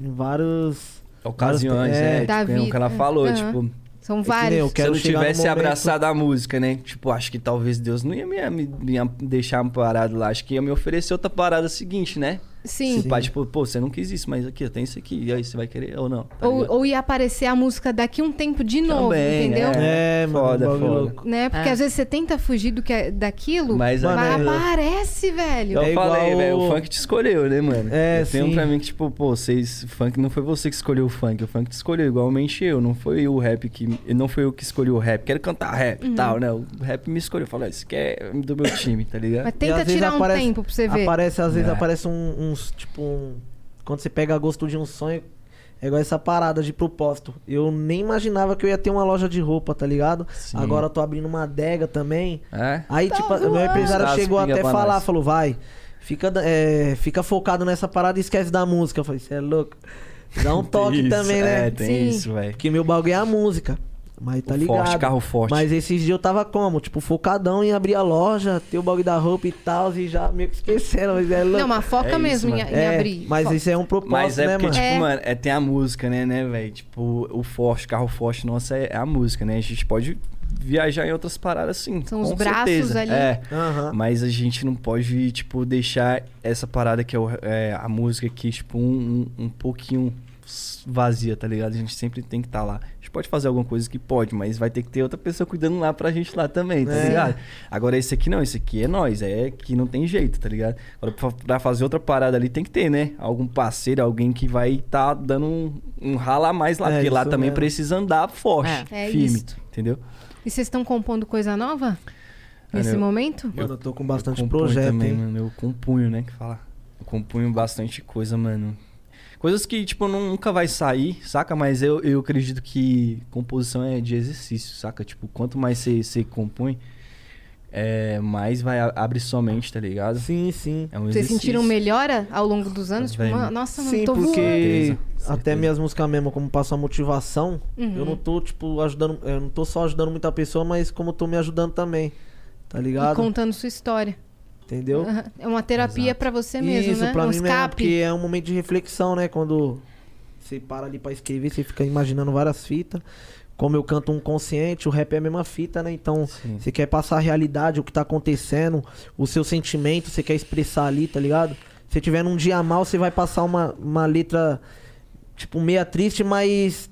em vários... Ocasiões, É. é, Da tipo, é o que vida. ela falou, Aham. tipo, São que nem vários. eu quero se eu chegar não no tivesse momento- abraçado a música, né? Tipo, acho que talvez Deus não ia me, me- me a- deixar parado lá. Acho que ia me oferecer outra parada seguinte, né? Sim. Se pá, tipo, pô, você não quis isso, mas aqui, eu tenho isso aqui. E aí, você vai querer ou não? Tá Ou, ligado? ou ia aparecer a música daqui um tempo de novo, Também, entendeu? É, mano, Foda, um bagulho foda. louco. Né? Porque É. às vezes você tenta fugir do que é- daquilo, mas, Mas aí- Mano, é- aparece, velho. Eu É falei, igual- velho, o funk te escolheu, né, mano? É, eu tenho sim. pra mim que, tipo, pô, vocês. Funk não foi você que escolheu o funk, o funk te escolheu, igualmente eu. Não foi o rap que. Não foi eu que escolhi o rap. Quero cantar rap e Uhum. tal, né? O rap me escolheu. Falou, isso aqui é do meu time, tá ligado? Mas E às tenta vezes tirar um aparece- tempo pra você ver. Aparece, às vezes É. aparece um- uns, tipo, um- quando você pega gosto de um sonho, é igual essa parada de propósito. Eu nem imaginava que eu ia ter uma loja de roupa, tá ligado? Sim. Agora eu tô abrindo uma adega também. É? Aí, Tá tipo, a meu empresário Dá as chegou pingas até pra falar, nós. falou, vai, fica, da- é, fica focado nessa parada e esquece da música. Eu falei, você é louco. Dá um toque Isso, também, né? É, tem Sim. isso, velho. Porque meu bagulho é a música. Mas tá O ligado. forte, carro forte. Mas esses dias eu tava como? Tipo, focadão em abrir a loja, ter o bagulho da roupa e tal, e já meio que esquecendo, mas é louco. Não, mas foca É isso, mesmo em, mano. em é, abrir. Mas Foca. isso é um propósito, Mas é né, porque, mano? tipo, É. mano, é, tem a música, né, né, velho? Tipo, o forte, carro forte, nossa, é a música, né? A gente pode viajar em outras paradas, sim. São os com braços certeza. ali. É. Aham. Mas a gente não pode, tipo, deixar essa parada que é, o- é, a música aqui, tipo, um, um, um pouquinho vazia, tá ligado? A gente sempre tem que estar lá. A gente pode fazer alguma coisa que pode, mas vai ter que ter outra pessoa cuidando lá pra gente lá também, tá É. ligado? Agora esse aqui não, esse aqui é nós, é que não tem jeito, tá ligado? Agora pra, pra fazer outra parada ali tem que ter, né? Algum parceiro, alguém que vai estar dando um, um rala a mais lá, É, porque lá isso também mesmo. precisa andar forte, É. É firme, isso. entendeu? E vocês estão compondo coisa nova? Ah, Nesse eu- momento? Mano, eu tô com bastante compunho projeto, também, hein? mano. Eu compunho, né? Que fala. Eu compunho bastante coisa, mano. Coisas que, tipo, nu- nunca vai sair, saca? Mas eu, eu acredito que composição é de exercício, saca? Tipo, quanto mais você você compõe, é, mais vai a- abre sua mente, tá ligado? Sim, sim. É um Vocês exercício. sentiram melhora ao longo dos anos? Tipo, Velho. mano, nossa, mano, Sim, tô porque voando. Certeza, certeza. até minhas músicas mesmo, como passo a motivação, eu Uhum. não tô, tipo, ajudando. Eu não tô só ajudando muita pessoa, mas como eu tô me ajudando também. Tá E ligado? contando sua história. Entendeu? Aham. É uma terapia pra você mesmo, Isso, né? pra um mim mesmo, escape. porque é um momento de reflexão, né? Quando você para ali pra escrever, você fica imaginando várias fitas. Como eu canto um consciente, o rap é a mesma fita, né? Então, Sim. você quer passar a realidade, o que tá acontecendo, o seu sentimento, você quer expressar ali, tá ligado? Se tiver num dia mal, você vai passar uma, uma letra, tipo, meia triste, mas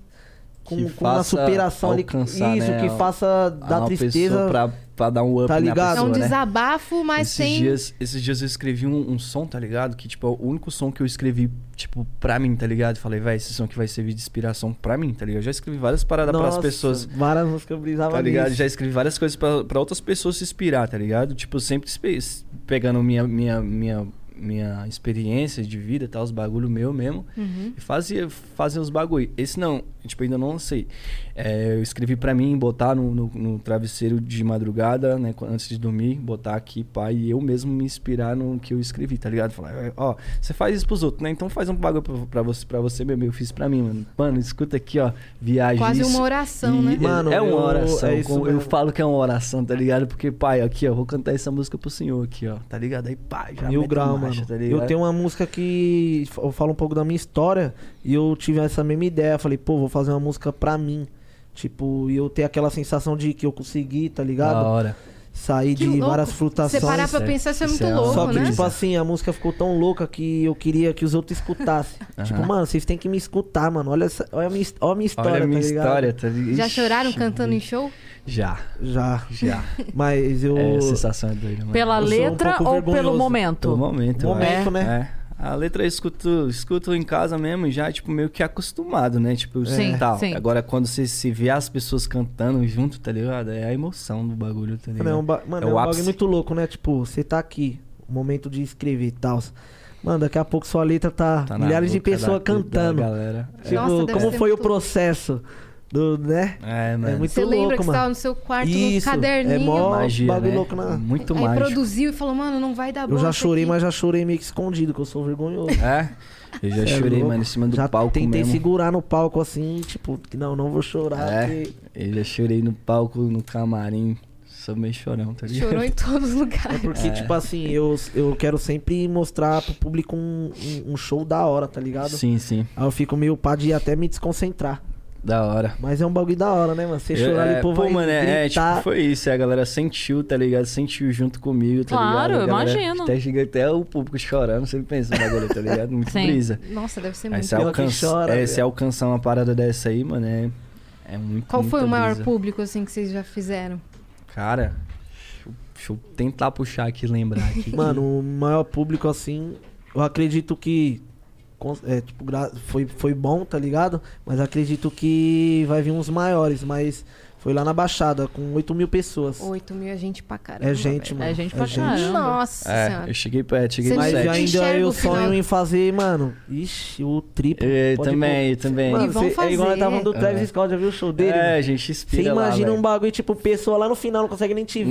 com, Que com uma faça superação ali. Isso, alcançar, né, que a- faça Dá da uma pessoa tristeza. pra, pra dar um up Tá na ligado? É um pessoa, né? desabafo, mas esses sem. dias, esses dias eu escrevi um, um som, tá ligado? Que, tipo, é o único som que eu escrevi, tipo, pra mim, tá ligado? Falei, vai, esse som que vai servir de inspiração pra mim, tá ligado? Eu já escrevi várias paradas pras Nossa, pessoas, Várias músicas eu brisava tá ligado? nisso. Já escrevi várias coisas pra, pra outras pessoas se inspirar, tá ligado? Tipo, sempre espe- pegando minha, minha, minha, minha experiência de vida, tá? Os bagulho meu mesmo. E fazia, fazia os bagulho. Esse não, tipo, ainda não sei. É, eu escrevi pra mim, botar no, no- no travesseiro de madrugada, né? quan- Antes de dormir, botar aqui, pai, e eu mesmo me inspirar no que eu escrevi, tá ligado? Falar, ó, você faz isso pros outros, né? Então faz um bagulho pra, pra você, pra você mesmo. Eu fiz pra mim, mano. Mano, escuta aqui, ó. Viagem. Quase isso. uma oração, E- né? é- É Mano, é uma eu- oração. é isso com- eu mesmo. falo que é uma oração, tá ligado? Porque, pai, aqui, ó, vou cantar essa música pro senhor aqui, ó. Tá ligado? Aí, pá, já Mil mete grau, marcha, mano. Tá ligado? eu tenho uma música que f- eu falo um pouco da minha história e eu tive essa mesma ideia. Falei, pô, vou fazer uma música pra mim. Tipo, e eu ter aquela sensação de que eu consegui, tá Da ligado? hora. Sair Que de louco. várias Você frutações. parar pra isso é- pensar, isso é isso muito é uma- louco, Só que, né? tipo assim, a música ficou tão louca que eu queria que os outros escutassem. Tipo, mano, vocês têm que me escutar, mano. Olha, essa, olha, a, minha, his- olha a minha história, Olha a minha tá ligado? história, tá ligado? Já Ixi, choraram cantando em show? Já, Já. já. Mas eu. É, a sensação é doida, mano. Pela Eu sou um letra pouco ou pelo vergonhoso. Do momento? momento, eu Momento, acho. né? É. A letra eu escuto, escuto em casa mesmo e já, tipo, meio que acostumado, né? É. Tipo, Sim, tal. sim. Agora, quando você se vê as pessoas cantando junto, tá ligado? É a emoção do bagulho, tá ligado? Mano, é um, ba- mano, É é o um ápice. bagulho muito louco, né? Tipo, você tá aqui, o momento de escrever e tal. Mano, daqui a pouco sua letra tá, Tá na milhares de boca da- pessoas da cantando. galera. Tipo, Nossa, deve como ser foi o muito louco. processo do, né? É, mano. muito Você lembra louco, que você mano. tava no seu quarto, Isso, no é caderninho, mó- magia, bagulho né? louco na- Muito aí mágico. produziu e falou, mano, não vai dar bom. Eu já isso chorei, aqui. mas já chorei meio que escondido, que eu sou vergonhoso. É? Eu já Cê é chorei, louco. mano, em cima do já palco Tentei mesmo. segurar no palco assim, tipo, que não, não vou chorar. É. porque- Eu já chorei no palco, no camarim. Sou meio chorão, tá ligado? Chorou em todos os É lugares. porque, tipo assim, eu, eu quero sempre mostrar pro público um, um- um show da hora, tá ligado? Sim, sim. Aí eu fico meio pá de até me desconcentrar. Da hora. Mas é um bagulho da hora, né, mano? Você Eu- chorar é, ali, pô, pô, vai mano, é, é, gritar. tipo, foi isso. é, A galera sentiu, tá ligado? Sentiu junto comigo, tá Claro, ligado? A galera imagino. Até, chega até o público chorando, sempre pensa no bagulho, tá ligado? Muito Sim. brisa. Nossa, deve ser Aí muito. você, Pior que alcança, chora, é, velho. você alcançar uma parada dessa aí, mano, é, é muito Qual foi muita o maior brisa. público, assim, que vocês já fizeram? Cara, deixa eu- deixa eu tentar puxar aqui e lembrar aqui. Mano, o maior público, assim, eu acredito que. con- é, tipo, gra- foi, foi bom, tá ligado? Mas acredito que vai vir uns maiores, mas foi lá na Baixada, com 8 mil pessoas. 8 mil é gente pra caramba. é gente, velho. mano. É gente pra gente. caralho. Caramba. Nossa É, senhora. eu cheguei perto, cheguei Você no Mas Enxerga sete. ainda o eu final. sonho em fazer, mano. Ixi, o triplo. Eu Pode É, também, pôr. eu também. Mano, E vão cê- é igual nós fazer. tava falando do Travis É. Scott, já viu o show dele? é, mano? a gente Você inspira imagina lá, um bagulho, tipo, pessoa lá no final não consegue nem te ver.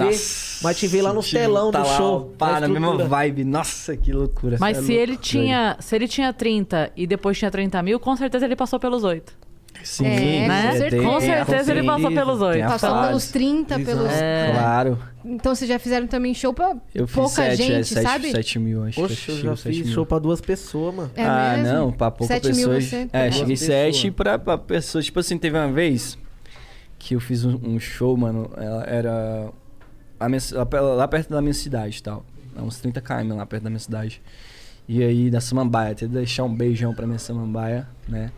mas te vê lá no telão tá do lá, show. Pá, da na mesma estrutura. vibe. Nossa, que loucura. Mas cê é se louco. ele tinha. Se ele tinha 30 e depois tinha 30 mil, com certeza ele passou pelos 8. Sim, É, sim, né? sim, certeza. tem- Com tem a certeza ele passou consciência, pelos oito. tem a Passou fase. pelos 30, É Exato. pelos... É. Claro. Então vocês já fizeram também show pra Eu fiz pouca sete, gente, é, sete, sabe? sete mil, acho. Poxa, eu chegou já sete fiz mil. show pra duas pessoas, mano. É ah, mesmo? não, pra pouca Sete mil né? pessoa. você- É, Pra cheguei pouca sete pessoa. pra, pra pessoas. Tipo assim, teve uma vez que eu fiz um, um show, mano. ela Era a minha ci- lá pe- lá perto da minha cidade e tal. É Uns 30 km lá perto da minha cidade. E aí, da Samambaia, até deixar um beijão pra minha Samambaia, né?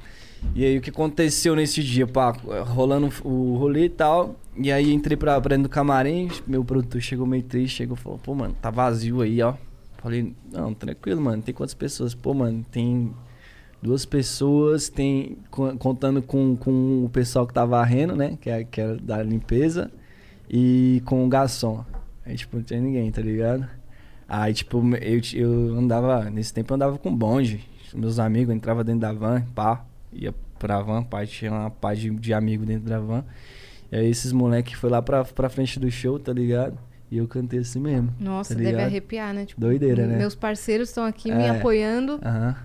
E aí, o que aconteceu nesse dia, pá? Rolando um o rolê e tal. E aí, entrei pra, pra dentro do camarim. Meu produtor chegou meio triste, chegou e falou: pô, mano, tá vazio aí, ó. Falei: não, tranquilo, mano, tem quantas pessoas? Pô, mano, tem duas pessoas, tem co- contando com, com o pessoal que tá varrendo, né? Que, é, que era da limpeza. E com o garçom. Aí, tipo, não tinha ninguém, tá ligado? Aí, tipo, eu, t- eu andava... Nesse tempo eu andava com bonde. Meus amigos entrava dentro da van, pá. Ia pra van, pá. Tinha uma pá de, de amigo dentro da van. E aí esses moleques foi lá pra, pra frente do show, tá ligado? E eu cantei assim mesmo. Nossa, tá deve ligado? arrepiar, né? Tipo, Doideira, né? Meus parceiros estão aqui me É. apoiando. Aham.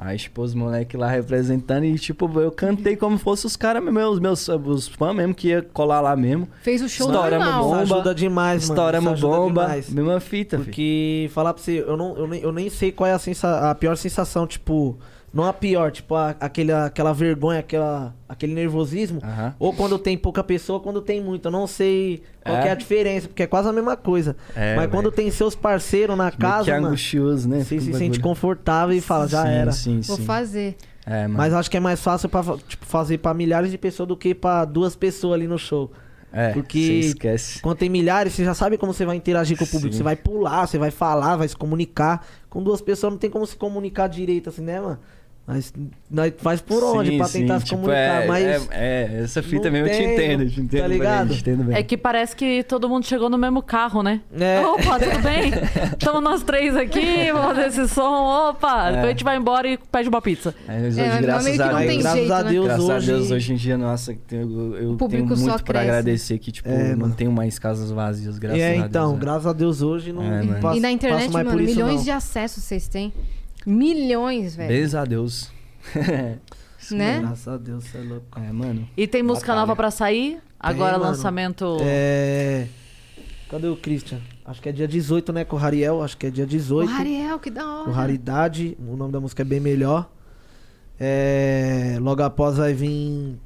Aí, tipo, os moleque lá representando e, tipo, eu cantei como fosse os caras mesmo, os meus os fãs mesmo, que ia colar lá mesmo. Fez o show Estouramos normal. bomba. Isso ajuda demais, mano. Estouramos Isso ajuda bomba, demais. mesma fita, filho. Porque, falar pra você, eu, não, eu, nem, eu nem sei qual é a, sensa a pior sensação, tipo... Não a pior, tipo, a, aquele, aquela vergonha, aquela, aquele nervosismo. Aham. Ou quando tem pouca pessoa, ou quando tem muito. Eu não sei qual É. que é a diferença, porque é quase a mesma coisa. É, Mas velho. quando tem seus parceiros na Meio que casa, mano, angustioso, né? você Fica se um sente bagulho. confortável e fala, já Sim, era. Sim, sim. Vou fazer. É, mano. Mas acho que é mais fácil pra, tipo, fazer pra milhares de pessoas do que pra duas pessoas ali no show. É, porque- Você esquece. Quando tem milhares, você já sabe como você vai interagir com o público. Sim. Você vai pular, você vai falar, vai se comunicar. Com duas pessoas não tem como se comunicar direito, assim, né, mano? Mas nós faz por onde Sim, pra sim, tentar se tipo, comunicar. é, mas É, é, essa fita não mesmo eu te tem, entendo, eu tá te entendo. bem, ligado? eu te entendo bem. É que parece que todo mundo chegou no mesmo carro, né? É. Opa, tudo bem? Estamos nós três aqui, vamos fazer esse som. Opa, É. depois a gente vai embora e pede uma pizza. Aí, mas É, hoje, mas graças meio que a não tem Deus, graças jeito, a né? Deus Graças hoje. a Deus, hoje em dia, nossa, eu, eu tenho público só muito pra cresce. agradecer que, tipo, É, não mano. tenho mais casas vazias, graças a é, Deus. então, né? graças a Deus hoje não, É, não mano. passo, E na internet, passo mais mano, por isso, milhões não. de acessos vocês têm. Milhões, velho. Graças a Deus. Né? Graças a Deus, você é louco. É, mano. E tem música Batalha. nova pra sair. Agora mano. lançamento. É. Cadê o Christian? Acho que é dia 18, né? Com o Rariel, acho que é dia O 18. Ariel, que da hora. né? O Raridade, o nome da música é bem melhor. É, logo após vai vir.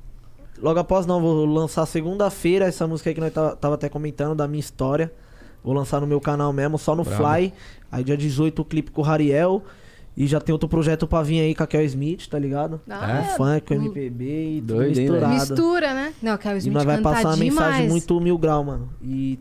Logo após não, vou lançar segunda-feira essa música aí que nós tava, tava até comentando da minha história. Vou lançar no meu canal mesmo, só no Brabo. Fly. Aí dia 18 o clipe com o Rariel. E já tem outro projeto pra vir aí com a Kel Smith, tá ligado? É. Ah, É, Com funk, com MPB e tudo Doido, hein, velho? misturado. Mistura, né? Não, Kel E Smith nós vai canta passar uma mensagem demais. muito mil grau, mano. E.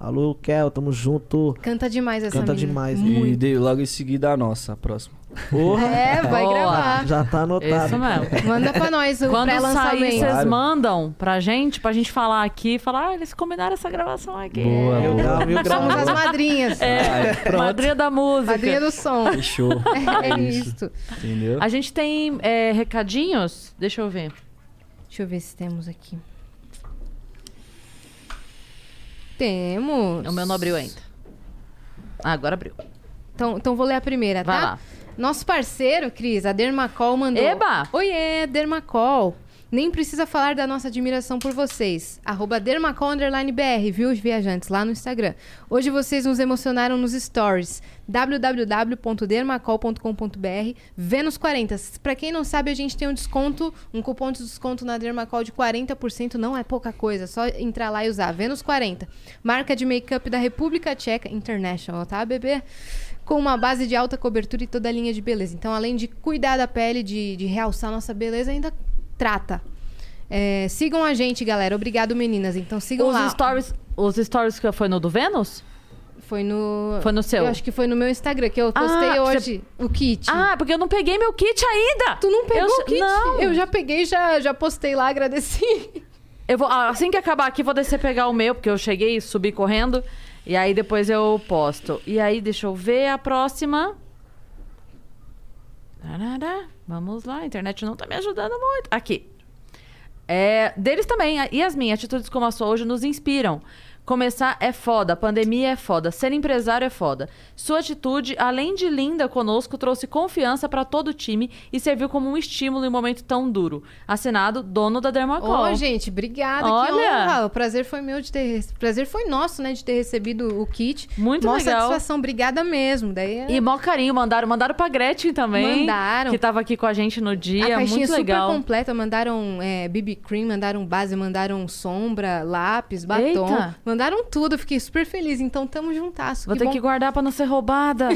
Alô, Kel, tamo junto. Canta demais essa Canta menina. demais. E dei logo em seguida a nossa, a próxima. Porra, É, vai Boa. gravar. já tá anotado. Isso mesmo. Manda pra nós o Quando sair, Um pré-lançamento. vocês Claro. mandam pra gente, pra gente falar aqui, falar, ah, eles combinaram essa gravação aqui. Boa, Mil boa. grau, mil grau. Somos as madrinhas. É, madrinha da música. Madrinha do som. Fechou. É isso. Entendeu? A gente tem é, recadinhos? Deixa eu ver. Deixa eu ver se temos aqui. Temos. É O meu não abriu ainda. Ah, agora abriu. Então, então vou ler a primeira, Vai tá? lá. Nosso parceiro, Cris, a Dermacol mandou. Eba! Oiê, Dermacol. Nem precisa falar da nossa admiração por vocês. Arroba Dermacol underline BR, viu, os viajantes, lá no Instagram. Hoje vocês nos emocionaram nos stories. www.dermacol.com.br Vênus 40. Pra quem não sabe, a gente tem um desconto, um cupom de desconto na Dermacol de 40%. Não é pouca coisa, só entrar lá e usar. Vênus 40. Marca de make-up da República Tcheca International, tá, bebê? com uma base de alta cobertura e toda a linha de beleza. Então, além de cuidar da pele, de, de realçar nossa beleza, ainda trata. É, sigam a gente, galera. Obrigado, meninas. Então, sigam Os lá. stories, os stories que foi no do Vênus? Foi no... Foi no seu? Eu acho que foi no meu Instagram, que eu postei Ah, hoje o kit. Ah, porque eu não peguei meu kit ainda. Tu não pegou eu, o kit? Não. Eu já peguei, já, já postei lá, agradeci. Eu vou, ah, assim que acabar aqui, vou descer pegar o meu, porque eu cheguei e subi correndo. E aí depois eu posto. E aí, deixa eu ver a próxima. Tarará. Vamos lá, a internet não tá me ajudando muito. Aqui. É, deles também, a- e as minhas atitudes como a sua hoje nos inspiram. Começar é foda, pandemia é foda, ser empresário é foda. Sua atitude, além de linda conosco, trouxe confiança pra todo o time e serviu como um estímulo em um momento tão duro. Assinado, dono da Ô, Dermacol. gente, obrigada. Que Olha! honra. O prazer foi meu de ter... rece- Prazer foi nosso, né, de ter recebido o kit. Muito Mó legal. satisfação. Obrigada mesmo. Daí é- E mó carinho, mandaram, mandaram pra Gretchen também. Mandaram. Que tava aqui com a gente no dia. A caixinha Muito super legal. completa. Mandaram é, BB Cream, mandaram base, mandaram sombra, lápis, batom. Eita. Mandaram tudo, eu fiquei super feliz. Então tamo juntasso. Vou ter que guardar pra não ser roubada.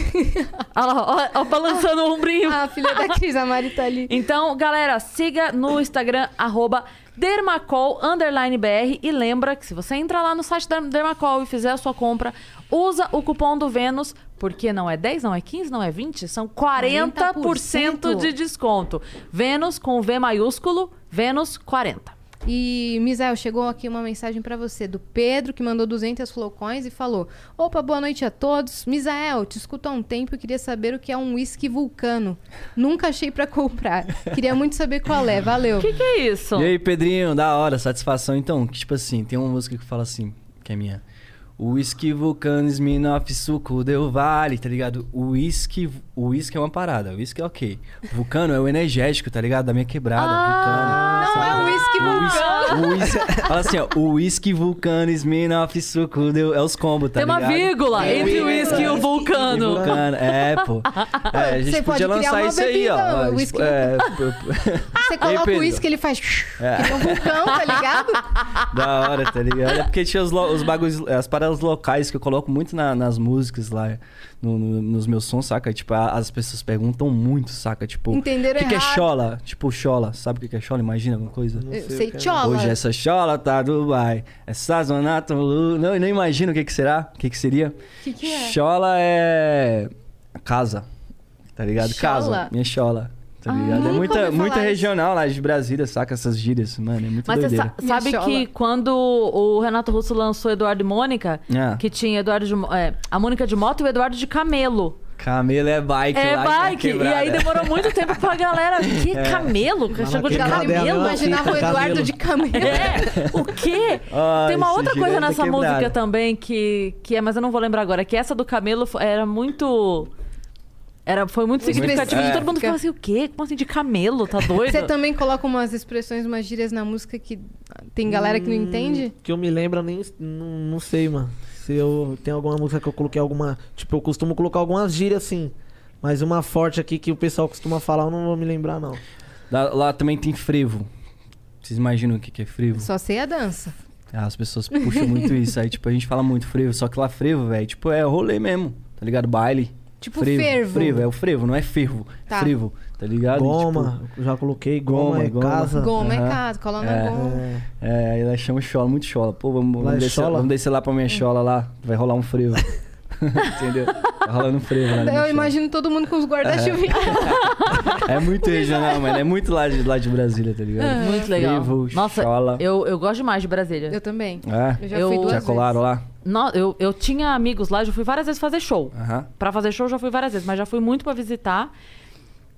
Olha lá, ó, ó, balançando o ombrinho. A filha da Cris, a Mari tá ali. Então, galera, siga no Instagram, arroba Dermacol underline BR. E lembra que se você entrar lá no site da Dermacol e fizer a sua compra, usa o cupom do Vênus, porque não é 10, não é 15, não é 20, são 40%, 40%. de desconto. Vênus com V maiúsculo, Vênus 40. E, Misael, chegou aqui uma mensagem pra você do Pedro, que mandou 200 flocões e falou: Opa, boa noite a todos. Misael, te escuto há um tempo e queria saber o que é um whisky vulcano. Nunca achei pra comprar. Queria muito saber qual é. Valeu. O que, que é isso? E aí, Pedrinho, da hora, satisfação. Então, que, tipo assim, tem uma música que fala assim, que é minha. Whisky, vulcano, Sminoff, suco, deu vale, tá ligado? O whisky, o whisky é uma parada, o whisky é ok. Vulcano é o energético, tá ligado? Da minha quebrada, vulcano. Ah, Não, sabe? é um whisky vulcano. O tá whisky, fala assim, ó. O whisky, vulcano, Sminoff, suco, deu... É os combos, tá Tem uma ligado? vírgula entre o uísque e o vulcano. Vulcano, é, pô. É, a gente Você pode podia criar lançar uma isso aí, ó. bebida, Ó, o isso- whisky é, Você coloca o Pedro. uísque, ele faz. É. Que nem um vulcão, tá ligado? Da hora, tá ligado? É porque tinha os, lo- os bagulhos, as paradas locais que eu coloco muito na- nas músicas lá, no- no- nos meus sons, saca? Tipo, a- as pessoas perguntam muito, saca? Tipo, Entenderam o que, que é errado. chola? Tipo, chola. Sabe o que que é chola? Imagina alguma coisa. Eu sei sei, o que é. tchola. Hoje essa chola tá Dubai. Essa zona tá Lu- Não, eu nem imagino o que que será. O que que seria? Que que é? Chola é. casa. Tá ligado? Chola? Casa. Minha chola. Tá ligado? nunca é muita, ouvi muita falar regional lá de Brasília, saca? Essas gírias, mano. É muito Mas você doideira. sa- sabe Minha chola. que quando o Renato Russo lançou Eduardo e Mônica, Ah. que tinha Eduardo de Mo- é, a Mônica de moto e o Eduardo de camelo. Camelo é bike, É lá bike. na e aí quebrada. demorou muito tempo pra galera. Que camelo? Que Chegou de naquele Galera, Cabelo, eu camelo? imaginava o fica, Eduardo cabelo. de camelo. É, o quê? Ah, Tem uma esse outra gigante coisa tá nessa quebrado. música também que, que é, mas eu não vou lembrar agora, que essa do camelo fo- era muito. Era, foi muito significativo. específica. Todo mundo ficava assim, o quê? Como assim, de camelo? Tá doido? Você também coloca umas expressões, umas gírias na música que tem galera Hum. que não entende? Que eu me lembro, eu nem. Não, não sei, mano. Se eu. Tem alguma música que eu coloquei alguma. Tipo, eu costumo colocar algumas gírias assim. Mas uma forte aqui que o pessoal costuma falar, eu não vou me lembrar, não. Lá, lá também tem frevo. Vocês imaginam o que que é frevo? Só sei a dança. Ah, As pessoas puxam muito isso. Aí, tipo, a gente fala muito frevo. Só que lá frevo, velho, tipo, é rolê mesmo. Tá ligado? Baile. Tipo fervo. Frevo, é o frevo, não é fervo. Tá. Frevo, tá ligado? E, Goma, tipo, eu já coloquei. Goma, Goma, é goma. casa. Goma é Aham. casa, cola na É. goma. É. é, aí lá chama chola, muito chola. Pô, vamos, Lá vamos é descer, chola? vamos descer lá pra minha chola lá. Vai rolar um frevo. Entendeu? Tá rolando um frevo lá. na minha Eu chola. imagino todo mundo com os guarda-chuvinhas. É muito regional, mano. É muito lá de, lá de Brasília, tá É. ligado? Muito legal. Frevo, Nossa, chola. eu, eu gosto demais de Brasília. Eu também. É? Eu já Eu- fui duas Já colaram lá? No- eu, eu tinha amigos lá, já fui várias vezes fazer show. Aham. Pra fazer show eu já fui várias vezes, mas já fui muito pra visitar.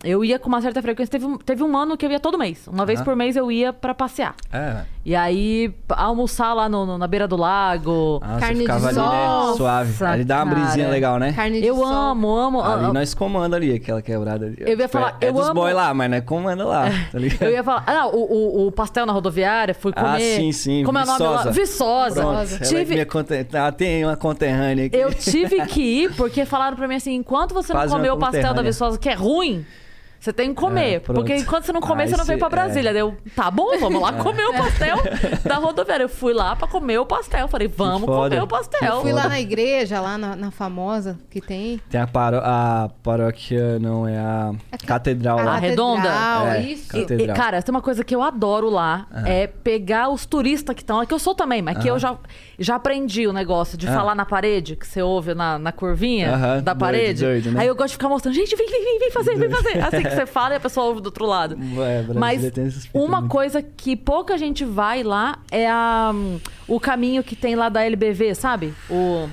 Eu ia com uma certa frequência. Teve, um- teve um ano que eu ia todo mês. Uma vez Aham. por mês eu ia pra passear. É. E aí p- almoçar lá no- no- na beira do lago. Ah, Carne de você ficava ali, sol. né? Suave. Nossa, Ali dá uma brisinha cara. legal, né? Carne de eu sol. amo, amo. Ali ah, nós comanda ali, aquela quebrada ali. Eu ia Tipo, falar, é, é eu dos amo- boy lá, mas nós comanda lá, tá ligado? Eu ia falar, ah, não, o, o- o pastel na rodoviária, fui comer. Ah, sim, sim, Como é o nome lá? Viçosa. Viçosa. Pronto, ela é Tive- minha conter... ah, tem uma conterrânea aqui. Eu tive que ir porque falaram pra mim assim: enquanto você Quase não uma comer o pastel da conterrânea. Viçosa, que é ruim, você tem que comer. É, pronto. porque enquanto você não comer, Ah, você não esse- vem pra Brasília. é. Daí Eu, tá bom, vamos lá comer o pastel da rodoviária. Eu fui lá pra comer o pastel. Eu Falei, vamos foda. comer o pastel. Que Fui foda. lá na igreja, lá na, na famosa que tem. Tem a, paro... a paróquia, não, é a catedral a lá. Arre- Redonda? catedral, É. Isso. E- E, Catedral. cara, tem uma coisa que eu adoro lá, é pegar os turistas que estão lá, que eu sou também, mas que eu já, já aprendi o negócio de falar na parede, que você ouve na, na curvinha Ah. Aham, da doido, parede. doido, né? Aí eu gosto de ficar mostrando, gente, vem, vem, vem, vem fazer, vem fazer. Assim que você fala e a pessoa ouve do outro lado. Ué, Brasília mas tem essas fitas uma mesmo. coisa que pouca gente vai lá é a, hum, o caminho que tem lá da LBV, sabe? O...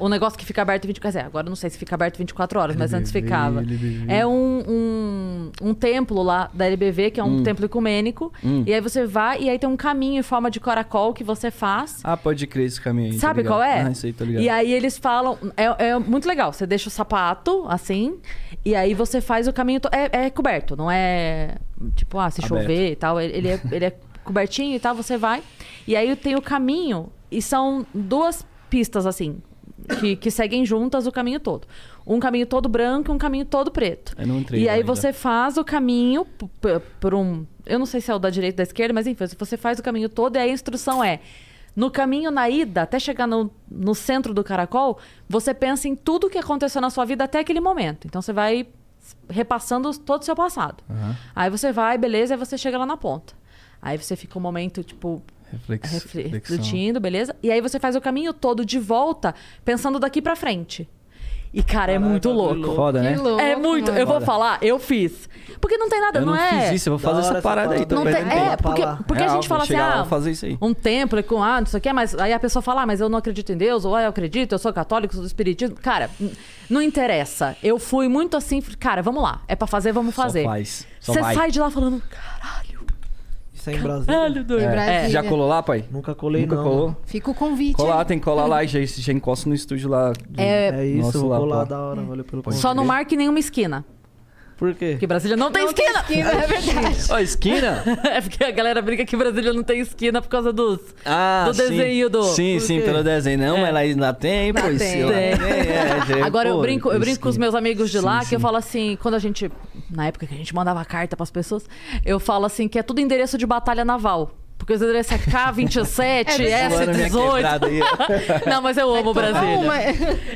O negócio que fica aberto 24 horas. Agora eu não sei se fica aberto 24 horas, mas antes LBV, ficava. LBV. É um, um, um templo lá da LBV, que é Hum. um templo ecumênico. E aí você vai e aí tem um caminho em forma de caracol que você faz. Ah, pode crer esse caminho aí. tá Sabe ligado? qual é? Ah, isso aí, tô ligado. E aí eles falam. É, é muito legal. Você deixa o sapato assim, e aí você faz o caminho. to- É, é coberto, não é tipo, ah, se Aberto. chover e tal. Ele ele é, ele é cobertinho e tal, você vai. E aí tem o caminho, e são duas pistas assim. Que, que seguem juntas o caminho todo. Um caminho todo branco e um caminho todo preto. Eu não entrei e aí ainda. você faz o caminho p- p- por um. Eu não sei se é o da direita ou da esquerda, mas enfim, você faz o caminho todo e aí a instrução é: No caminho, na ida, até chegar no, no centro do caracol, você pensa em tudo que aconteceu na sua vida até aquele momento. Então você vai repassando todo o seu passado. Aí você vai, beleza, aí você chega lá na ponta. Aí você fica um momento, tipo, Reflex- refle- reflexão. refletindo, beleza? E aí você faz o caminho todo de volta, pensando daqui pra frente. E, cara, é Caralho, muito bagulho louco. louco. Foda, né? Que louco, É muito. Eu vou Foda. falar, eu fiz. Porque não tem nada, Eu não, é. fiz isso, eu vou Da fazer hora essa essa parada aí parada. Não também. tem, é, tempo pra porque, falar. porque a gente fala assim, chegar lá, ah, vou fazer isso aí. um templo é com, ah, não sei o que, mas aí a pessoa fala, ah, mas eu não acredito em Deus, ou ah, eu acredito, eu sou católico, sou do espiritismo. Cara, n- não interessa. Eu fui muito assim, falei, cara, vamos lá, é pra fazer, vamos fazer. Só faz. Só Você vai. sai de lá falando, caralho, Isso é em Brasília. caralho, doido. É. É. Brasília. Já colou lá, pai? Nunca colei, Nunca não. colou? Fica o convite. Colar, aí. tem que colar lá e já, já encosta no estúdio lá. É, É isso, Nossa, vou lá, colar pô. da hora, valeu É. pelo convite. só não marque nenhuma esquina. Por quê? Porque Brasília não tem Tá esquina! é verdade. Ó, esquina? é porque a galera briga que Brasília não tem esquina por causa dos. Ah, Do sim. desenho do- Sim, Por sim, quê? pelo desenho. Não, É. mas ela ainda tem, Lá pois. tem. lá Tem. é, já- Agora eu pô, brinco, eu brinco com os esquina. meus amigos de lá, Sim, que eu sim. falo assim, quando a gente. Na época que a gente mandava carta pras pessoas, eu falo assim que é tudo endereço de batalha naval. Porque os endereços é K27, É Mano, minha S18. quebrada aí. Não, mas eu amo Brasília. Uma-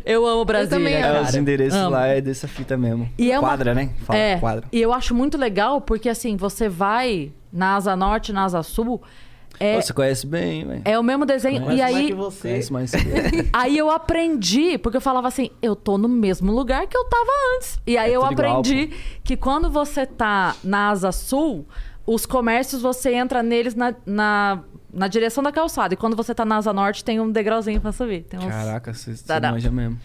Eu amo também Brasília. amo. É, cara. os endereços Amo. lá é dessa fita mesmo. E é uma- Quadra, né? Fala, é, quadra. E eu acho muito legal porque assim, você vai na Asa Norte, na Asa Sul, é, Pô, Você conhece bem, hein, velho? é o mesmo desenho. Mas e como é aí, que você... Conhece mais. aí eu aprendi, porque eu falava assim, eu tô no mesmo lugar que eu tava antes. E aí É eu tudo igual, aprendi que quando você tá na Asa Sul, os comércios você entra neles na, na, na direção da calçada. E quando você tá na Asa Norte, tem um degrauzinho pra subir. Tem uns- Caraca, você você Dá-dá. manja mesmo.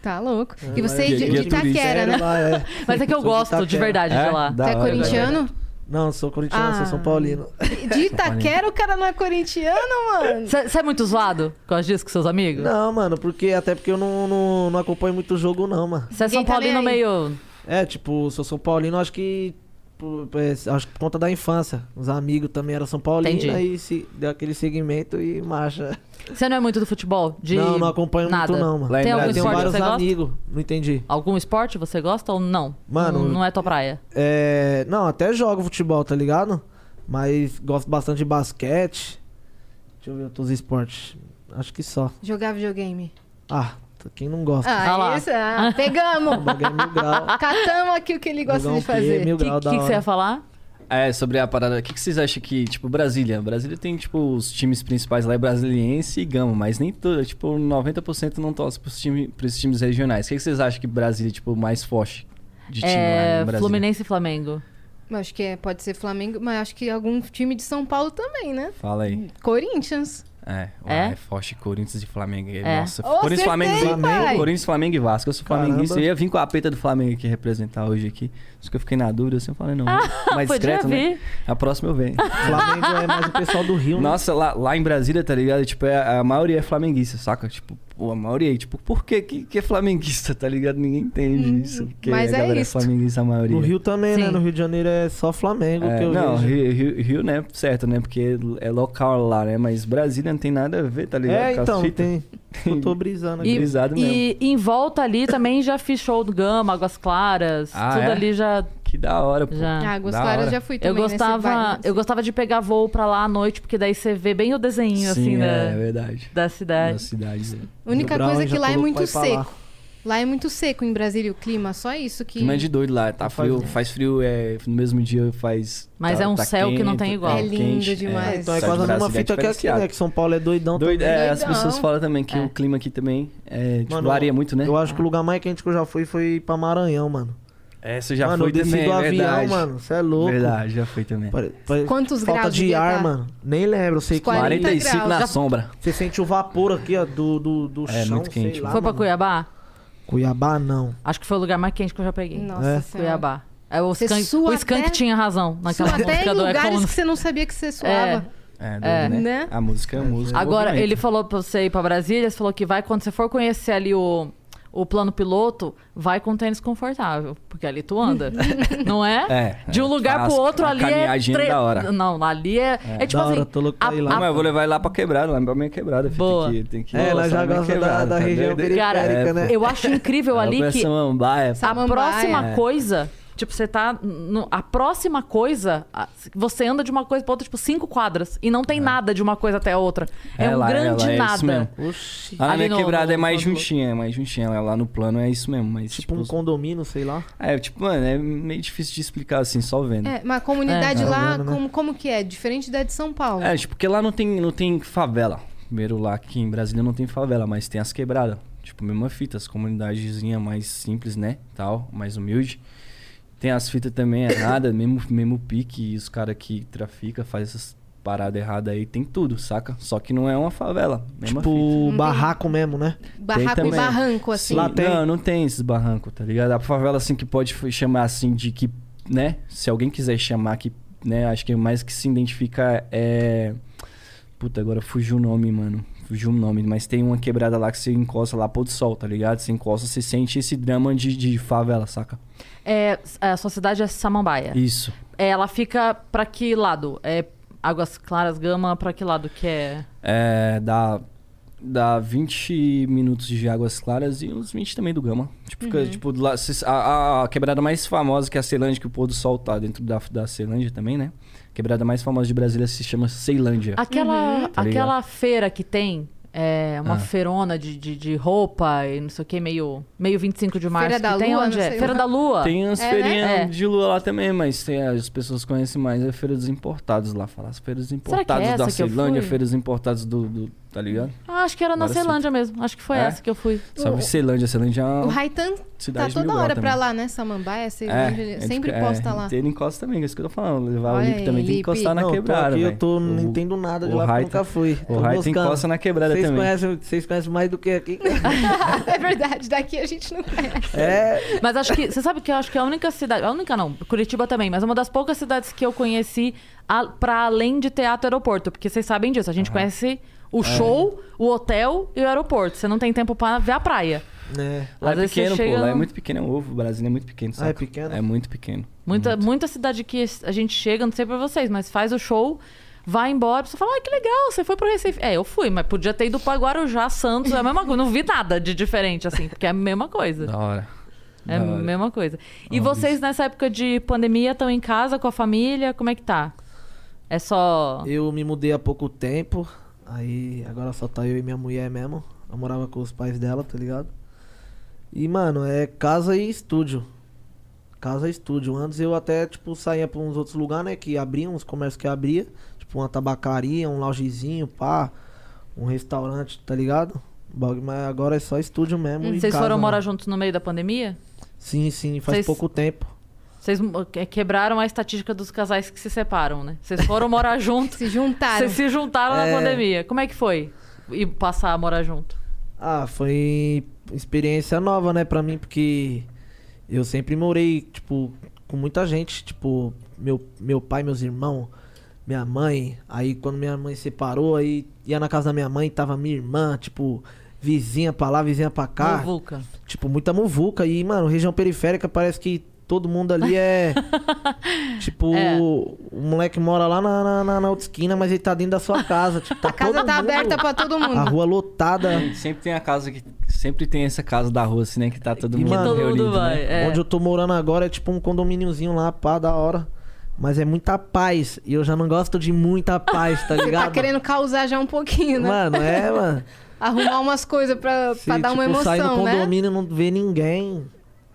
Tá louco. E você Guia- de, guia de Itaquera, né? Sério, lá, é. Mas é que eu Sou de gosto de Itaquera. verdade É? de lá. Da Você é hora, corintiano? Não, eu sou corintiano, Ah. sou São Paulino. De Itaquera o cara não é corintiano, mano. Você é muito zoado com as disso com seus amigos? Não, mano, porque até porque eu não, não, não acompanho muito jogo, não, mano. Você é Ninguém São tá Paulino nem aí. meio. É, tipo, sou São Paulino, acho que. por- é, Acho que por conta da infância. Os amigos também eram São Paulino, Entendi. aí se, deu aquele segmento e marcha. Você não é muito do futebol? De Não, não acompanho nada. muito, não, mano. Lá em Tem algum Brasília- Eu tenho esporte que vários você gosta? amigos, não entendi. Algum esporte você gosta ou não? Mano, não, não é tua praia. É, não, até jogo futebol, tá ligado? Mas gosto bastante de basquete. Deixa eu ver outros esportes. Acho que só. Jogar videogame. Ah, quem não gosta? Ah Ah, lá. isso. Ah, pegamos. O bagulho é mil grau. Catamos aqui o que ele gosta Jogar um de fazer. quê, mil O que, grau que da que você hora. ia falar? É, sobre a parada. O que, que vocês acham que, tipo, Brasília? Brasília tem, tipo, os times principais lá é Brasiliense e Gama, mas nem todo, tipo, 90% não torce pros, time, pros times regionais. O que, que vocês acham que Brasília, tipo, mais forte de time lá É, no Brasil? Fluminense e Flamengo. Mas Acho que é- pode ser Flamengo, mas acho que algum time de São Paulo também, né? Fala aí. Corinthians. É, É? é? é forte Corinthians e Flamengo. É. Nossa, Ô, Corinthians, Flamengo, acertei, pai! Flamengo, Corinthians, Flamengo e Vasco. Eu sou Caramba. flamenguista. Eu ia vir com a peta do Flamengo aqui representar hoje aqui. Isso que eu fiquei na dúvida, assim, eu falei, não. Ah, mais Ah, Podia discreto, né? vir. A próxima eu venho. Flamengo é mais o pessoal do Rio, né? Nossa, lá, lá em Brasília, tá ligado? Tipo, é, a maioria é flamenguista, saca? Tipo, pô, a maioria. Tipo, por que, que, que é flamenguista, tá ligado? Ninguém entende Uhum. isso. Porque mas a é galera isto. flamenguista, a maioria. No Rio também, né? Sim. No Rio de Janeiro é só Flamengo É, que eu não, vejo. Rio, Rio, Rio, né? Certo, né? Porque é local lá, né? Mas Brasília não tem nada a ver, tá ligado? É, Com as então, fitas. tem. Eu tô brisando aqui. E, Brisado e em volta ali também já fiz show do Gama, Águas Claras. Ah, tudo é? ali já. Que da hora, pô. já. Ah, Águas da Claras hora. já fui Eu também gostava, nesse assim. eu gostava de pegar voo pra lá à noite, porque daí você vê bem o desenho, assim, Sim, da, é, é verdade. da Da cidade. cidade. né? A única Mil grau, coisa é já que lá é colocou muito aí pra lá. seco. Lá é muito seco em Brasília o clima, só isso que... Clima de doido lá, tá Faz frio, tempo. faz frio, é, no mesmo dia faz. Mas tá- é um tá céu que não quente, tem igual. tá É lindo quente, demais. Então Só Cidade é de quase a mesma Brasília é fita que aqui, né? diferenciada. Que São Paulo é doidão. também. Doido, é, as Doidão. pessoas falam também que É. o clima aqui também é, tipo, Mano, varia muito, né? Eu acho que o lugar mais quente que eu já fui foi pra Maranhão, mano. É, você já mano, foi eu desci também, do é avião, verdade. mano. Você é louco. Verdade, já foi também. Pare- pare- Quantos Falta graus de devia ar, tá? mano. Nem lembro, eu sei que 40 45 graus. Já- na sombra. você sente o vapor aqui, ó, do, do, do É, chão, muito quente, sei lá, Foi pra mano. Cuiabá? Cuiabá, não. Acho que foi o lugar mais quente que eu já peguei. Nossa É. Senhora. Cuiabá. É, o Você Skank, sua o Skank até- tinha razão naquela Sua até música em do É lugares como- que você não sabia que você suava. É, doido, É. né? Né? A música é música. Agora, obviamente. ele falou pra você ir pra Brasília, você falou que vai, quando você for conhecer ali o, o plano piloto, vai com tênis confortável, porque ali tu anda, não é? É, De um é, lugar faz pro outro a ali é... caminhadinha tre- da hora. Não, ali é... É, tipo Da hora, assim... tô louco pra ir lá. Não, Ah, mas eu vou levar ele lá pra quebrada, lá pra minha quebrada. filho, Boa. Tem que, tem que É, ela lançar já na minha gosta da- quebrada, tá da região doido? periférica, Cara, É, pô. né? eu acho incrível Ela ali conhece que Samambaia, pô. a Samambaia. próxima É. coisa Tipo, você tá. no- a próxima coisa, a- você anda de uma coisa pra outra, tipo, cinco quadras. E não tem nada de uma coisa até a outra. É, um lá, grande lá, nada. É isso mesmo. Oxi. Lá na Ali minha no- quebrada no- é mais no- juntinha, é mais juntinha. Lá, lá no plano é isso mesmo, mas Tipo tipo... um condomínio, sei lá. É, tipo, mano, é meio difícil de explicar assim, só vendo. É. É, mas a comunidade É. lá, Tá vendo, né? É, como, como que é? Diferente da de São Paulo. tipo, porque lá não tem, não tem favela. Primeiro lá aqui em Brasília não tem favela, mas tem as quebradas. Tipo, mesma fita, as comunidadezinhas mais simples, né? Tal, mais humilde. Tem as fitas também erradas, mesmo, mesmo pique, e os caras que trafica, faz essas paradas erradas aí, tem tudo, saca? Só que não é uma favela. Mesma fita. Tipo barraco mesmo, né? Barraco e também. barranco, assim. Sim, Lá tem? Não, não tem esses barrancos, tá ligado? A favela, assim, que pode f- chamar, assim, de que, né? Se alguém quiser chamar que, né? Acho que mais que se identifica é... Puta, agora fugiu o nome, mano. Fugiu o nome. Mas tem uma quebrada lá que você encosta lá pôr do sol, tá ligado? Você encosta, você sente esse drama de, de favela, saca? É, a sua cidade é Samambaia. Isso. É, ela fica pra que lado? É Águas Claras, Gama, pra que lado que é? É, dá, dá 20 minutos de Águas Claras e uns 20 também do Gama. Tipo, Uhum. fica, tipo, do lado- cês- a, a quebrada mais famosa que é a Ceilândia, que o pôr do sol tá dentro da, da Ceilândia também, né? A quebrada mais famosa de Brasília se chama Ceilândia. Aquela, Uhum. Tá ligado. aquela feira que tem, é, uma Ah. feirona de, de, de roupa e não sei o que, meio, meio 25 de março. Feira que da tem Lua, onde não é? sei Feira lá. da Lua. Tem umas É, né? feirinhas É. de lua lá também, mas tem- é, as pessoas conhecem mais a Feira dos Importados lá. Fala as Feiras Importadas é da essa que eu Ceilândia, fui? Feiras Importadas do, do- Tá ligado? Ah, acho que era na Agora sim. Ceilândia mesmo. Acho que foi É? essa que eu fui. Salve O- Ceilândia. Ceilândia é O uma Raitan tá cidade toda mil grau hora pra também. lá, né? Samambaia, sei É, onde ele- é, sempre tipo, é, posta lá. Ele encosta também, é isso que eu tô falando. Levar Olha o Lipe também aí, tem que Lipe. encostar Tá na não, quebrada. tô aqui, eu velho. tô, O- não entendo nada de o lá, porque eu Raito- nunca fui. O Raito encosta na quebrada vocês também. conhecem, vocês conhecem mais do que aqui? é verdade, daqui a gente não conhece. é, Mas acho que. Você sabe que eu acho que a única cidade. A única não, Curitiba também, mas é uma das poucas cidades que eu conheci a, pra além de teatro e aeroporto. Porque vocês sabem disso. A gente conhece É. o show, o hotel e o aeroporto. Você não tem tempo pra ver a praia. né? Lá Às é vezes você pequeno, pô. chega Lá é no- muito pequeno, é um ovo. O Brasil é muito pequeno, sabe? é pequeno? É muito pequeno. Muita, muita cidade que a gente chega, não sei pra vocês, mas faz o show, vai embora, você fala, ah, que legal, você foi pro Recife. É, eu fui, mas podia ter ido pra Guarujá, Santos, é a mesma coisa. Não vi nada de diferente, assim, porque é a mesma coisa. Da hora. é a da hora. mesma coisa. E Da hora vocês, nessa época de pandemia, estão em casa com a família? Como é que tá? É só. Eu me mudei há pouco tempo, aí agora só tá eu e minha mulher mesmo. Eu morava com os pais dela, tá ligado? E, mano, é casa e estúdio. Casa e estúdio. Antes eu até, tipo, saía pra uns outros lugares, né? Que abriam, uns comércios que abria. Tipo, uma tabacaria, um loungezinho, pá. Um restaurante, tá ligado? Bagulho, Mas agora é só estúdio mesmo. e Hum, Vocês casa, foram né? morar juntos no meio da pandemia? Sim, sim, faz Vocês- pouco tempo. Vocês mo- que- quebraram a estatística dos casais que se separam, né? Vocês foram morar juntos, Se juntaram. vocês se juntaram É. na pandemia. Como é que foi? E passar a morar junto? Ah, foi experiência nova, né, pra mim, porque eu sempre morei, tipo, com muita gente, tipo, meu, meu pai, meus irmãos, minha mãe. Aí quando minha mãe separou, aí ia na casa da minha mãe, tava minha irmã, tipo, vizinha pra lá, vizinha pra cá. Muvuca. Tipo, muita muvuca. E, mano, região periférica parece que todo mundo ali é. tipo, É. o moleque mora lá na, na, na- na outra esquina, mas ele tá dentro da sua casa. Tipo, tá A casa todo tá mundo- aberta pra todo Ah, A mundo. tá rua lotada. Sempre tem a casa que. Sempre tem essa casa da rua, assim, né? Que tá todo Que mundo todo mundo reunido, vai, né? É. Onde eu tô morando agora é tipo um condomíniozinho lá, pá, da hora. Mas é muita paz. E eu já não gosto de muita paz, tá ligado? Tá querendo causar já um pouquinho, né? Mano, é, mano. Arrumar umas coisas pra, Se, pra dar uma tipo, sair no emoção, né? condomínio e não ver ninguém,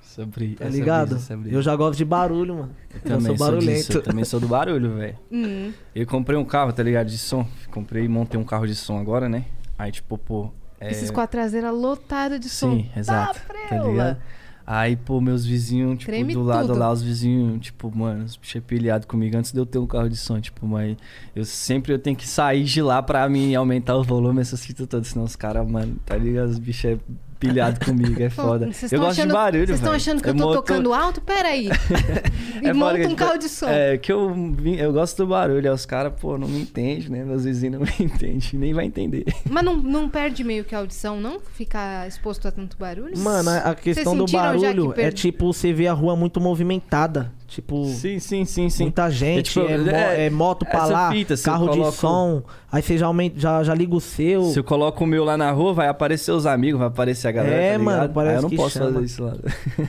Sobre, tá ligado? eu já gosto de barulho, mano. Eu, é também sou sou, barulhento. disso, eu também sou do barulho, velho. Hum. Eu comprei um carro, tá ligado? De som. Comprei e montei um carro de som agora, né? Aí, tipo, pô. é- Esses com a traseira lotada de som. Sim, exato. Tá frela. ligado? Aí, pô, meus vizinhos, tipo, Treme do lado tudo. lá, os vizinhos, tipo, mano, os bichos é pilhado comigo antes de eu ter um carro de som, tipo, mas eu sempre eu tenho que sair de lá pra me aumentar o volume, essas fitas todas, senão os caras, mano, tá ligado? Os bichos é pilhado comigo, é Pô, foda. vocês eu tão gosto achando- de barulho, Vocês estão velho. achando que eu, tô moto- tocando alto? Peraí. e é foda que, monta um tipo, carro de som. É, que eu, vim- eu gosto do barulho, aí os caras, pô, não me entendem, né? Meus vizinhos não me entendem, nem vai entender. Mas não, não perde meio que a audição, não? Ficar exposto a tanto barulho? Mano, a- a questão do sentiram já que barulho é per- tipo você vê a rua muito movimentada. Tipo, Sim, sim, sim, sim. Muita gente, é, tipo, mo- é, é moto pra essa lá, fita, se eu carro coloco- de som, aí você já, aumenta, já, já liga o seu. Se eu coloco o meu lá na rua, vai aparecer os amigos, vai aparecer a galera. É, tá ligado? mano, parece Aí eu não que posso chama. fazer isso lá.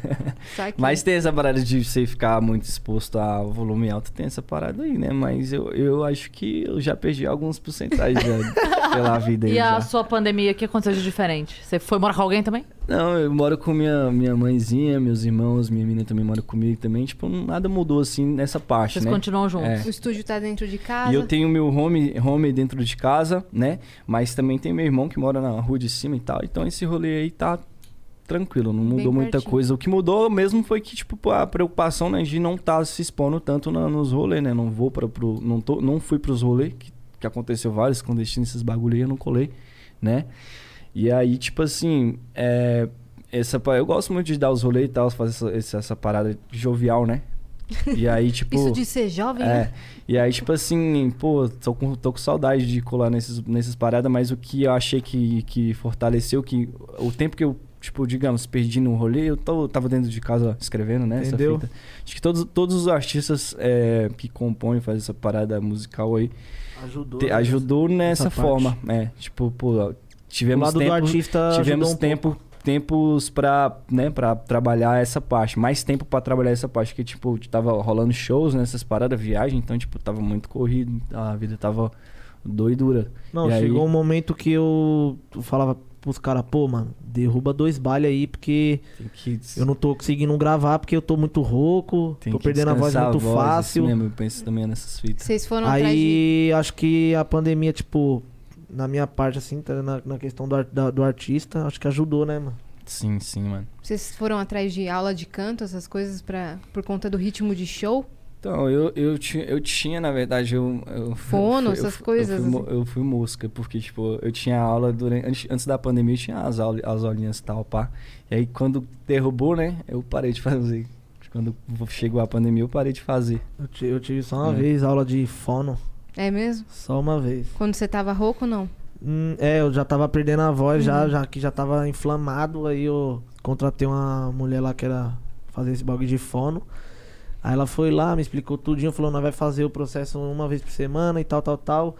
Saquei. Mas tem essa parada de você ficar muito exposto a volume alto, tem essa parada aí, né? Mas eu, eu acho que eu já perdi alguns porcentagens já, pela vida aí. E a já. sua pandemia, o que aconteceu de diferente? Você foi morar com alguém também? Não, eu moro com minha, minha mãezinha, meus irmãos, minha menina também mora comigo também. Tipo, nada mudou assim nessa parte, Vocês né? continuam juntos? É. O estúdio tá dentro de casa. E eu tenho meu home, home dentro de casa, né? Mas também tem meu irmão que mora na rua de cima e tal. Então esse rolê aí tá tranquilo, não mudou muita pertinho. coisa. O que mudou mesmo foi que, tipo, a preocupação né, de não estar se expondo tanto na- nos rolês, né? Não vou para pro. Não, tô, não fui pros rolês, que, que aconteceu vários clandestinos, esses bagulho aí, eu não colei, né? E aí, tipo assim, é, essa, pa- eu gosto muito de dar os rolês e tal, fazer essa, essa, essa parada jovial, né? E aí, tipo. Isso de ser jovem, É. né? E aí, tipo assim, pô, tô com, tô com saudade de colar nesses, nessas paradas, mas o que eu achei que, que fortaleceu, que o tempo que eu, tipo, digamos, perdi no rolê, eu tô- tava dentro de casa escrevendo, né? essa Entendeu? fita. Acho que todos, todos os artistas é, que compõem, fazem essa parada musical aí, Ajudou. te- né? ajudou nessa Essa parte. forma. É, tipo, pô, O tivemos lado do tempo artista tivemos ajudou um tempo tempos para né para trabalhar essa parte mais tempo pra trabalhar essa parte que tipo tava rolando shows nessas paradas viagem então tipo tava muito corrido a vida tava doidura Não, E aí- chegou um momento que eu falava pros caras, pô, mano, derruba dois bailes aí, porque tem que eu não tô conseguindo gravar, porque eu tô muito rouco, tem tô que perdendo a voz descansar muito assim fácil. mesmo, eu penso também nessas fitas Vocês foram atrás de... aí acho que a pandemia, tipo, na minha parte, assim, tá, na, na questão do, ar- da- do artista, acho que ajudou, né, mano? sim sim mano Vocês foram atrás de aula de canto, essas coisas, pra... por conta do ritmo de show? Então, eu, eu, ti- eu tinha, na verdade, eu... eu Fono, eu fui- essas eu fui- coisas, assim? Eu fui, mo- eu fui mosca, porque, tipo, eu tinha aula durante... Antes, antes da pandemia, eu tinha as, aula, as aulinhas e tal, pá. E aí, quando derrubou, né, eu parei de fazer. Quando chegou a pandemia, eu parei de fazer. Eu, ti- eu tive só uma É. vez aula de fono, É mesmo? só uma vez. Quando você tava rouco, não? Hum, é, eu já tava perdendo a voz, já, já que já tava inflamado, aí eu contratei uma mulher lá que era fazer esse bagulho de fono. Aí ela foi lá, me explicou tudinho, falou, nós vai fazer o processo uma vez por semana e tal, tal, tal.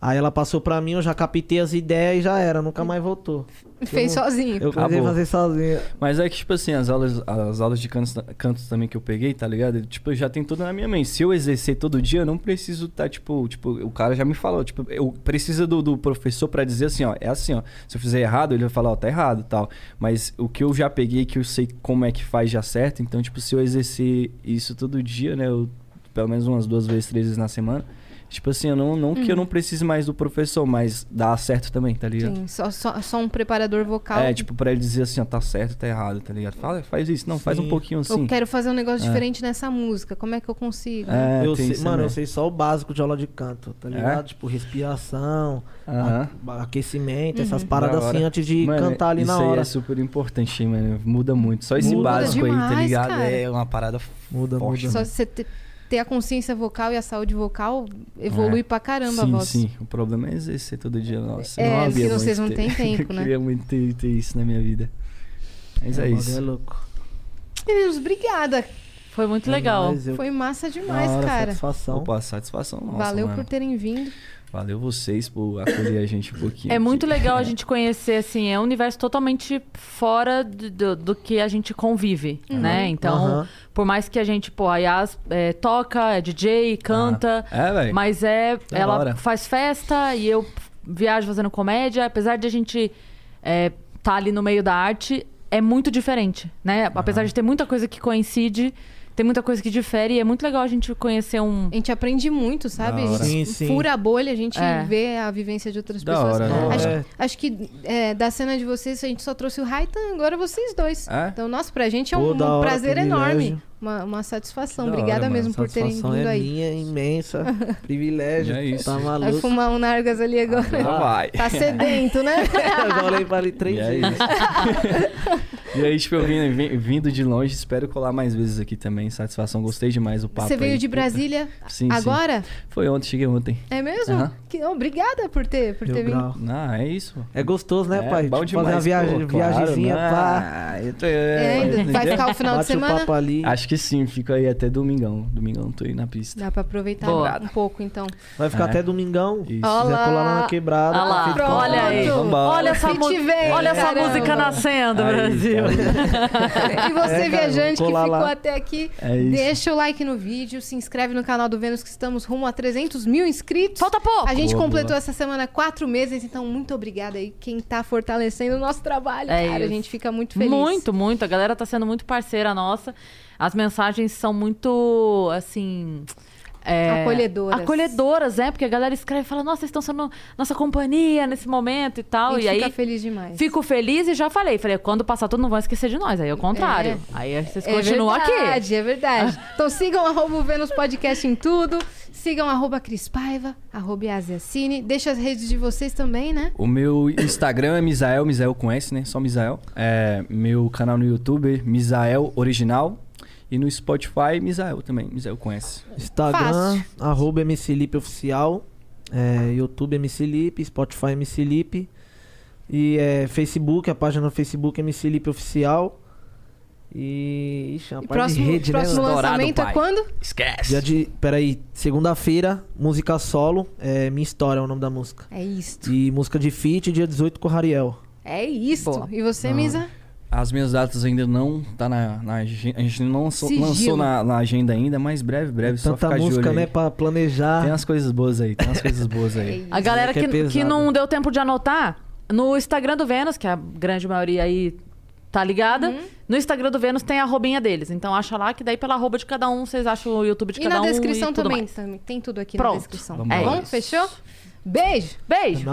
Aí ela passou pra mim, eu já captei as ideias e já era, nunca mais voltou. Fez não- sozinho. Eu comecei a Acabou. fazer sozinho. Mas é que, tipo assim, as aulas, as aulas de canto, canto também que eu peguei, tá ligado? Tipo, já tem tudo na minha mente. Se eu exercer todo dia, eu não preciso tá, tipo, tipo, o cara já me falou, tipo, eu preciso do, do professor pra dizer assim, ó, é assim, ó. Se eu fizer errado, ele vai falar, ó, tá errado tal. Mas o que eu já peguei, que eu sei como é que faz já certo, então, tipo, se eu exercer isso todo dia, né? Eu, pelo menos umas duas vezes, três vezes na semana. Tipo assim, eu não, não que eu não precise mais do professor, mas dá certo também, tá ligado? Sim, só, só, só um preparador vocal. É, tipo, pra ele dizer assim, ó, tá certo, tá errado, tá ligado? Fala, faz isso, não, faz Sim. um pouquinho assim. Eu quero fazer um negócio É. diferente nessa música. Como é que eu consigo? É, eu tem sei, isso mano, eu também. sei só o básico de aula de canto, tá É? ligado? Tipo, respiração, Aham. a- aquecimento, essas paradas Da hora. assim antes de Mano, cantar ali isso na aí hora. é super importante, hein, mano. Muda muito. Só esse Muda básico aí, tá demais, ligado? cara. É uma parada Muda, forte. muda. Só você te- ter a consciência vocal e a saúde vocal evolui pra caramba É. sim, a voz. Sim, o problema é exercer todo dia. Nossa, É, eu porque queria vocês muito não têm ter- tempo, né? Eu queria muito ter, ter isso na minha vida. Mas é, o bagulho isso. É louco. Meninos, obrigada. Foi muito legal. Mas eu- Foi massa da demais, hora, cara. Satisfação. Opa, satisfação nossa, Valeu mano. por terem vindo. Valeu vocês por acolher a gente um pouquinho. É muito aqui. legal a gente conhecer, assim, é um universo totalmente fora do, do- do que a gente convive, Uhum. né? Então, Aham. por mais que a gente, pô, a Yas é, toca, é DJ, canta, É, velho. mas é. Da ela hora. faz festa e eu viajo fazendo comédia, apesar de a gente estar ali no meio da arte, é muito diferente, né? Apesar de ter muita coisa que coincide, tem muita coisa que difere, e é muito legal a gente conhecer um. A gente aprende muito, sabe? A gente hora. Sim, sim. fura a bolha, a gente É. vê a vivência de outras Da pessoas. hora, da acho, hora. acho que é, da cena de vocês, a gente só trouxe o Raitan, agora vocês dois. É? Então, nossa, pra gente é Pô, um, da um hora, prazer privilégio. enorme. Uma, uma satisfação. Da hora, Obrigada mano, mesmo por terem Satisfação vindo é aí. minha, imensa. Privilégio. É isso. Tá Vai maluco. fumar um Nargas ali agora. Então vai. Tá sedento, né? Eu já olhei pra ele três E é vezes. isso. e aí, tipo, eu vim- vim- vindo de longe, espero colar mais vezes aqui também. Satisfação, gostei demais o papo. Você veio aí. de Puta. Brasília Sim, sim. agora? Foi ontem, cheguei ontem. É mesmo? Aham. Que- obrigada por ter, por Deu ter vindo. grau. Ah, é isso. É gostoso, né, pai? bom Tipo, demais, fazer uma viagem, pô, claro, viagemzinha, né? pá. Ah, eu tô- É, ainda vai entendeu? ficar o final de Bate o semana? papo ali. Acho que sim, fico aí até domingão. Domingão tô aí na pista. Dá pra aproveitar Boa. um pouco, então. Vai ficar É. até domingão. Se Isso. Ó quiser lá. colar lá na quebrada. Olha lá, fica à olha vontade. aí. Pronto. Vambora. Olha essa, Fit mu- vem, olha essa caramba. música nascendo, Aí, Brasil. eu. E você, É, cara, viajante que vou colar ficou lá. até aqui, É isso. deixa o like no vídeo, se inscreve no canal do Vênus, que estamos rumo a 300 mil inscritos. Falta pouco! A gente Boa, completou boa. essa semana quatro meses, então muito obrigada aí quem tá fortalecendo o nosso trabalho, É cara. A isso. gente fica muito feliz. Muito, muito. A galera tá sendo muito parceira nossa. As mensagens são muito, assim. é, Acolhedoras. Acolhedoras, é, porque a galera escreve e fala: Nossa, vocês estão sendo nossa companhia nesse momento e A tal. gente E aí fica feliz demais. fico feliz e já falei: Falei, quando passar, todo mundo vai esquecer de nós. Aí é o contrário. Aí vocês continuam é aqui. verdade, É verdade, Então sigam arroba o Vênus Podcast em tudo. Sigam arroba Cris Paiva, arroba Yaziacine. Deixa as redes de vocês também, né? O meu Instagram é Misael, Misael com S, né? Só Misael. É, meu canal no YouTube, Misael Original. E no Spotify, Misael também, Misael com S. Instagram, Fácil. arroba MCLipe Oficial, é, YouTube MCLipe, Spotify MCLipe, e é, Facebook, a página no Facebook MCLipe Oficial. E. Ixi, é uma E parte de próximo, rede, né? próximo mano? Dourado, lançamento é pai. quando? Esquece! Dia de. Peraí, segunda-feira, música solo, é Minha História é o nome da música. É isto. E música de feat, dia 18 com o Rariel. É isto. Boa. E você, Misa? As minhas datas ainda não tá na, na agen- A gente não lançou, Sigilo. lançou na, na agenda ainda, mas breve, breve, só Tanta ficar de música, olho. né, aí. pra planejar. Tem umas coisas boas aí, tem umas coisas boas aí. A galera que que, é que, pesado. não deu tempo de anotar, no Instagram do Vênus, que a grande maioria aí tá ligada, Uhum. no Instagram do Vênus tem a arrobinha deles. Então acha lá que daí pela arroba de cada um, vocês acham o YouTube de E cada na um descrição e tudo também. mais. também. Tem tudo aqui na Pronto. descrição. Vamos Tá lá. bom? Fechou? Beijo! Beijo!